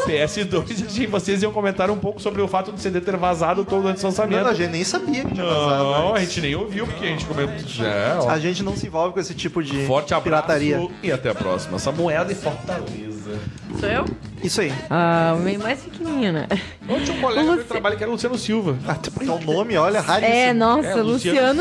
Speaker 2: PS2, achei que assim, vocês iam comentar um pouco sobre o fato do CD ter vazado todo antes do lançamento.
Speaker 1: Mano, a gente nem sabia que tinha vazado
Speaker 2: Não, a
Speaker 1: antes.
Speaker 2: gente nem ouviu porque a gente comentou. Já, É, ó.
Speaker 1: A gente não se envolve com esse tipo de
Speaker 2: Forte abraço
Speaker 1: pirataria.
Speaker 2: e até a próxima. Samuel de Fortaleza.
Speaker 6: Sou eu?
Speaker 1: Isso aí.
Speaker 6: Ah, meio mais fiquinha, né?
Speaker 2: Eu tinha um colega
Speaker 6: Luci-
Speaker 2: que trabalho que era o Luciano Silva.
Speaker 1: É o nome, olha, raríssimo.
Speaker 6: É, nossa,
Speaker 2: É,
Speaker 6: Luciano,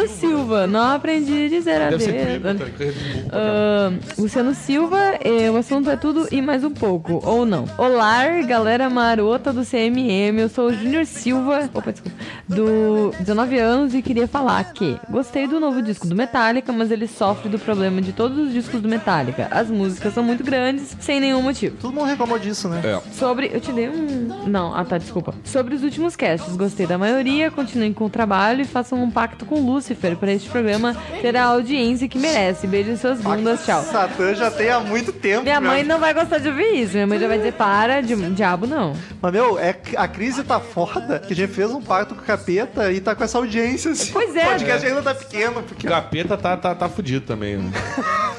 Speaker 2: Luciano
Speaker 6: Silva. Não aprendi a dizer a
Speaker 2: Deve ser
Speaker 6: vez.
Speaker 2: primo, tá? Que é burro pra caramba.
Speaker 6: Ahn, Luciano Silva, eh, o assunto é tudo e mais um pouco, ou não. Olá, galera marota do CMM, eu sou o Júnior Silva, opa, desculpa, do 19 anos e queria falar que gostei do novo disco do Metallica, mas ele sofre do problema de todos os discos do Metallica. As músicas são muito grandes, sem nenhum motivo.
Speaker 1: Todo mundo reclamou disso,
Speaker 6: É.
Speaker 1: né?
Speaker 6: Sobre. Eu te dei um. Não, ah tá, desculpa. Sobre os últimos casts, gostei da maioria, continuem com o trabalho e façam um pacto com Lúcifer para este programa ter a audiência que merece. Beijo em suas bundas, tchau.
Speaker 1: Satã já tem há muito tempo. né?
Speaker 6: Minha
Speaker 1: meu
Speaker 6: mãe não vai gostar de ouvir isso. Minha mãe já vai dizer, para, de, diabo não.
Speaker 1: Mas, meu, é, a crise tá foda que a gente fez um pacto com o capeta e tá com essa audiência, assim.
Speaker 6: Pois é.
Speaker 1: O podcast ainda tá pequeno, porque
Speaker 2: O capeta tá, tá, tá fudido também. né?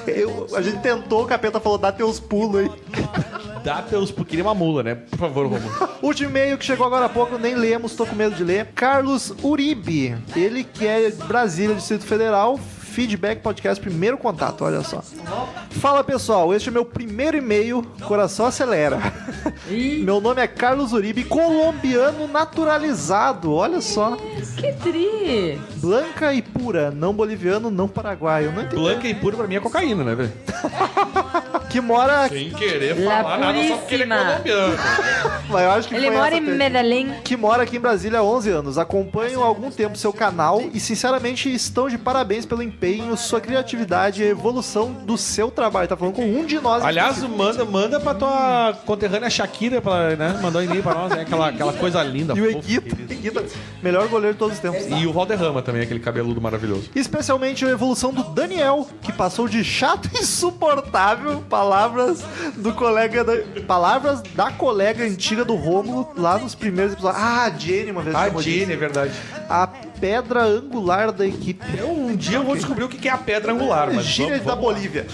Speaker 1: eu- a gente tentou, o capeta falou, dá teus pulos aí.
Speaker 2: Dá teus. Queria uma mula, né? Por favor, Romulo.
Speaker 1: Último e-mail que chegou agora há pouco, nem lemos, tô com medo de ler. Carlos Uribe, ele que é de Brasília, Distrito Federal. Feedback Podcast, primeiro contato, olha só. Fala pessoal, este é meu primeiro e-mail, coração acelera. meu nome é Carlos Uribe, colombiano naturalizado, olha só.
Speaker 6: Que tri!
Speaker 1: Blanca e pura, não boliviano, não paraguaio. Não entendi.
Speaker 2: Blanca e pura pra mim é cocaína, né, velho?
Speaker 1: Que mora.
Speaker 2: Sem querer
Speaker 6: La
Speaker 2: falar nada, só porque ele é
Speaker 6: puríssima.
Speaker 2: colombiano.
Speaker 1: Mas eu acho que
Speaker 6: Ele
Speaker 1: foi
Speaker 6: mora
Speaker 1: essa
Speaker 6: em
Speaker 1: teve.
Speaker 6: Medellín.
Speaker 1: que mora aqui em Brasília há 11 anos. Acompanho há algum tempo seu canal e, sinceramente, estão de parabéns pelo empenho, sua criatividade e a evolução do seu trabalho. Tá falando com um de nós.
Speaker 2: Aliás, manda, manda pra tua conterrânea Shakira, pra, né? Mandou um e-mail pra nós, né? Aquela, aquela coisa linda.
Speaker 1: e o
Speaker 2: fofa,
Speaker 1: Eguita,
Speaker 2: querida.
Speaker 1: Eguita, melhor goleiro de todos os tempos.
Speaker 2: E o Valderrama também, aquele cabeludo maravilhoso.
Speaker 1: Especialmente a evolução do Daniel, que passou de chato e insuportável, palavras do colega da, palavras da colega antiga do Rômulo lá nos primeiros episódios. Ah, a Jenny uma vez
Speaker 2: Ah,
Speaker 1: chamou disso.
Speaker 2: Jenny, é verdade.
Speaker 1: a pedra angular da equipe. Um é
Speaker 2: Eu, um dia eu vou descobrir o que que é a pedra angular, mas
Speaker 1: Gíria
Speaker 2: vamos,
Speaker 1: da
Speaker 2: vamos lá.
Speaker 1: Bolívia.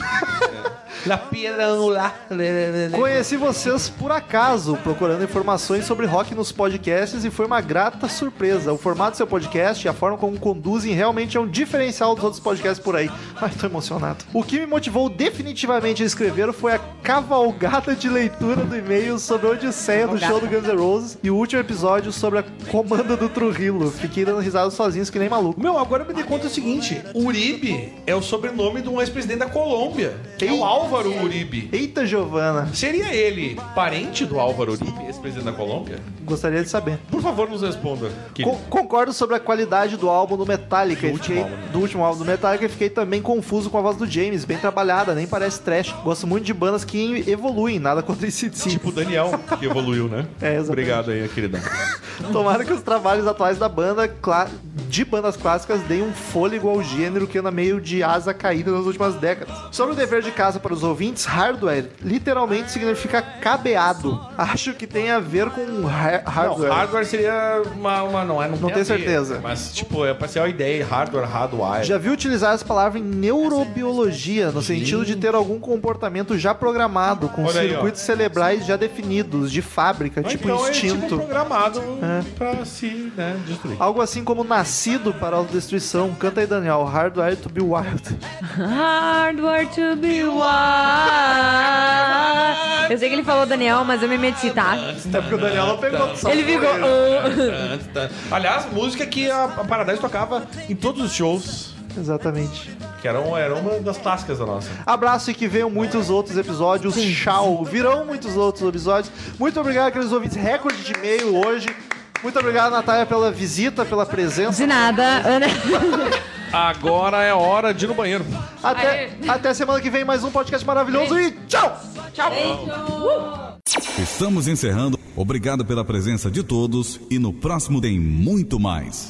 Speaker 2: La pirâmula.
Speaker 1: Né? Conheci vocês por acaso, procurando informações sobre rock nos podcasts e foi uma grata surpresa. O formato do seu podcast e a forma como conduzem realmente é um diferencial dos outros podcasts por aí. Ai, tô emocionado. O que me motivou definitivamente a escrever foi a cavalgada de leitura do e-mail sobre a Odisseia do show do Guns N' Roses e o último episódio sobre a comanda do Trujillo. Fiquei dando risada sozinhos que nem maluco.
Speaker 2: Meu, agora eu me dei conta do seguinte: Uribe é o sobrenome de um ex-presidente da Colômbia.
Speaker 1: Quem?
Speaker 2: É o Álvaro Uribe.
Speaker 1: Eita, Giovana,
Speaker 2: Seria ele parente do Álvaro Uribe, ex-presidente da Colômbia?
Speaker 1: gostaria de saber.
Speaker 2: Por favor, nos responda.
Speaker 1: Co-
Speaker 2: querido.
Speaker 1: concordo sobre a qualidade do álbum do Metallica.
Speaker 2: Do
Speaker 1: e
Speaker 2: último
Speaker 1: fiquei-
Speaker 2: álbum, né?
Speaker 1: do último álbum do Metallica e fiquei também confuso com a voz do James, bem trabalhada, nem parece trash. Gosto muito de bandas que evoluem, nada contra esse si.
Speaker 2: Tipo o Daniel, que evoluiu, né?
Speaker 1: É, exatamente.
Speaker 2: Obrigado aí, queridão.
Speaker 1: Tomara que os trabalhos atuais da banda, cla- de bandas clássicas, deem um fôlego ao gênero que anda meio de asa caída nas últimas décadas. Sobre o dever de casa para os ouvintes, hardware literalmente significa cabeado. Acho que tem a ver com ha-
Speaker 2: Não,
Speaker 1: hardware.
Speaker 2: hardware seria uma. uma- não, é, não,
Speaker 1: Não
Speaker 2: tem a
Speaker 1: tenho
Speaker 2: ver,
Speaker 1: certeza.
Speaker 2: Mas, tipo, é pra ser a ideia: hardware, hardware.
Speaker 1: Já vi utilizar essa palavra em neurobiologia, no sentido de ter algum comportamento já programado, com
Speaker 2: Olha aí,
Speaker 1: circuitos cerebrais já definidos, de fábrica,
Speaker 2: Ah,
Speaker 1: tipo
Speaker 2: então é
Speaker 1: instinto. É.
Speaker 2: tipo programado pra se né, destruir.
Speaker 1: Algo assim como nascido para autodestruição. Canta aí, Daniel. Hardware to be wild.
Speaker 6: Hardware to be wild. Eu sei que ele falou Daniel, mas eu me meti, tá?
Speaker 1: Até É porque o Daniel não pegou. só
Speaker 6: Ele
Speaker 1: foi
Speaker 6: ficou.
Speaker 1: ele.
Speaker 6: "Ah".
Speaker 2: Aliás, música que a, a Paradise tocava em todos os shows,
Speaker 1: Exatamente.
Speaker 2: que era, um- era uma das clássicas da nossa.
Speaker 1: Abraço e que venham muitos outros episódios. Tchau. Virão muitos outros episódios. Muito obrigado aqueles ouvintes. Recorde de e-mail hoje. Muito obrigado, Natália, pela visita, pela presença.
Speaker 6: De nada, Ana.
Speaker 2: Agora é hora de ir no banheiro.
Speaker 1: Até, até semana que vem, mais um podcast maravilhoso e tchau!
Speaker 11: Estamos encerrando. Obrigado pela presença de todos e no próximo tem muito mais.